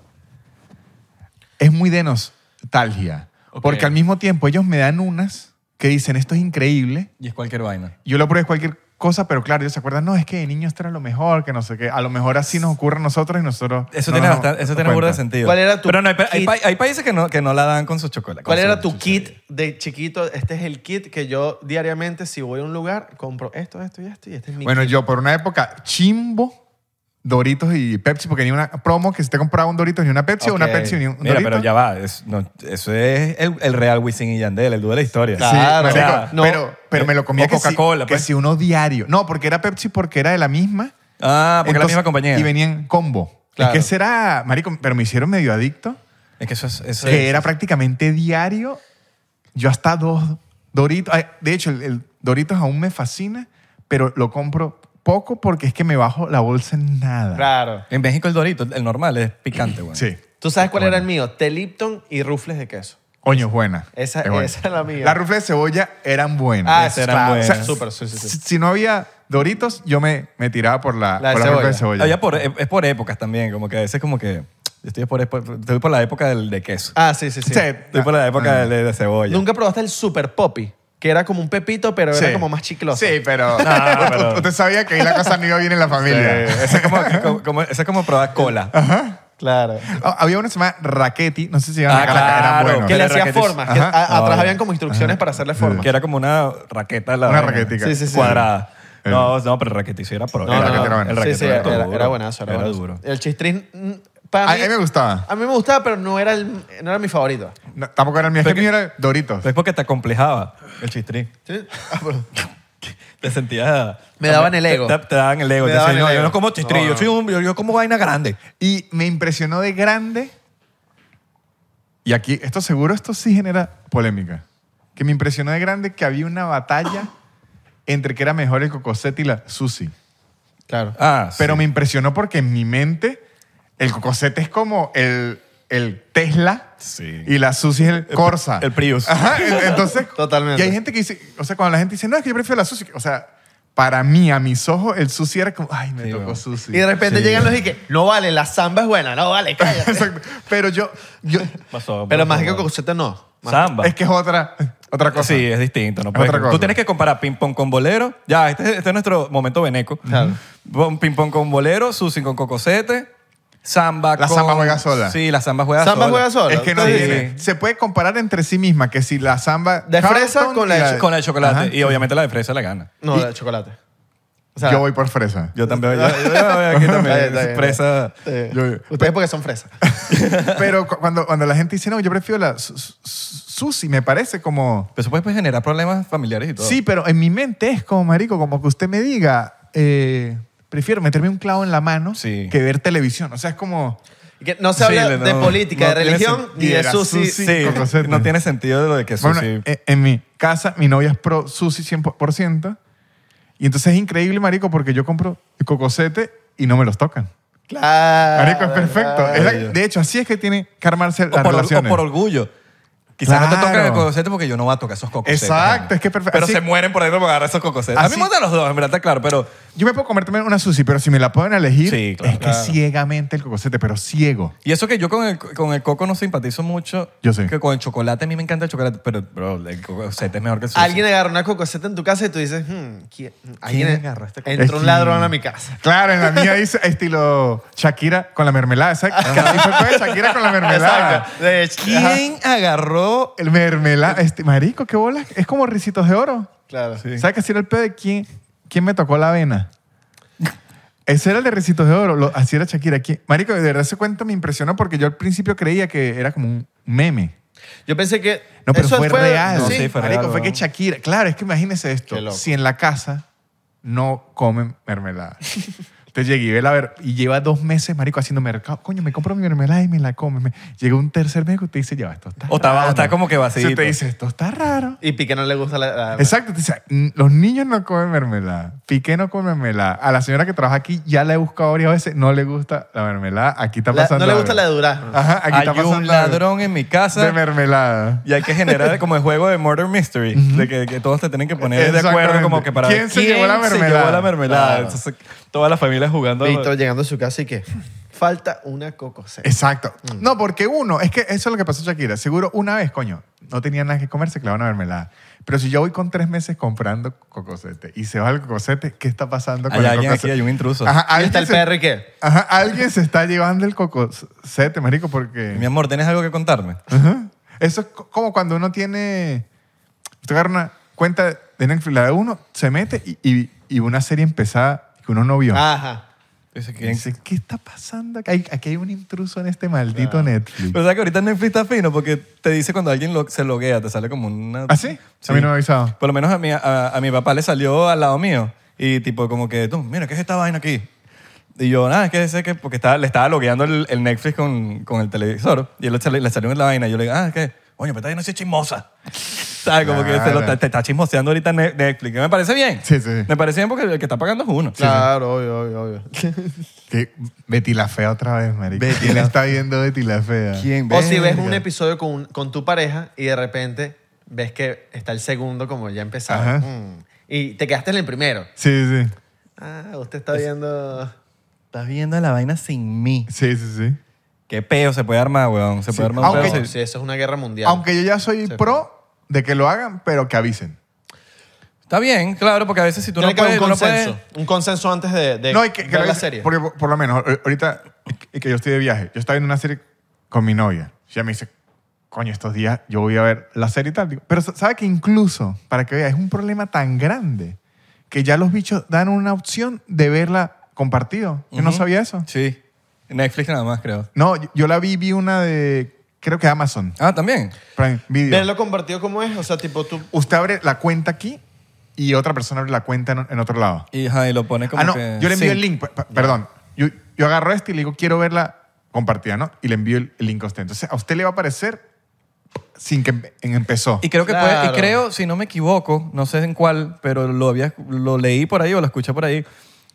Speaker 1: es muy de nostalgia.
Speaker 2: Ok.
Speaker 1: Porque al mismo tiempo ellos me dan unas que dicen, esto es increíble.
Speaker 2: Y es cualquier vaina.
Speaker 1: Yo lo pruebo es cualquier cosa, pero claro, ellos se acuerdan, no, es que de niño esto era lo mejor, que no sé qué. A lo mejor así nos ocurre a nosotros y nosotros...
Speaker 2: Eso
Speaker 1: no
Speaker 2: tiene,
Speaker 1: nos
Speaker 2: bastante, eso
Speaker 1: damos
Speaker 2: tiene burda
Speaker 1: cuenta.
Speaker 2: de sentido.
Speaker 3: ¿Cuál era tu
Speaker 2: Pero no, hay, pa- hay
Speaker 3: kit?
Speaker 2: pa- hay países que no, que no la dan con su chocolate.
Speaker 3: ¿Cuál
Speaker 2: con
Speaker 3: era
Speaker 2: su
Speaker 3: tu
Speaker 2: chuchería.
Speaker 3: kit de chiquito? Este es el kit que yo diariamente, si voy a un lugar, compro esto, esto y esto. Y este es mi
Speaker 1: Bueno,
Speaker 3: kit.
Speaker 1: yo por una época, chimbo, Doritos y Pepsi, porque ni una promo que si te compraba un Doritos ni una Pepsi, o una
Speaker 3: Ok.
Speaker 1: Pepsi ni un
Speaker 2: Mira,
Speaker 1: Dorito.
Speaker 2: pero ya va. es- no, eso es el, el real Wisin y Yandel, el dúo de la historia.
Speaker 1: Sí,
Speaker 3: Claro.
Speaker 1: marico,
Speaker 2: O sea,
Speaker 3: no.
Speaker 1: pero, pero me lo comía
Speaker 2: O
Speaker 1: que si-
Speaker 2: Coca-Cola,
Speaker 1: que
Speaker 2: pues.
Speaker 1: si uno diario. No, porque era Pepsi porque era de la misma.
Speaker 2: Ah, porque es la
Speaker 1: Entonces-
Speaker 2: misma compañía.
Speaker 1: Y venían combo.
Speaker 3: Claro.
Speaker 1: Es que será, marico, pero me hicieron medio adicto,
Speaker 2: Es que eso es. eso
Speaker 1: que
Speaker 2: es-
Speaker 1: era prácticamente diario. Yo hasta dos Doritos. ay, De hecho, el, el Doritos aún me fascina, pero lo compro poco porque es que me bajo la bolsa en nada.
Speaker 3: Claro.
Speaker 2: En México el dorito, el normal, es picante, güey.
Speaker 1: Sí.
Speaker 3: ¿Tú sabes cuál era el mío? Té Lipton y rufles de queso.
Speaker 1: Coño, es buena.
Speaker 3: Esa-
Speaker 1: es buena.
Speaker 3: esa es la mía.
Speaker 1: Las rufles de cebolla eran buenas.
Speaker 3: Ah,
Speaker 2: esas
Speaker 3: eso
Speaker 2: eran
Speaker 3: claro.
Speaker 2: buenas.
Speaker 3: O sea, Súper, sí, sí, sí.
Speaker 1: si, si no había Doritos, yo me, me tiraba por la,
Speaker 3: La de
Speaker 1: por la rufles de
Speaker 3: cebolla.
Speaker 1: cebolla.
Speaker 2: Ah, ya por- es por épocas también, como que a veces como que. Estoy por, estoy por la época del de queso.
Speaker 3: Ah, sí, sí, sí.
Speaker 1: Sí.
Speaker 2: estoy por la
Speaker 1: ah.
Speaker 2: época del de, de cebolla.
Speaker 3: Nunca probaste el Super Poppy, que era como un pepito, pero
Speaker 1: Sí.
Speaker 3: era como más chicloso.
Speaker 1: Sí, pero,
Speaker 2: No, pero-
Speaker 1: (laughs) usted sabía que ahí la cosa no iba bien en la familia.
Speaker 2: Eh, Eso es como, como- como- eso es como probar cola.
Speaker 3: Claro.
Speaker 1: Ah, Había una semana Raquetti, no sé si iban
Speaker 2: Ah,
Speaker 1: a
Speaker 2: claro,
Speaker 1: eran buenos.
Speaker 3: Que
Speaker 2: Pero
Speaker 3: le
Speaker 2: el
Speaker 3: hacía
Speaker 2: raquete es-
Speaker 3: formas. que
Speaker 1: Ajá.
Speaker 3: a- atrás
Speaker 2: Ah,
Speaker 3: habían como instrucciones para hacerle formas.
Speaker 2: Que era como una raqueta. La
Speaker 1: Una
Speaker 2: vaina.
Speaker 1: raquetica.
Speaker 3: Sí, sí, sí.
Speaker 2: Cuadrada.
Speaker 1: Eh.
Speaker 2: No, no, pero el raquetizo era pro.
Speaker 3: No,
Speaker 1: El
Speaker 3: no,
Speaker 1: raquete
Speaker 3: no.
Speaker 1: era bueno.
Speaker 2: El raquete
Speaker 3: Sí, sí,
Speaker 2: era,
Speaker 3: era,
Speaker 2: duro.
Speaker 3: era buenazo. Era,
Speaker 2: Era
Speaker 3: buenazo.
Speaker 2: duro.
Speaker 3: El chistrín, mm, para
Speaker 1: A,
Speaker 3: mí,
Speaker 1: a mí me gustaba.
Speaker 3: a mí me gustaba, pero no era, el, no era mi favorito.
Speaker 1: No, tampoco era el mío. Es que
Speaker 2: Pero
Speaker 1: el mío era Doritos.
Speaker 2: Es Pues porque te acomplejaba el chistrín.
Speaker 3: ¿Sí?
Speaker 2: Te sentías...
Speaker 3: Me daban el ego.
Speaker 2: Te, te daban el ego.
Speaker 3: Me
Speaker 2: Te
Speaker 3: daban
Speaker 2: decían,
Speaker 3: el
Speaker 2: no,
Speaker 3: ego.
Speaker 2: yo no como chistrín,
Speaker 3: No,
Speaker 2: yo,
Speaker 3: no.
Speaker 2: soy un, yo, yo como vaina grande.
Speaker 1: Y me impresionó de grande. Y aquí, esto seguro, esto sí genera polémica. Que me impresionó de grande que había una batalla entre que era mejor el Cocosette y la Susi.
Speaker 3: Claro.
Speaker 2: Ah,
Speaker 1: Pero
Speaker 2: sí.
Speaker 1: me impresionó porque en mi mente el Cocosette es como el, el Tesla
Speaker 2: Sí.
Speaker 1: y la Susi es el Corsa.
Speaker 2: El Prius.
Speaker 1: Ajá,
Speaker 2: (laughs)
Speaker 1: en- entonces.
Speaker 3: Totalmente.
Speaker 1: Y hay gente que dice, o sea, cuando la gente dice, no, es que yo prefiero la sushi. O sea, para mí, a mis ojos, el sushi era como, ay, me
Speaker 2: Sí,
Speaker 1: tocó
Speaker 2: bueno.
Speaker 1: sushi.
Speaker 3: Y de repente
Speaker 2: Sí.
Speaker 3: llegan los y que, no vale, la samba es buena, no vale, cállate.
Speaker 1: Exacto. Pero yo, yo
Speaker 2: Pasó,
Speaker 3: pero
Speaker 2: pasó,
Speaker 3: más que
Speaker 2: bueno.
Speaker 3: Cocosete no. Más-
Speaker 2: Samba.
Speaker 1: es que es otra, otra cosa.
Speaker 2: Sí, es distinto. No puedes-
Speaker 1: otra cosa.
Speaker 2: Tú tienes que comparar ping-pong con bolero. Ya, este, este es nuestro momento veneco.
Speaker 3: Claro.
Speaker 2: Pon- Ping-pong con bolero, sushi con cocosete, samba
Speaker 1: La
Speaker 2: con...
Speaker 1: samba juega sola.
Speaker 2: Sí, la samba juega
Speaker 3: Samba
Speaker 2: sola.
Speaker 3: juega sola.
Speaker 1: Es que no
Speaker 2: Sí.
Speaker 1: tiene. Se puede comparar entre sí misma que si la samba.
Speaker 3: De fresa
Speaker 1: Carlton
Speaker 3: con la
Speaker 1: y
Speaker 3: de-
Speaker 2: Con la de chocolate.
Speaker 1: Ajá.
Speaker 2: Y obviamente la de fresa la gana.
Speaker 3: No,
Speaker 1: Y-
Speaker 3: de chocolate. O sea,
Speaker 1: yo voy por fresa.
Speaker 3: (laughs)
Speaker 2: Yo también. Yo, yo- yo- aquí también.
Speaker 3: Está bien, está bien.
Speaker 2: fresa.
Speaker 3: eh,
Speaker 1: yo-
Speaker 3: ustedes porque son fresas.
Speaker 1: Pero cu- cuando, cuando la gente dice, no, yo prefiero la su- su- sushi, me parece como.
Speaker 2: Pero eso puede pues, generar problemas familiares y todo.
Speaker 1: Sí, pero en mi mente es como, marico, como que usted me diga, eh, prefiero meterme un clavo en la mano
Speaker 2: Sí.
Speaker 1: que ver televisión. O sea, es como...
Speaker 3: Y que no se
Speaker 2: Sí,
Speaker 3: habla
Speaker 2: le-
Speaker 3: de
Speaker 2: no,
Speaker 3: política,
Speaker 2: no
Speaker 3: de
Speaker 2: tiene
Speaker 3: religión
Speaker 2: sen-
Speaker 3: ni
Speaker 1: y
Speaker 3: de
Speaker 1: de la
Speaker 3: sushi.
Speaker 1: sushi.
Speaker 2: Sí,
Speaker 1: con cosete.
Speaker 2: no tiene sentido lo de que sushi...
Speaker 1: Bueno, en, en mi casa, mi novia es pro sushi 100%. Y entonces es increíble, marico, porque yo compro cocosete y no me los tocan.
Speaker 3: Claro.
Speaker 1: Marico, es perfecto. Es la-
Speaker 3: claro.
Speaker 1: de hecho, así es que tiene que armarse
Speaker 2: o
Speaker 1: las
Speaker 2: por, o
Speaker 1: relaciones.
Speaker 2: por orgullo. Quizás no te
Speaker 1: Claro.
Speaker 2: tocan el cocosete porque yo no voy a tocar esos cocosetes.
Speaker 1: Exacto,
Speaker 2: ¿no?
Speaker 1: es que es perfecto.
Speaker 2: Pero
Speaker 1: Así-
Speaker 2: se mueren por dentro por agarrar esos cocosetes. a mí
Speaker 1: Así-
Speaker 2: me gustan los dos, en verdad, está claro, pero
Speaker 1: Yo me puedo comer también una sushi, pero si me la pueden elegir,
Speaker 2: Sí, claro.
Speaker 1: es que
Speaker 2: Claro.
Speaker 1: ciegamente el cocosete, pero ciego.
Speaker 2: Y eso que yo con el, con el coco no simpatizo mucho.
Speaker 1: Yo sí.
Speaker 2: Que con el chocolate, a mí me encanta el chocolate, pero, bro, el cocosete es mejor que el sushi.
Speaker 3: Alguien agarra una cocoseta en tu casa y tú dices, hmm, ¿quién, alguien
Speaker 2: agarró este
Speaker 3: Entró
Speaker 1: Es
Speaker 3: un
Speaker 1: que-
Speaker 3: ladrón a mi casa.
Speaker 1: Claro, en la mía dice estilo Shakira con la mermelada. ¿Sabes? Que así fue todo de Shakira con la mermelada.
Speaker 3: Exacto. De hecho, ajá.
Speaker 2: ¿Quién agarró?
Speaker 1: El mermelada, este, marico, qué bola. Es como risitos de oro.
Speaker 3: Claro.
Speaker 2: Sí.
Speaker 1: ¿Sabes qué así era el pedo de quién, quién me tocó la avena? Ese era el de Ricitos de Oro, lo- así era Shakira. ¿Quién? Marico, de verdad ese cuento me impresionó porque yo al principio creía que era como un meme.
Speaker 3: Yo pensé que.
Speaker 1: No, pero
Speaker 3: eso
Speaker 1: fue, real.
Speaker 2: No,
Speaker 3: sí.
Speaker 2: sí, fue
Speaker 1: Marico,
Speaker 2: real,
Speaker 1: fue que
Speaker 2: weón.
Speaker 1: Shakira. Claro, es que imagínense
Speaker 3: Qué
Speaker 1: esto.
Speaker 3: loco.
Speaker 1: Si en la casa no comen (laughs) mermelada. Entonces llegué y ve la ver y lleva dos meses, marico, haciendo mercado. Coño, me compro mi mermelada y me la come. Me- Llega un tercer mes que usted dice, ya, esto está
Speaker 2: O está-
Speaker 1: raro.
Speaker 2: está como que vacío.
Speaker 1: Si usted dice, esto está raro.
Speaker 3: Y Piqué no le gusta la. la-
Speaker 1: Exacto, te dice, "Mm, los niños no comen mermelada, Piqué no come mermelada, a la señora que trabaja aquí ya la he buscado varias veces, no le gusta la mermelada, aquí está
Speaker 3: la-
Speaker 1: pasando Ah,
Speaker 3: no le
Speaker 1: algo.
Speaker 3: gusta la de durazno.
Speaker 1: Ajá, aquí
Speaker 2: Hay
Speaker 1: está pasando
Speaker 2: un
Speaker 1: algo
Speaker 2: ladrón en mi
Speaker 1: de
Speaker 2: casa
Speaker 1: mermelada.
Speaker 2: y hay que generar como el juego de Murder Mystery, de que, que todos te tienen que poner de acuerdo
Speaker 1: Exactamente.
Speaker 2: como que para
Speaker 1: ¿Quién
Speaker 2: ver
Speaker 1: se llevó la
Speaker 2: se
Speaker 1: mermelada?
Speaker 2: llevó la mermelada.
Speaker 3: Claro.
Speaker 2: Entonces, toda la familia jugando.
Speaker 3: Víctor llegando a su casa y que. Falta una cocosera.
Speaker 1: Exacto.
Speaker 3: Mm.
Speaker 1: No, porque uno, es que eso es lo que pasó a Shakira. Seguro una vez, coño, no tenía nada que comer, se clavó una mermelada. Pero si yo voy con tres meses comprando cocosete y se va el cocosete, ¿qué está pasando con el
Speaker 2: Hay alguien
Speaker 1: cocosete?
Speaker 2: aquí, hay un intruso.
Speaker 1: Ajá,
Speaker 3: Ahí está el
Speaker 1: se-
Speaker 3: perro y qué.
Speaker 1: Ajá, alguien se está llevando el cocosete, marico, porque...
Speaker 2: Mi amor, ¿tienes algo que contarme?
Speaker 1: Ajá. Eso es co- como cuando uno tiene. Usted agarra una cuenta de Netflix, la de uno, se mete y, y- y una serie empezada que uno no vio.
Speaker 2: Ah,
Speaker 3: Ajá.
Speaker 2: Dice,
Speaker 1: Y
Speaker 2: ¿quién-
Speaker 1: dice, ¿qué está pasando? Aquí hay, aquí hay un intruso en este maldito
Speaker 3: Claro.
Speaker 1: Netflix.
Speaker 2: Pero sabes que ahorita Netflix está fino porque te dice cuando alguien lo- se loguea, te sale como una...
Speaker 1: ¿Ah, sí? A mí no me ha avisado.
Speaker 2: Por lo menos a mi, a, a mi papá le salió al lado mío y tipo como que, tú, mira, ¿qué es esta vaina aquí? Y yo, nada, es que sé que porque estaba, le estaba logueando el, el Netflix con, con el televisor y él le sale- le salió en la vaina y yo le digo, ah, es que, coño, pero esta vaina sí es chismosa. (laughs) ¿Sabes? Como que se lo-
Speaker 1: Claro.
Speaker 2: te, te está chismoseando ahorita Ne- Netflix. que Me parece bien.
Speaker 1: Sí, sí.
Speaker 2: Me parece bien porque el que está pagando es uno.
Speaker 3: Claro, obvio, obvio, obvio.
Speaker 1: Que Betty la Fea otra vez, marico.
Speaker 2: Betty
Speaker 1: ¿Quién
Speaker 2: la-
Speaker 1: está viendo Betty la Fea?
Speaker 2: ¿Quién
Speaker 3: O si ves
Speaker 2: Verga.
Speaker 3: un episodio con, un- con tu pareja y de repente ves que está el segundo como ya empezaba.
Speaker 1: Ajá.
Speaker 3: Mm. Y te quedaste en el primero.
Speaker 1: Sí, sí.
Speaker 3: Ah, usted está viendo...
Speaker 2: Estás viendo la vaina sin mí.
Speaker 1: Sí, sí, sí.
Speaker 2: Qué peo se puede armar, weón. Se
Speaker 1: Sí.
Speaker 2: puede armar un
Speaker 1: Aunque-
Speaker 2: peo.
Speaker 3: No, sí, eso es una guerra mundial.
Speaker 1: Aunque yo ya soy
Speaker 3: Sí.
Speaker 1: pro de que lo hagan, pero que avisen.
Speaker 2: Está bien, claro, porque a veces si tú
Speaker 3: Tiene
Speaker 2: no
Speaker 3: que haber
Speaker 2: puedes,
Speaker 3: un
Speaker 2: tú no
Speaker 3: consenso.
Speaker 2: puedes...
Speaker 3: Un consenso antes de, de
Speaker 1: No, y que, que
Speaker 3: ver
Speaker 1: lo
Speaker 3: la
Speaker 1: hice-
Speaker 3: serie.
Speaker 1: Porque por, por lo menos, eh, ahorita y que yo estoy de viaje, yo estaba viendo una serie con mi novia. Ella me dice, coño, estos días yo voy a ver la serie y tal. Digo, Pero sa- sabe que incluso, para que vea, es un problema tan grande que ya los bichos dan una opción de verla compartido. Yo no
Speaker 2: Ujú.
Speaker 1: sabía eso.
Speaker 2: Sí, Netflix nada más, creo.
Speaker 1: No, yo, yo la vi, vi una de, creo que Amazon
Speaker 2: Ah, también.
Speaker 1: Prime Video.
Speaker 3: Verlo compartido como es. O sea, tipo tú...
Speaker 1: Usted abre la cuenta aquí y otra persona abre la cuenta en, en otro lado.
Speaker 2: Y, ajá, y lo pones como
Speaker 1: ah, no,
Speaker 2: que-
Speaker 1: yo le envío
Speaker 2: sí.
Speaker 1: el link, pe- pe- perdón. Yo, yo agarro este y le digo, quiero verla compartida, ¿no? Y le envío el, el link a usted. Entonces, a usted le va a aparecer sin que em- en- empezó.
Speaker 2: Y creo que puede-
Speaker 3: Claro.
Speaker 2: y creo, si no me equivoco, no sé en cuál, pero lo, había, lo leí por ahí o lo escuché por ahí,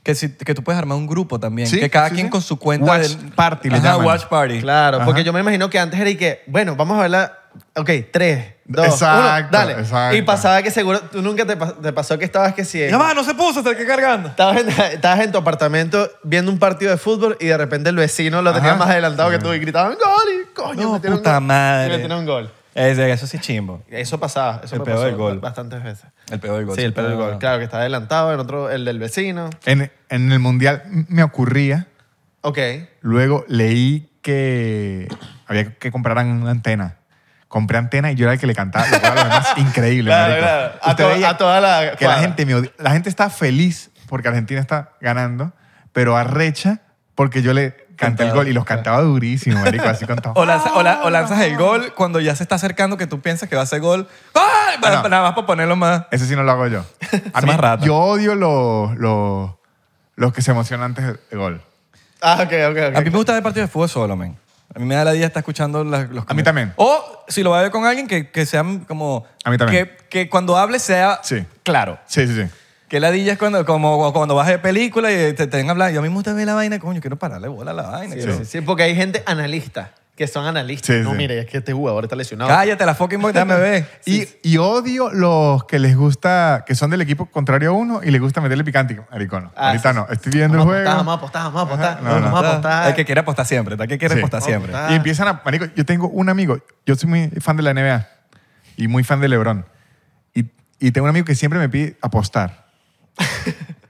Speaker 2: que, si, que tú puedes armar un grupo también.
Speaker 1: Sí,
Speaker 2: que cada
Speaker 1: sí,
Speaker 2: quien
Speaker 1: sí.
Speaker 2: con su cuenta.
Speaker 1: Watch party le
Speaker 2: Ajá,
Speaker 1: llaman.
Speaker 2: Watch Party.
Speaker 3: Claro, porque
Speaker 1: Ajá.
Speaker 3: yo me imagino que antes era y que, bueno, vamos a verla. Ok, tres, dos, uno,
Speaker 1: Exacto,
Speaker 3: dale.
Speaker 1: exacto.
Speaker 3: Y pasaba que seguro, tú nunca te, pa- te pasó que estabas que si... en-
Speaker 2: Ya va, no se puso, hasta que cargando.
Speaker 3: Estabas en, (laughs) estabas en tu apartamento viendo un partido de fútbol y de repente el vecino lo tenía
Speaker 1: Ajá.
Speaker 3: más adelantado que tú y gritaban gol y coño,
Speaker 2: No,
Speaker 3: metieron
Speaker 2: puta
Speaker 3: gol". Y
Speaker 2: madre.
Speaker 3: metieron un gol.
Speaker 2: Ese- eso sí es chimbo.
Speaker 3: Eso pasaba, eso
Speaker 2: El
Speaker 3: me
Speaker 2: peor
Speaker 3: pasó
Speaker 2: del gol.
Speaker 3: bastantes veces.
Speaker 2: El peor del gol. Ah.
Speaker 3: sí, el peor del gol.
Speaker 2: no.
Speaker 3: Claro, que estaba adelantado, el otro, el del vecino.
Speaker 1: En, en el mundial m- me ocurría,
Speaker 3: Ok.
Speaker 1: luego leí que había que comprar una antena. Compré antena y yo era el que le cantaba. lo cual, además,
Speaker 3: (laughs)
Speaker 1: increíble.
Speaker 3: Claro,
Speaker 1: marico.
Speaker 3: claro. A
Speaker 1: Usted
Speaker 3: to-
Speaker 1: veía
Speaker 3: a toda la
Speaker 1: que la
Speaker 3: cuadra.
Speaker 1: gente, me odia- la gente está feliz porque Argentina está ganando, pero arrecha porque yo le canté el
Speaker 2: Cantaba.
Speaker 1: gol y los cantaba durísimo, marico, así
Speaker 3: (laughs)
Speaker 1: cantaba.
Speaker 2: O, lanza- o la- o lanzas el gol cuando ya se está acercando que tú piensas que va a ser gol. ¡Ah! Para-
Speaker 1: Ah, no.
Speaker 2: Nada más para ponerlo más.
Speaker 1: Ese sí no lo
Speaker 3: (laughs)
Speaker 1: hago yo. A
Speaker 2: Es
Speaker 1: mí,
Speaker 2: más rata.
Speaker 1: yo odio los, los, los que se emocionan antes del gol.
Speaker 3: Ah, ok, ok, ok.
Speaker 2: A mí me gusta ver partidos de fútbol solo, men. A mí me da la idea estar escuchando las- los
Speaker 1: A mí
Speaker 2: comentarios.
Speaker 1: también.
Speaker 2: O si lo va a ver con alguien, que, que sean como...
Speaker 1: A mí también.
Speaker 2: Que, que cuando hable sea
Speaker 1: Sí.
Speaker 2: claro.
Speaker 1: Sí, sí, sí.
Speaker 2: Que la dilla es cuando, como cuando vas a ver película y te tengan hablando. Yo a mí me gusta ver la vaina, coño, quiero pararle bola a la vaina.
Speaker 3: Sí,
Speaker 2: quiero-
Speaker 3: sí, sí, porque hay gente analista, que son analistas.
Speaker 1: Sí,
Speaker 3: no,
Speaker 1: sí.
Speaker 3: mire, es que este jugador está lesionado.
Speaker 2: Cállate la fucking boca, déjame
Speaker 3: (laughs)
Speaker 2: ver.
Speaker 1: Y, y odio los que les gusta, que son del equipo contrario a uno y les gusta meterle picante. Maricono.
Speaker 3: Ah,
Speaker 1: Ahorita
Speaker 3: sí, sí.
Speaker 1: no. Estoy viendo el juego.
Speaker 3: Vamos a apostar, vamos a apostar,
Speaker 1: Ajá, no,
Speaker 3: vamos a apostar.
Speaker 2: El que quiere apostar siempre, el que quiere
Speaker 1: Sí.
Speaker 2: apostar siempre.
Speaker 3: Vamos a
Speaker 1: Y empiezan a. Marico, yo tengo un amigo, yo soy muy fan de la NBA y muy fan de LeBron. Y, y tengo un amigo que siempre me pide apostar.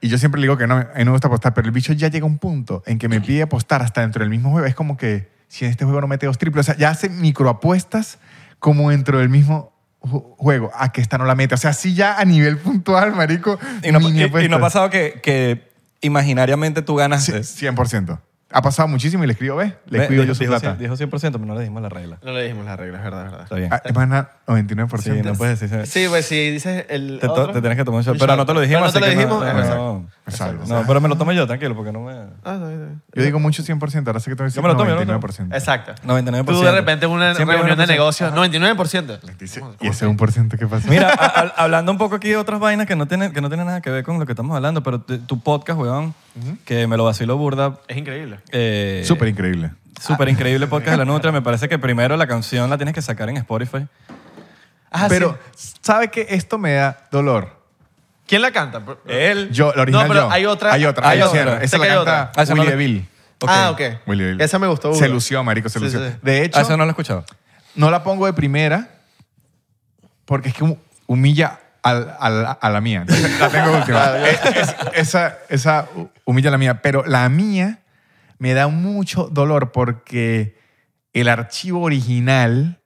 Speaker 1: y yo siempre le digo que no, a mí no me gusta apostar, pero el bicho ya llega a un punto en que me pide apostar hasta dentro del mismo juego. Es como que si en este juego no mete dos triples, o sea, ya hace microapuestas como dentro del mismo ju- juego. A que esta no la mete. O sea, sí ya a nivel puntual, marico.
Speaker 2: Y no,
Speaker 1: mini
Speaker 2: y- y no
Speaker 1: apuestas.
Speaker 2: ha pasado que, que imaginariamente tú
Speaker 1: Sí,
Speaker 2: ganaste.
Speaker 1: 100%. ha pasado muchísimo y le escribo, ¿ves? Le
Speaker 2: Ve,
Speaker 1: escribo
Speaker 2: dijo-
Speaker 1: yo su
Speaker 2: dijo
Speaker 1: plata.
Speaker 2: cien- Dijo 100%, pero no le dijimos la regla.
Speaker 3: No le dijimos la regla, es verdad, es verdad.
Speaker 2: Está bien.
Speaker 1: Ah, Es más, na- 99%.
Speaker 2: Sí, no puedes decir.
Speaker 3: Sí, pues si dices el.
Speaker 2: Te, to-
Speaker 3: otro-
Speaker 2: te tienes que tomar un shot. Pero no te lo dijimos.
Speaker 3: Pero no te lo
Speaker 2: así que
Speaker 3: dijimos.
Speaker 2: no,
Speaker 3: es
Speaker 2: no,
Speaker 3: verdad.
Speaker 2: no.
Speaker 1: Me salgo.
Speaker 2: No, pero me lo tomo yo, tranquilo, porque no me.
Speaker 3: Ah, está bien, está bien.
Speaker 1: Yo digo mucho 100%, ahora sé que tengo que decir
Speaker 2: Yo me lo tomo, yo me lo tomo.
Speaker 1: 99%.
Speaker 3: Exacto.
Speaker 2: 99%.
Speaker 3: Tú de repente en una
Speaker 2: Siempre
Speaker 3: reunión de
Speaker 2: 99%.
Speaker 3: negocios, 99%.
Speaker 1: Dice, Y ese 1% que pasa. (laughs)
Speaker 2: Mira, a- a- hablando un poco aquí de otras vainas que no tienen, que no tienen nada que ver con lo que estamos hablando, pero tu- tu podcast, weón, que me lo vacilo burda.
Speaker 3: Es increíble.
Speaker 2: Eh,
Speaker 1: Súper increíble.
Speaker 2: Súper increíble podcast de la Nutria. Me parece que primero la canción la tienes que sacar en Spotify.
Speaker 3: Ah,
Speaker 1: Pero,
Speaker 3: sí.
Speaker 1: ¿sabe que esto me da dolor?
Speaker 3: ¿Quién la canta?
Speaker 2: Él.
Speaker 1: Yo, la original
Speaker 3: No, pero
Speaker 1: yo.
Speaker 3: hay otra-
Speaker 1: Hay otra, hay,
Speaker 2: hay
Speaker 1: otra.
Speaker 2: otra.
Speaker 1: Esa
Speaker 3: Sé que
Speaker 1: la
Speaker 3: hay
Speaker 1: canta
Speaker 2: otra. Ah, esa no
Speaker 1: Willy
Speaker 2: la-
Speaker 1: Deville.
Speaker 3: Ah, ok.
Speaker 1: Willy Deville.
Speaker 3: Esa me gustó.
Speaker 1: Se
Speaker 3: burda.
Speaker 1: lució, marico, se
Speaker 3: Sí,
Speaker 1: lució.
Speaker 3: sí, sí.
Speaker 1: De hecho,
Speaker 2: Ah, Eso no lo he escuchado.
Speaker 1: no la pongo de primera porque es que hum- humilla al- al- a la mía. Entonces, la tengo de última. Es- es- esa, esa hu- humilla a la mía. Pero la mía me da mucho dolor porque el archivo original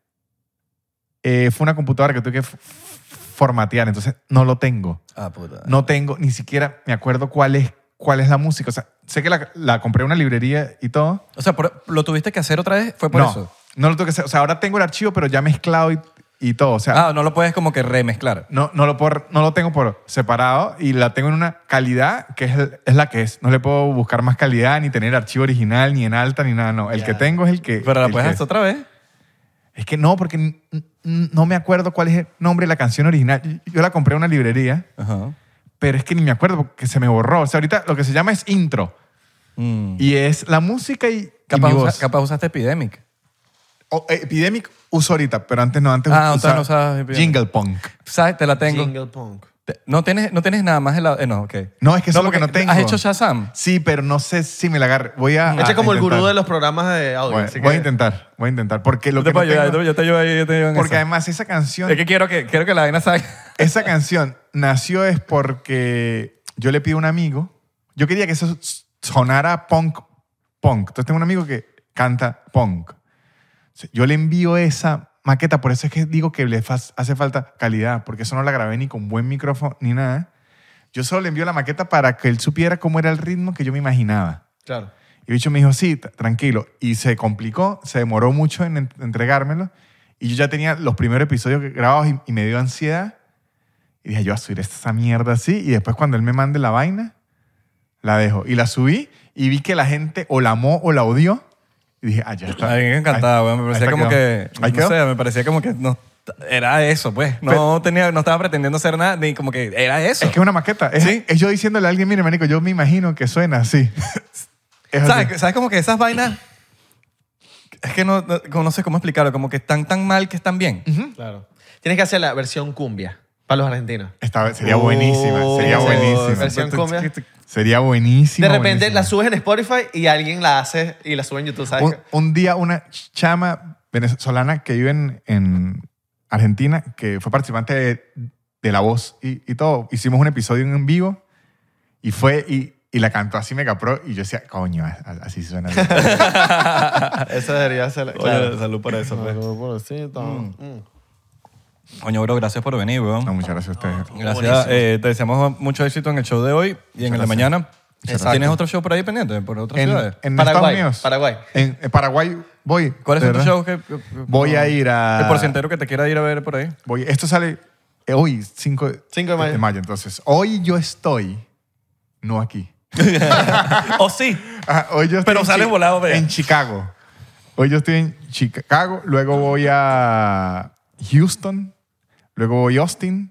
Speaker 1: eh, fue una computadora que tuve que f- formatear. Entonces, no lo tengo.
Speaker 2: Ah, puta.
Speaker 1: No tengo, ni siquiera me acuerdo cuál es, cuál es la música. O sea, sé que la, la compré en una librería y todo.
Speaker 2: O sea, por- lo tuviste que hacer otra vez, fue por
Speaker 1: no,
Speaker 2: eso.
Speaker 1: no lo tengo que hacer. O sea, ahora tengo el archivo, pero ya mezclado y, y todo. O sea,
Speaker 2: Ah, no lo puedes como que remezclar.
Speaker 1: No, no, lo puedo- no lo tengo por separado y la tengo en una calidad que es, el- es la que es. No le puedo buscar más calidad, ni tener archivo original, ni en alta, ni nada. No, el
Speaker 3: Ya.
Speaker 1: que tengo es el que...
Speaker 2: Pero la
Speaker 1: el
Speaker 2: puedes
Speaker 1: que-
Speaker 2: hacer otra vez.
Speaker 1: Es que no, porque n- n- no me acuerdo cuál es el nombre de la canción original. Yo la compré en una librería,
Speaker 2: Ajá.
Speaker 1: pero es que ni me acuerdo porque se me borró. O sea, ahorita lo que se llama es intro
Speaker 2: Mm.
Speaker 1: y es la música y, y
Speaker 2: Capaz,
Speaker 1: mi
Speaker 2: usa-
Speaker 1: voz.
Speaker 2: capaz usaste Epidemic.
Speaker 1: O- eh, Epidemic uso ahorita, pero antes no. Antes usaba
Speaker 2: Ah, antes no usabas Epidemic.
Speaker 1: Jingle Punk.
Speaker 2: ¿Sabes? Te la tengo.
Speaker 3: Jingle Punk.
Speaker 2: Te- No tienes, no tienes nada más de la... eh, no, ok.
Speaker 1: No, es que eso es lo que no
Speaker 2: porque
Speaker 1: tengo.
Speaker 2: ¿Has hecho Shazam?
Speaker 1: Sí, pero no sé si me la agarre. Voy a.
Speaker 2: Ah,
Speaker 3: Este
Speaker 1: a
Speaker 3: es como el gurú
Speaker 1: intentar.
Speaker 3: de los programas de audio.
Speaker 1: Voy,
Speaker 3: así
Speaker 1: voy a
Speaker 3: que-
Speaker 1: intentar, voy a intentar. Porque lo
Speaker 2: Yo te
Speaker 1: que no
Speaker 2: puedo ayudar,
Speaker 1: tengo-
Speaker 2: yo te ayudo ahí, yo te ayudo en
Speaker 1: Porque
Speaker 2: eso.
Speaker 1: además esa canción,
Speaker 2: Es que quiero que, quiero que la
Speaker 1: (laughs)
Speaker 2: vaina salga.
Speaker 1: esa canción nació es porque yo le pido a un amigo, yo quería que eso sonara punk, punk. Entonces tengo un amigo que canta punk. Yo le envío esa maqueta, por eso es que digo que le fas- hace falta calidad, porque eso no la grabé ni con buen micrófono ni nada. Yo solo le envío la maqueta para que él supiera cómo era el ritmo que yo me imaginaba.
Speaker 3: Claro.
Speaker 1: Y el bicho me dijo, sí, t- tranquilo. Y se complicó, se demoró mucho en en- entregármelo. Y yo ya tenía los primeros episodios que- grabados y, y me dio ansiedad. Y dije, yo voy a subir esta mierda así. Y después cuando él me mande la vaina, la dejo. Y la subí y vi que la gente o la amó o la odió. Y dije, ah, ya está.
Speaker 2: A mí me encantaba, weón. Me
Speaker 1: Ahí
Speaker 2: parecía
Speaker 1: está,
Speaker 2: como
Speaker 1: quedó.
Speaker 2: que...
Speaker 1: Ahí
Speaker 2: No
Speaker 1: quedó.
Speaker 2: sé, me parecía como que no... Era eso, pues. No, tenía, no estaba pretendiendo hacer nada, ni como que era eso.
Speaker 1: Es que es una maqueta. Es,
Speaker 2: Sí.
Speaker 1: es yo diciéndole a alguien, mire, marico, yo me imagino que suena así. (laughs) Es así.
Speaker 2: ¿Sabes? ¿Sabes? Como que esas vainas... Es que no, no- como no sé cómo explicarlo. Como que están tan mal que están bien.
Speaker 3: Claro. Tienes que hacer la versión cumbia para los argentinos.
Speaker 1: Esta sería
Speaker 3: Oh,
Speaker 1: buenísima, sería
Speaker 3: esa
Speaker 1: buenísima.
Speaker 3: versión cumbia.
Speaker 1: Sería buenísima.
Speaker 3: De repente
Speaker 1: buenísima.
Speaker 3: la subes en Spotify y alguien la hace y la sube en YouTube, ¿sabes?
Speaker 1: Un, un día una chama venezolana que vive en, en Argentina, que fue participante de, de La Voz y, y todo, hicimos un episodio en vivo y fue y, y la cantó así mega pro y yo decía, coño, a- a- así suena.
Speaker 3: (laughs) Esa debería ser la.
Speaker 2: Oye, salud por eso, pues.
Speaker 3: Mm.
Speaker 2: Coño, bro, gracias por venir, weón.
Speaker 1: no, muchas gracias a ustedes.
Speaker 2: Gracias. Eh, te deseamos mucho éxito en el show de hoy y en el de
Speaker 1: gracias.
Speaker 2: mañana.
Speaker 1: gracias.
Speaker 2: ¿Tienes otro show por ahí pendiente? ¿Por otras
Speaker 1: En,
Speaker 2: ciudades?
Speaker 1: en Estados
Speaker 3: Paraguay,
Speaker 1: Unidos.
Speaker 3: Paraguay.
Speaker 1: En, en Paraguay voy.
Speaker 2: ¿Cuáles
Speaker 1: de
Speaker 2: son tus
Speaker 1: verdad.
Speaker 2: shows que, que- que-
Speaker 1: Voy a ir a...
Speaker 2: El porcentero que te quiera ir a ver por ahí.
Speaker 1: (laughs) Voy, esto sale eh, hoy, 5
Speaker 3: Cinco de mayo.
Speaker 1: Entonces, hoy yo estoy, no aquí.
Speaker 2: o
Speaker 1: Oh,
Speaker 2: sí.
Speaker 1: Ajá, hoy yo estoy
Speaker 2: Pero
Speaker 1: en
Speaker 2: sales
Speaker 1: Chi-
Speaker 2: volado, ve.
Speaker 1: En Chicago. Hoy yo estoy en Chicago, luego voy a Houston, luego voy a Austin,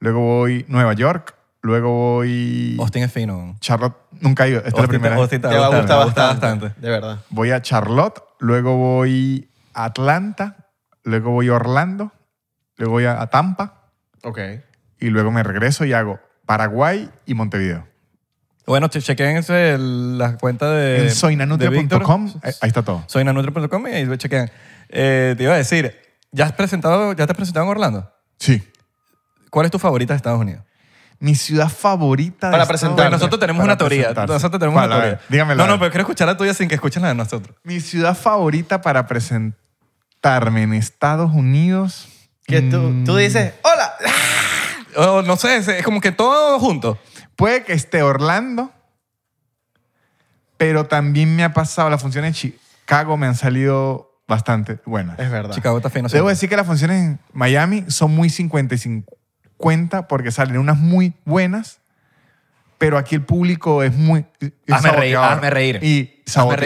Speaker 1: luego voy a Nueva York, luego voy...
Speaker 2: Austin es fino.
Speaker 1: Charlotte, nunca he ido, esta es la
Speaker 2: Austin te-
Speaker 1: primera.
Speaker 2: Austin te
Speaker 3: Te va a gustar
Speaker 2: te va a
Speaker 3: bastante.
Speaker 2: gustar
Speaker 3: De verdad.
Speaker 1: Voy a Charlotte, luego voy a Atlanta, luego voy a Orlando, luego voy a, a Tampa
Speaker 3: Ok.
Speaker 1: y luego me regreso y hago Paraguay y Montevideo.
Speaker 2: Bueno, che- chequen ese- el- las cuentas de.
Speaker 1: en soynanutria.com,
Speaker 2: Eh, de
Speaker 1: ahí
Speaker 2: Víctor.
Speaker 1: ahí está todo.
Speaker 2: Soynanutria.com y ahí chequen. Eh, te iba a decir, ¿ya has presentado, ya te has presentado en Orlando?
Speaker 1: Sí.
Speaker 2: ¿Cuál es tu favorita de Estados Unidos?
Speaker 1: Mi ciudad favorita de
Speaker 3: Para
Speaker 1: Estados
Speaker 3: presentar.
Speaker 2: Bueno,
Speaker 3: Tarde.
Speaker 2: Pues nosotros tenemos
Speaker 1: Para
Speaker 2: una teoría.
Speaker 1: presentarse.
Speaker 2: Nosotros tenemos
Speaker 1: ¿Cuál?
Speaker 2: una
Speaker 1: A
Speaker 2: teoría.
Speaker 1: ver, dígamela.
Speaker 2: No,
Speaker 1: A
Speaker 2: no,
Speaker 1: ver.
Speaker 2: pero quiero escuchar la tuya sin que escuchen la de nosotros.
Speaker 1: Mi ciudad favorita para presentarme en Estados Unidos.
Speaker 3: Que tú,
Speaker 1: mm,
Speaker 3: tú dices, hola.
Speaker 2: O, no sé, es, es como que todo junto.
Speaker 1: Puede que esté Orlando, pero también me ha pasado, las funciones en Chicago me han salido bastante buenas.
Speaker 3: (laughs) Es verdad.
Speaker 2: Chicago está fino.
Speaker 1: Debo decir que las funciones en Miami son muy 50 y 50 porque salen unas muy buenas, pero aquí el público es muy eh,
Speaker 2: Hazme reír,
Speaker 1: saboteador
Speaker 2: hazme
Speaker 1: Y
Speaker 2: reír. Hazme reír.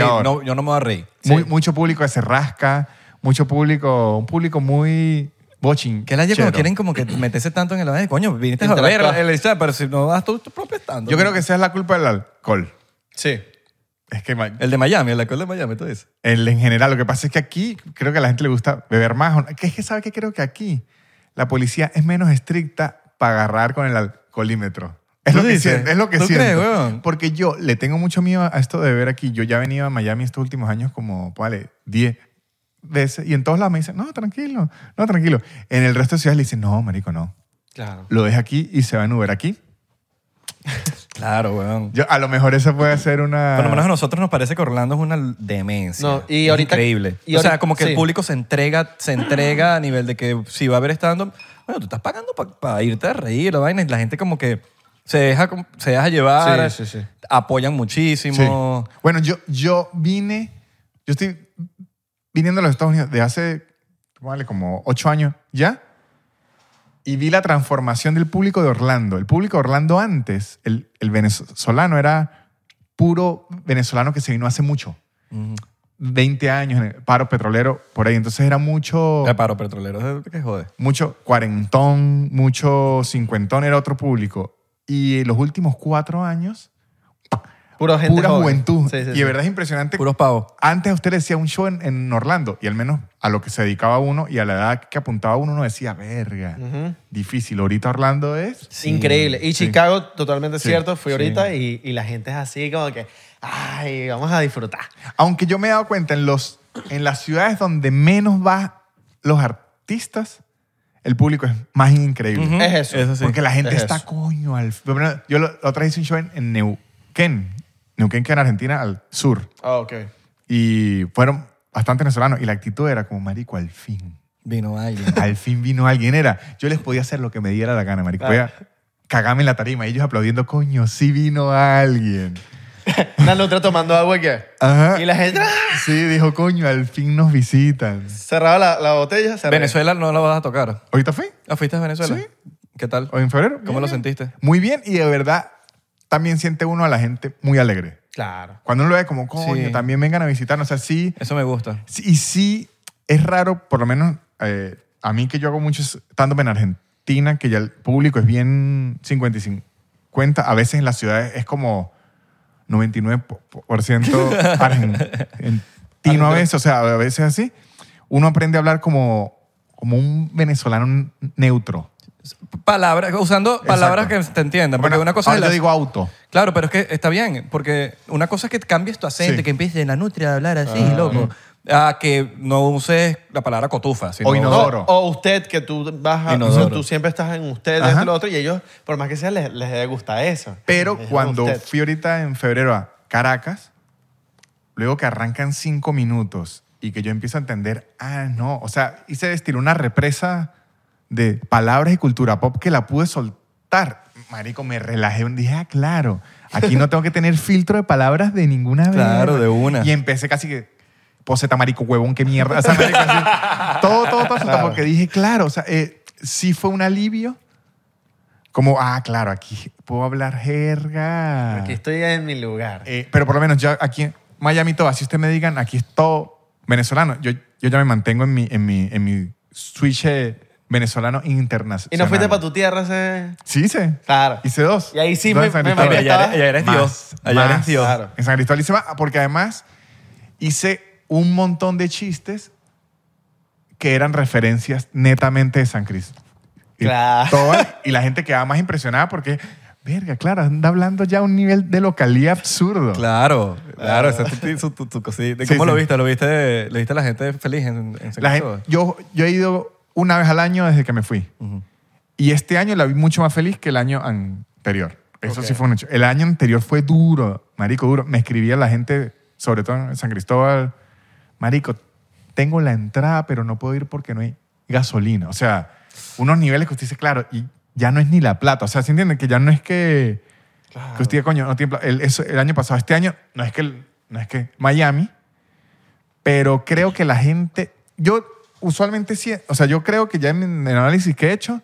Speaker 1: saboteador.
Speaker 2: No, yo no me voy a reír.
Speaker 1: Muy-
Speaker 2: Sí.
Speaker 1: Mucho público que se rasca, mucho público, un público muy bochin.
Speaker 2: Que la llevo
Speaker 1: chero.
Speaker 2: quieren como que meterse tanto en el baño. Coño, viniste a
Speaker 3: Intelectual.
Speaker 2: ver el chat, pero si no das tu, tu propio stand.
Speaker 1: Yo creo que esa es la culpa del alcohol.
Speaker 3: Sí.
Speaker 1: Es que ma-
Speaker 2: El de Miami, el alcohol de Miami, tú dices.
Speaker 1: el, en general, lo que pasa es que aquí creo que a la gente le gusta beber más. Que es que sabe que creo que aquí la policía es menos estricta para agarrar con el alcoholímetro. Es
Speaker 2: ¿Tú
Speaker 1: lo, que
Speaker 2: dices?
Speaker 1: siento, es lo que
Speaker 2: ¿Tú
Speaker 1: siento.
Speaker 2: crees, weón?
Speaker 1: Porque yo le tengo mucho miedo a esto de beber aquí. Yo ya he venido a Miami estos últimos años como, vale, 10 veces. Y en todos lados me dicen, no, tranquilo, no, tranquilo. En el resto de ciudades le dicen, no, marico, no.
Speaker 3: Claro.
Speaker 1: Lo deja aquí y se va en Uber aquí.
Speaker 2: Claro, weón.
Speaker 1: Yo, a lo mejor esa puede ser una...
Speaker 2: Por lo menos a nosotros nos parece que Orlando es una demencia.
Speaker 3: No, y
Speaker 2: Es
Speaker 3: ahorita-
Speaker 2: increíble.
Speaker 3: y
Speaker 2: o sea,
Speaker 3: ahorita-
Speaker 2: como que
Speaker 3: sí.
Speaker 2: el público se entrega, se entrega a nivel de que si va a haber stand-up, bueno, tú estás pagando para irte a reír, la vaina, y la gente como que se deja, com- se deja llevar,
Speaker 3: Sí, sí, sí.
Speaker 2: apoyan muchísimo. Oh.
Speaker 1: Sí. Bueno, yo, yo vine, yo estoy viniendo a los Estados Unidos de hace, vale, como ocho años ya, y vi la transformación del público de Orlando. El público de Orlando antes, el, el venezolano era puro venezolano que se vino hace mucho,
Speaker 2: Mm.
Speaker 1: 20 años en el paro petrolero, por ahí. Entonces era mucho,
Speaker 2: Ya paro, petrolero, ¿qué jode?
Speaker 1: mucho cuarentón, mucho cincuentón, era otro público. Y en los últimos cuatro años,
Speaker 3: Puro gente
Speaker 1: pura
Speaker 3: joven.
Speaker 1: juventud.
Speaker 3: Sí, sí,
Speaker 1: y
Speaker 3: sí.
Speaker 1: de verdad es impresionante
Speaker 2: Puros pavos.
Speaker 1: antes usted le decía un show en, en Orlando y al menos a lo que se dedicaba uno y a la edad que apuntaba uno, uno decía, verga,
Speaker 3: Ujú.
Speaker 1: difícil. Ahorita Orlando es...
Speaker 2: Sí.
Speaker 3: Increíble. Y
Speaker 1: Sí.
Speaker 3: Chicago, totalmente
Speaker 1: Sí,
Speaker 3: cierto, fui
Speaker 1: sí.
Speaker 3: ahorita y, y la gente es así como que, ay, vamos a disfrutar.
Speaker 1: Aunque yo me he dado cuenta, en, los, en las ciudades donde menos van los artistas, el público es más increíble.
Speaker 2: Ujú.
Speaker 3: Es eso.
Speaker 2: Eso sí.
Speaker 1: Porque la gente
Speaker 3: es
Speaker 1: está
Speaker 3: eso.
Speaker 1: coño al... Bueno, Yo lo- la otra vez hice un show en, en Neuquén, Neuquén que en Argentina, al sur.
Speaker 3: Ah, ok.
Speaker 1: Y fueron bastante venezolanos y la actitud era como, marico, al fin.
Speaker 2: Vino alguien.
Speaker 1: (laughs) Al fin vino alguien, era. Yo les podía hacer lo que me diera la gana, marico. Podía cagarme en la tarima, ellos aplaudiendo, coño, sí vino alguien.
Speaker 3: Una nutra tomando agua y qué.
Speaker 1: Ajá.
Speaker 3: Y la gente ¡ah!
Speaker 1: Sí, dijo, coño, al fin nos visitan.
Speaker 3: cerraba la, la botella. cerré.
Speaker 2: Venezuela no la vas a tocar.
Speaker 1: ¿Ahorita fui?
Speaker 2: ¿Ah, fuiste a Venezuela?
Speaker 1: Sí.
Speaker 2: ¿Qué tal?
Speaker 1: ¿O en febrero?
Speaker 2: ¿Cómo
Speaker 1: Bien,
Speaker 2: lo
Speaker 1: bien.
Speaker 2: sentiste?
Speaker 1: Muy bien, y de verdad también siente uno a la gente muy alegre.
Speaker 3: Claro.
Speaker 1: Cuando uno lo ve como, coño,
Speaker 2: Sí.
Speaker 1: también vengan a visitarnos. O sea, sí,
Speaker 2: Eso me gusta.
Speaker 1: sí- y sí, es raro, por lo menos eh, a mí que yo hago mucho stand-up en Argentina, que ya el público es bien 50 y 50. A veces en las ciudades es como
Speaker 2: (laughs)
Speaker 1: 99% argentino a veces, o sea, a veces así. Uno aprende a hablar como, como un venezolano neutro.
Speaker 2: Palabras, usando palabras que te entiendan. Porque
Speaker 1: Bueno,
Speaker 2: una cosa es
Speaker 1: ahora
Speaker 2: la-
Speaker 1: yo digo auto.
Speaker 2: Claro, pero es que está bien, porque una cosa es que cambies tu acento,
Speaker 1: Sí. Ah.
Speaker 2: que empieces en la nutria a hablar así, loco. A que no uses la palabra cotufa, sino Ah,
Speaker 1: O inodoro.
Speaker 3: O, o usted, que tú vas a,
Speaker 2: Inodoro.
Speaker 3: tú siempre estás en usted,
Speaker 1: Ajá.
Speaker 3: esto y lo otro, y ellos, por más que sea, les, les gusta eso.
Speaker 1: Pero
Speaker 3: Les gusta
Speaker 1: cuando
Speaker 3: usted.
Speaker 1: fui ahorita en febrero a Caracas, luego que arrancan cinco minutos y que yo empiezo a entender, ah, no, o sea, hice estilo una represa de palabras y cultura pop que la pude soltar. Marico, me relajé, dije, ah, claro, aquí no tengo que tener filtro de palabras de ninguna vez.
Speaker 2: Claro, de una.
Speaker 1: Y empecé casi que, poseta marico, huevón, qué mierda. O sea, marico, así, todo, todo, todo,
Speaker 3: Claro.
Speaker 1: porque dije, claro, o sea, eh, sí fue un alivio. Como, ah, claro, aquí puedo hablar jerga.
Speaker 2: Ah.
Speaker 3: Aquí estoy en mi lugar.
Speaker 1: Eh, pero por lo menos ya aquí en Miami todo, así usted me digan, aquí es todo venezolano. Yo, yo ya me mantengo en mi, en mi, en mi switch eh, venezolano internacional.
Speaker 3: ¿Y no fuiste para tu tierra ese...?
Speaker 1: Sí, hice.
Speaker 3: Claro.
Speaker 1: Hice dos.
Speaker 3: Y ahí sí
Speaker 1: Dos
Speaker 3: me-
Speaker 1: en San
Speaker 3: me
Speaker 1: Cristóbal.
Speaker 3: marqué.
Speaker 2: allá, eres- allá eres
Speaker 1: Más,
Speaker 2: Dios. Allá
Speaker 1: más.
Speaker 2: eres Dios.
Speaker 3: Claro.
Speaker 1: En San Cristóbal hice más, porque además hice un montón de chistes que eran referencias netamente de San Cristóbal.
Speaker 3: Claro.
Speaker 1: Y la gente quedaba más impresionada porque, verga, claro, anda hablando ya a un nivel de localidad absurdo.
Speaker 2: Claro, claro, esa es tu, su- tu- tu cosita.
Speaker 1: Ah. Sí,
Speaker 2: ¿Cómo lo
Speaker 1: sí.
Speaker 2: viste? ¿Lo viste? ¿Le viste a la gente feliz en, en este San
Speaker 1: La
Speaker 2: Cristóbal?
Speaker 1: gen- yo, yo he ido una vez al año desde que me fui.
Speaker 2: Ujú.
Speaker 1: Y este año la vi mucho más feliz que el año anterior. Eso
Speaker 3: Ok.
Speaker 1: sí fue un hecho. El año anterior fue duro, marico, duro. Me escribía la gente, sobre todo en San Cristóbal, marico, tengo la entrada, pero no puedo ir porque no hay gasolina. O sea, unos niveles que usted dice, claro, y ya no es ni la plata. O sea, ¿se entiende? Que ya no es que Que usted, coño, no tiene pla- el, eso- el año pasado, este año, no es que, el- no es que Miami, pero creo que la gente, yo usualmente sí, o sea, yo creo que ya en, mi- en el análisis que he hecho,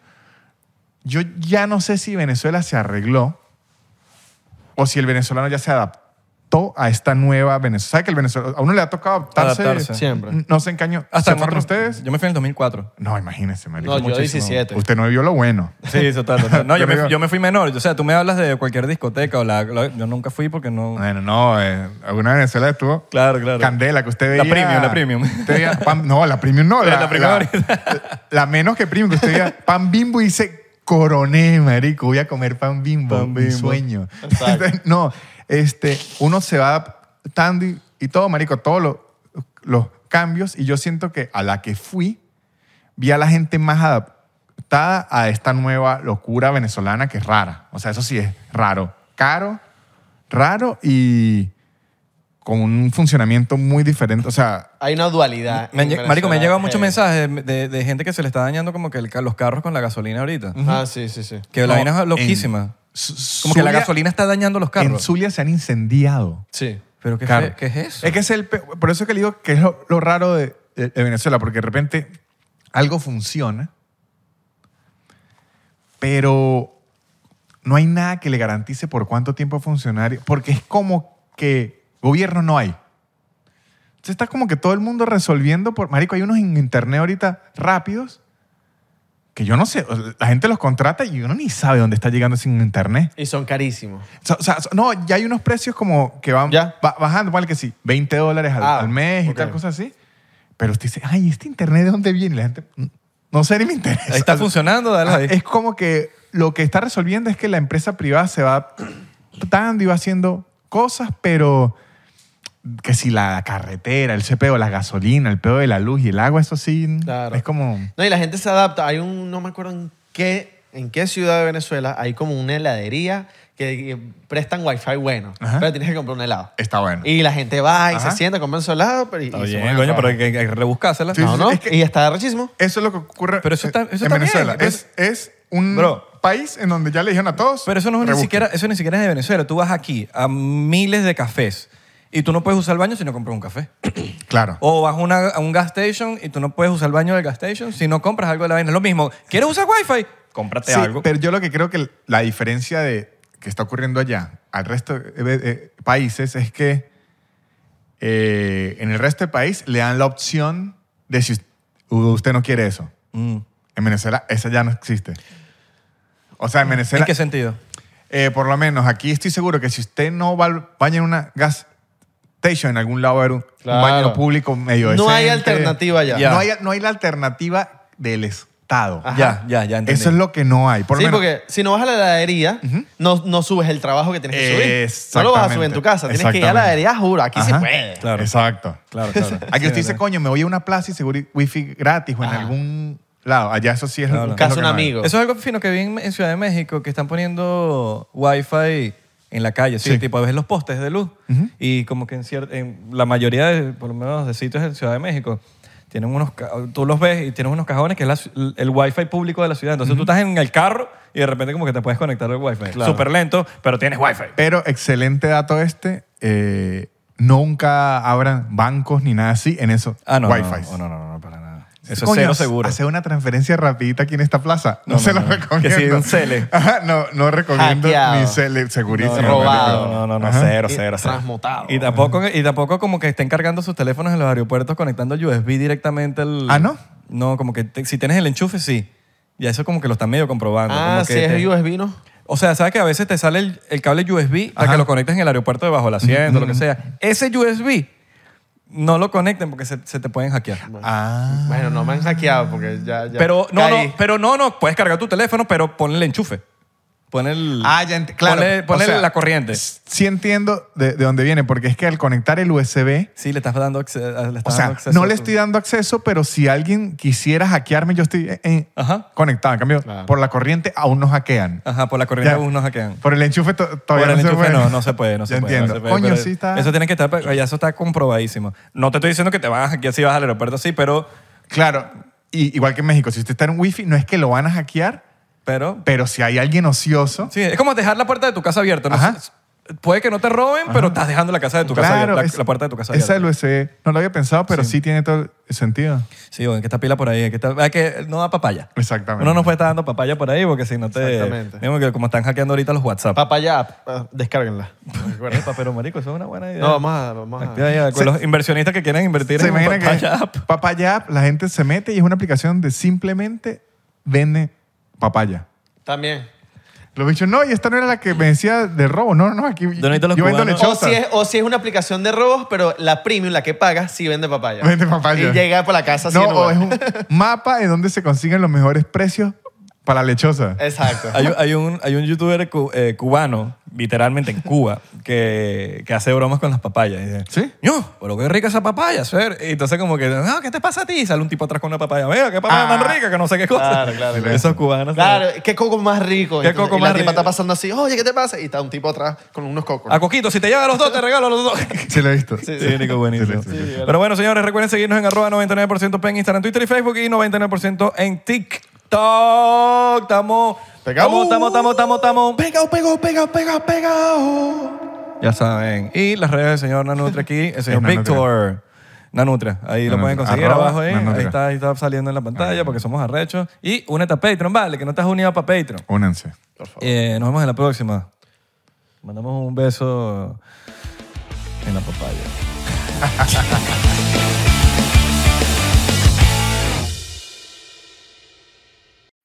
Speaker 1: yo ya no sé si Venezuela se arregló o si el venezolano ya se adaptó a esta nueva Venezuela. ¿Sabe que el venezolano, a uno le ha tocado adaptarse?
Speaker 2: Adaptarse.
Speaker 3: Siempre.
Speaker 1: No se engañó.
Speaker 2: Hasta
Speaker 1: ¿Se
Speaker 2: en
Speaker 1: fueron
Speaker 2: otro-
Speaker 1: ustedes?
Speaker 2: Yo me fui en el 2004.
Speaker 1: No, imagínense, marico.
Speaker 3: No, yo
Speaker 2: muchísimo.
Speaker 3: 17.
Speaker 1: Usted no vio lo bueno.
Speaker 2: Sí, total. total. (laughs) No, yo,
Speaker 1: Yo
Speaker 2: me,
Speaker 1: digo-
Speaker 2: yo me fui menor. O sea, tú me hablas de cualquier discoteca o la... la- yo nunca fui porque no...
Speaker 1: Bueno, no, eh, alguna Venezuela estuvo...
Speaker 2: Claro, claro.
Speaker 1: Candela, que usted
Speaker 2: La
Speaker 1: veía...
Speaker 2: premium, la premium.
Speaker 1: usted veía pan- no, la premium no.
Speaker 2: (laughs) La-
Speaker 1: La,
Speaker 2: la primera.
Speaker 1: la- (laughs) la menos que premium, que usted veía pan bimbo y dice, coroné, marico, voy a comer pan bimbo,
Speaker 2: Pan
Speaker 1: un
Speaker 2: bimbo.
Speaker 1: sueño.
Speaker 3: Exacto.
Speaker 1: Entonces, no, este, uno se va adaptando y, y todo, marico, todos los- los cambios. Y yo siento que a la que fui, vi a la gente más adaptada a esta nueva locura venezolana que es rara. O sea, eso sí es raro. Caro, raro y con un funcionamiento muy diferente. O sea,
Speaker 3: Hay una dualidad.
Speaker 2: Me han
Speaker 3: en
Speaker 2: lle- marico, me han
Speaker 3: Venezuela
Speaker 2: llegado muchos
Speaker 1: eh,
Speaker 3: heavy.
Speaker 2: mensajes de, de- de gente que se le está dañando como que el ca- los carros con la gasolina ahorita.
Speaker 3: Ah, sí, sí, sí.
Speaker 2: Que la
Speaker 1: No,
Speaker 2: vaina es
Speaker 1: en-
Speaker 2: loquísima.
Speaker 1: Su-
Speaker 2: Como que la
Speaker 1: Zulia-
Speaker 2: gasolina está dañando los
Speaker 1: en
Speaker 2: carros.
Speaker 1: Zulia se han incendiado.
Speaker 3: Sí.
Speaker 2: Pero ¿qué,
Speaker 1: Claro.
Speaker 2: fe- qué es eso?
Speaker 1: Es que es el. pe- Por eso es que le digo que es lo, lo raro de, de- de Venezuela, porque de repente algo funciona, pero no hay nada que le garantice por cuánto tiempo funcionar, porque es como que gobierno no hay. Entonces está como que todo el mundo resolviendo por. Marico, hay unos en internet ahorita rápidos que yo no sé, o sea, la gente los contrata y uno ni sabe dónde está llegando sin internet.
Speaker 3: Y son carísimos.
Speaker 1: So- o sea, so- no, ya hay unos precios como que van
Speaker 3: Ya.
Speaker 1: ba- bajando, igual que sí, 20 dólares al,
Speaker 3: Ah,
Speaker 1: al mes y
Speaker 3: ok.
Speaker 1: tal, cosas así. Pero usted dice, ay, ¿este internet de dónde viene? Y la gente, "Mm, no sé, ni me interesa.
Speaker 2: Ahí
Speaker 1: (laughs)
Speaker 2: está funcionando, dale
Speaker 1: Ah,
Speaker 2: ahí.
Speaker 1: Es como que lo que está resolviendo es que la empresa privada se va dando y va haciendo cosas, pero que si la carretera, el CPO, la gasolina, el pedo de la luz y el agua, eso sí,
Speaker 3: Claro.
Speaker 1: es como...
Speaker 3: No, y la gente se adapta. Hay un, no me acuerdo en qué, en qué ciudad de Venezuela, hay como una heladería que que prestan wifi bueno,
Speaker 1: Ajá.
Speaker 3: pero tienes que comprar un helado.
Speaker 1: Está bueno.
Speaker 3: Y la gente va y
Speaker 1: Ajá.
Speaker 3: se sienta, compra su helado, pero... y-
Speaker 2: Está
Speaker 3: y se
Speaker 2: bien,
Speaker 3: mueve
Speaker 2: coño,
Speaker 3: para
Speaker 2: pero hay
Speaker 3: abajo.
Speaker 2: que, hay que rebuscársela.
Speaker 1: Sí,
Speaker 3: No, no,
Speaker 1: es que-
Speaker 3: y está rechísimo.
Speaker 1: Eso es lo que ocurre
Speaker 2: Pero eso está- eso
Speaker 1: en
Speaker 2: está bien.
Speaker 1: Venezuela.
Speaker 2: Pero-
Speaker 1: es, es un
Speaker 2: Bro.
Speaker 1: país en donde ya le dijeron a todos.
Speaker 2: Pero eso no es ni
Speaker 1: "Rebusquen".
Speaker 2: siquiera, eso ni siquiera es de Venezuela. Tú vas aquí a miles de cafés y tú no puedes usar el baño si no compras un café.
Speaker 1: Claro.
Speaker 2: O vas a una- a un gas station y tú no puedes usar el baño del gas station si no compras algo de la vaina. Es lo mismo. ¿Quieres usar wifi? Cómprate
Speaker 1: Sí,
Speaker 2: algo.
Speaker 1: pero yo lo que creo que la diferencia de que está ocurriendo allá al resto de eh, países es que eh, en el resto del país le dan la opción de si usted no quiere eso.
Speaker 2: Mm.
Speaker 1: En Venezuela esa ya no existe. O sea, en Venezuela...
Speaker 2: ¿En qué sentido?
Speaker 1: Eh, por lo menos aquí estoy seguro que si usted no va al baño en una gas station en algún lado, va a haber un, un
Speaker 3: Claro.
Speaker 1: baño público medio
Speaker 3: No hay
Speaker 1: decente.
Speaker 3: alternativa ya.
Speaker 2: Ya.
Speaker 1: No, hay, no hay la alternativa del Estado.
Speaker 3: Ajá.
Speaker 2: Ya, ya, ya. entendí.
Speaker 1: Eso es lo que no hay. Por lo
Speaker 3: sí,
Speaker 1: menos-
Speaker 3: porque si no vas a la heladería, no, no subes el trabajo que tienes que subir. No lo vas a subir en tu casa. Tienes que ir a la heladería, juro, aquí se
Speaker 1: Ajá.
Speaker 3: puede.
Speaker 2: Claro.
Speaker 1: Exacto.
Speaker 2: Claro, claro.
Speaker 1: Aquí usted
Speaker 2: Sí,
Speaker 1: dice,
Speaker 2: ¿verdad?
Speaker 1: coño, me voy a una plaza y seguro hay wifi gratis o en
Speaker 3: Ajá.
Speaker 1: algún lado. Allá eso sí es
Speaker 2: Claro.
Speaker 1: lo- es
Speaker 3: Casa
Speaker 1: lo que
Speaker 3: un
Speaker 1: no hay.
Speaker 3: amigo.
Speaker 2: Eso es algo fino que vi en, en Ciudad de México, que están poniendo wifi en la calle, ¿sí?
Speaker 1: Sí.
Speaker 2: tipo a veces los postes de luz.
Speaker 1: Ujú.
Speaker 2: Y como que en, cier- en la mayoría, de, por lo menos de sitios en Ciudad de México, tienen unos, ca- tú los ves y tienen unos cajones que es la ci- el wifi público de la ciudad. Entonces tú estás en el carro y de repente como que te puedes conectar al wifi. Súper lento, pero tienes wifi.
Speaker 1: Pero excelente dato este. eh, nunca abran bancos ni nada así en eso.
Speaker 2: Ah, no.
Speaker 1: Wi-Fi.
Speaker 2: No, no, no, no, para nada. Eso es
Speaker 1: Coño,
Speaker 2: cero seguro.
Speaker 1: Hacer una transferencia rapidita aquí en esta plaza. No,
Speaker 2: No,
Speaker 1: se
Speaker 2: no,
Speaker 1: lo
Speaker 2: no.
Speaker 1: recomiendo.
Speaker 2: Que sí, un cele.
Speaker 1: Ajá, no, no recomiendo
Speaker 3: Hackeado.
Speaker 1: ni cele. Segurísimo.
Speaker 3: No, robado.
Speaker 2: No, no, no,
Speaker 1: Ajá.
Speaker 2: cero,
Speaker 3: Y
Speaker 2: cero, cero.
Speaker 3: transmutado.
Speaker 2: Y tampoco, y tampoco como que estén cargando sus teléfonos en los aeropuertos conectando el USB directamente al...
Speaker 1: Ah, ¿no?
Speaker 2: No, como que te- si tienes el enchufe, sí. Y eso como que lo están medio comprobando.
Speaker 3: Ah,
Speaker 2: como
Speaker 3: si
Speaker 2: que te-
Speaker 3: es USB, ¿no?
Speaker 2: O sea, ¿sabes que a veces te sale el, el cable USB para
Speaker 1: Ajá.
Speaker 2: que lo conectes en el aeropuerto debajo del asiento, lo que sea? Ese USB no lo conecten porque se, se te pueden hackear.
Speaker 1: Ah.
Speaker 3: Bueno, no me han hackeado porque ya... ya
Speaker 2: Pero no,
Speaker 3: caí.
Speaker 2: no, pero no, no, puedes cargar tu teléfono, pero ponle el enchufe. Ponle el...
Speaker 1: Ah, ya ent- claro.
Speaker 2: Ponle,
Speaker 1: O
Speaker 2: ponle
Speaker 1: sea,
Speaker 2: la corriente.
Speaker 1: Sí entiendo de, de dónde viene, porque es que al conectar el USB,
Speaker 2: Sí, le estás dando, acce- le estás
Speaker 1: o sea,
Speaker 2: dando acceso.
Speaker 1: no
Speaker 2: a
Speaker 1: le
Speaker 2: tu-
Speaker 1: estoy dando acceso, pero si alguien quisiera hackearme, yo estoy eh, eh,
Speaker 2: Ajá.
Speaker 1: conectado. En cambio,
Speaker 3: Claro.
Speaker 1: por la corrgeante aún no hackean.
Speaker 2: Ajá, por la corriente
Speaker 1: Ya.
Speaker 2: bus nos hackean.
Speaker 1: Por el enchufe to- todavía
Speaker 2: Por el
Speaker 1: no,
Speaker 2: enchufe
Speaker 1: se puede.
Speaker 2: no, no se puede, no se
Speaker 1: Ya
Speaker 2: puede. no
Speaker 1: entiendo.
Speaker 2: se puede,
Speaker 1: Coño,
Speaker 2: pero
Speaker 1: sí está.
Speaker 2: Eso tiene que estar, pero ya eso está comprobadísimo. No te estoy diciendo que te van a hackear si vas al aeropuerto, sí, pero
Speaker 1: Claro. Y, igual que en México, si usted está en un wifi, no es que lo van a hackear,
Speaker 2: Pero
Speaker 1: Pero si hay alguien ocioso,
Speaker 2: sí, es como dejar la puerta de tu casa abierta. ¿no?
Speaker 1: Ajá.
Speaker 2: Puede que no te roben, pero estás dejando la casa de tu casa
Speaker 1: claro,
Speaker 2: abierta, la,
Speaker 1: es-
Speaker 2: la puerta de tu casa
Speaker 1: esa
Speaker 2: abierta.
Speaker 1: del USB no lo había pensado, pero
Speaker 2: Sí.
Speaker 1: sí, tiene todo el sentido.
Speaker 2: Sí, bueno, que esta pila por ahí, que, está, ah, que no da papaya.
Speaker 1: Exactamente.
Speaker 2: Uno no puede estar dando papaya por ahí porque si no te...
Speaker 3: Exactamente.
Speaker 2: Digamos que como están hackeando ahorita los WhatsApp.
Speaker 3: Papaya, app, ah,
Speaker 1: (laughs)
Speaker 3: descárguenla.
Speaker 2: Epa, pero marico, eso es una buena idea.
Speaker 3: No, vamos a... Vamos
Speaker 2: Activa
Speaker 3: a...
Speaker 2: ahí, con
Speaker 1: Se-
Speaker 2: los inversionistas que quieren invertir
Speaker 1: ¿Se
Speaker 2: en un
Speaker 1: imagina
Speaker 2: papaya
Speaker 1: que
Speaker 2: app.
Speaker 1: Papaya App, la gente se mete y es una aplicación de simplemente vende papaya.
Speaker 3: También.
Speaker 1: Los bichos, no, y esta no era la que me decía de robo. No, no, aquí
Speaker 2: Donita a los
Speaker 1: yo vendo
Speaker 2: cubanos.
Speaker 3: O
Speaker 1: lechosa.
Speaker 3: si, Oh, es, o si es una aplicación de robos, pero la premium, la que pagas, sí vende papaya.
Speaker 1: Vende papaya.
Speaker 3: Y llega para la casa así
Speaker 1: no,
Speaker 3: en
Speaker 1: o
Speaker 3: Uber.
Speaker 1: es un
Speaker 3: (laughs)
Speaker 1: mapa de donde se consiguen los mejores precios para la lechosa.
Speaker 3: Exacto.
Speaker 2: Hay, un- hay un, hay un youtuber cu- eh, cubano, literalmente en Cuba, que, que hace bromas con las papayas. Y dice,
Speaker 1: ¿Sí?
Speaker 2: "Ño, pero qué rica esa papaya, ser. Y entonces como que, "Ah, ¿qué te pasa a ti? Y sale un tipo atrás con una papaya. Mira, qué papaya
Speaker 1: Ah.
Speaker 2: tan rica, que no sé qué cosa.
Speaker 3: Claro, claro, claro.
Speaker 2: (laughs) Esos cubanos.
Speaker 3: Claro, qué coco más rico.
Speaker 2: Qué
Speaker 3: Entonces,
Speaker 2: coco
Speaker 3: y
Speaker 2: más
Speaker 3: la
Speaker 2: rico.
Speaker 3: tipa está pasando así, oye, ¿qué te pasa? Y está un tipo atrás con unos cocos.
Speaker 2: A Coquito, si te llevan los dos, te regalo los dos. (laughs)
Speaker 1: Sí, lo he visto.
Speaker 3: Sí,
Speaker 2: Sí, Nico, buenísimo.
Speaker 1: Sí, sí, sí, sí.
Speaker 2: Pero bueno, señores, recuerden seguirnos en arroba 99% en Instagram, Twitter y Facebook y 99% en TikTok. Estamos. Uh.
Speaker 3: Pegao.
Speaker 2: Estamos, estamos, estamos, estamos, estamos.
Speaker 3: Pegao, pegao, pegao, pegao, pegao.
Speaker 2: Ya saben. Y las redes del señor Nanutra aquí, el señor
Speaker 1: Nanutra.
Speaker 2: Víctor. Nanutra, ahí lo
Speaker 1: Nanutra.
Speaker 2: pueden conseguir
Speaker 1: Arroba
Speaker 2: abajo ¿eh? ahí.
Speaker 1: Nanutra.
Speaker 2: Ahí está, ahí está saliendo en la pantalla porque somos arrechos. Y únete a Patreon, vale, que no estás unido para Patreon.
Speaker 1: Únanse.
Speaker 2: Eh, nos vemos en la próxima. Mandamos un beso en la papaya.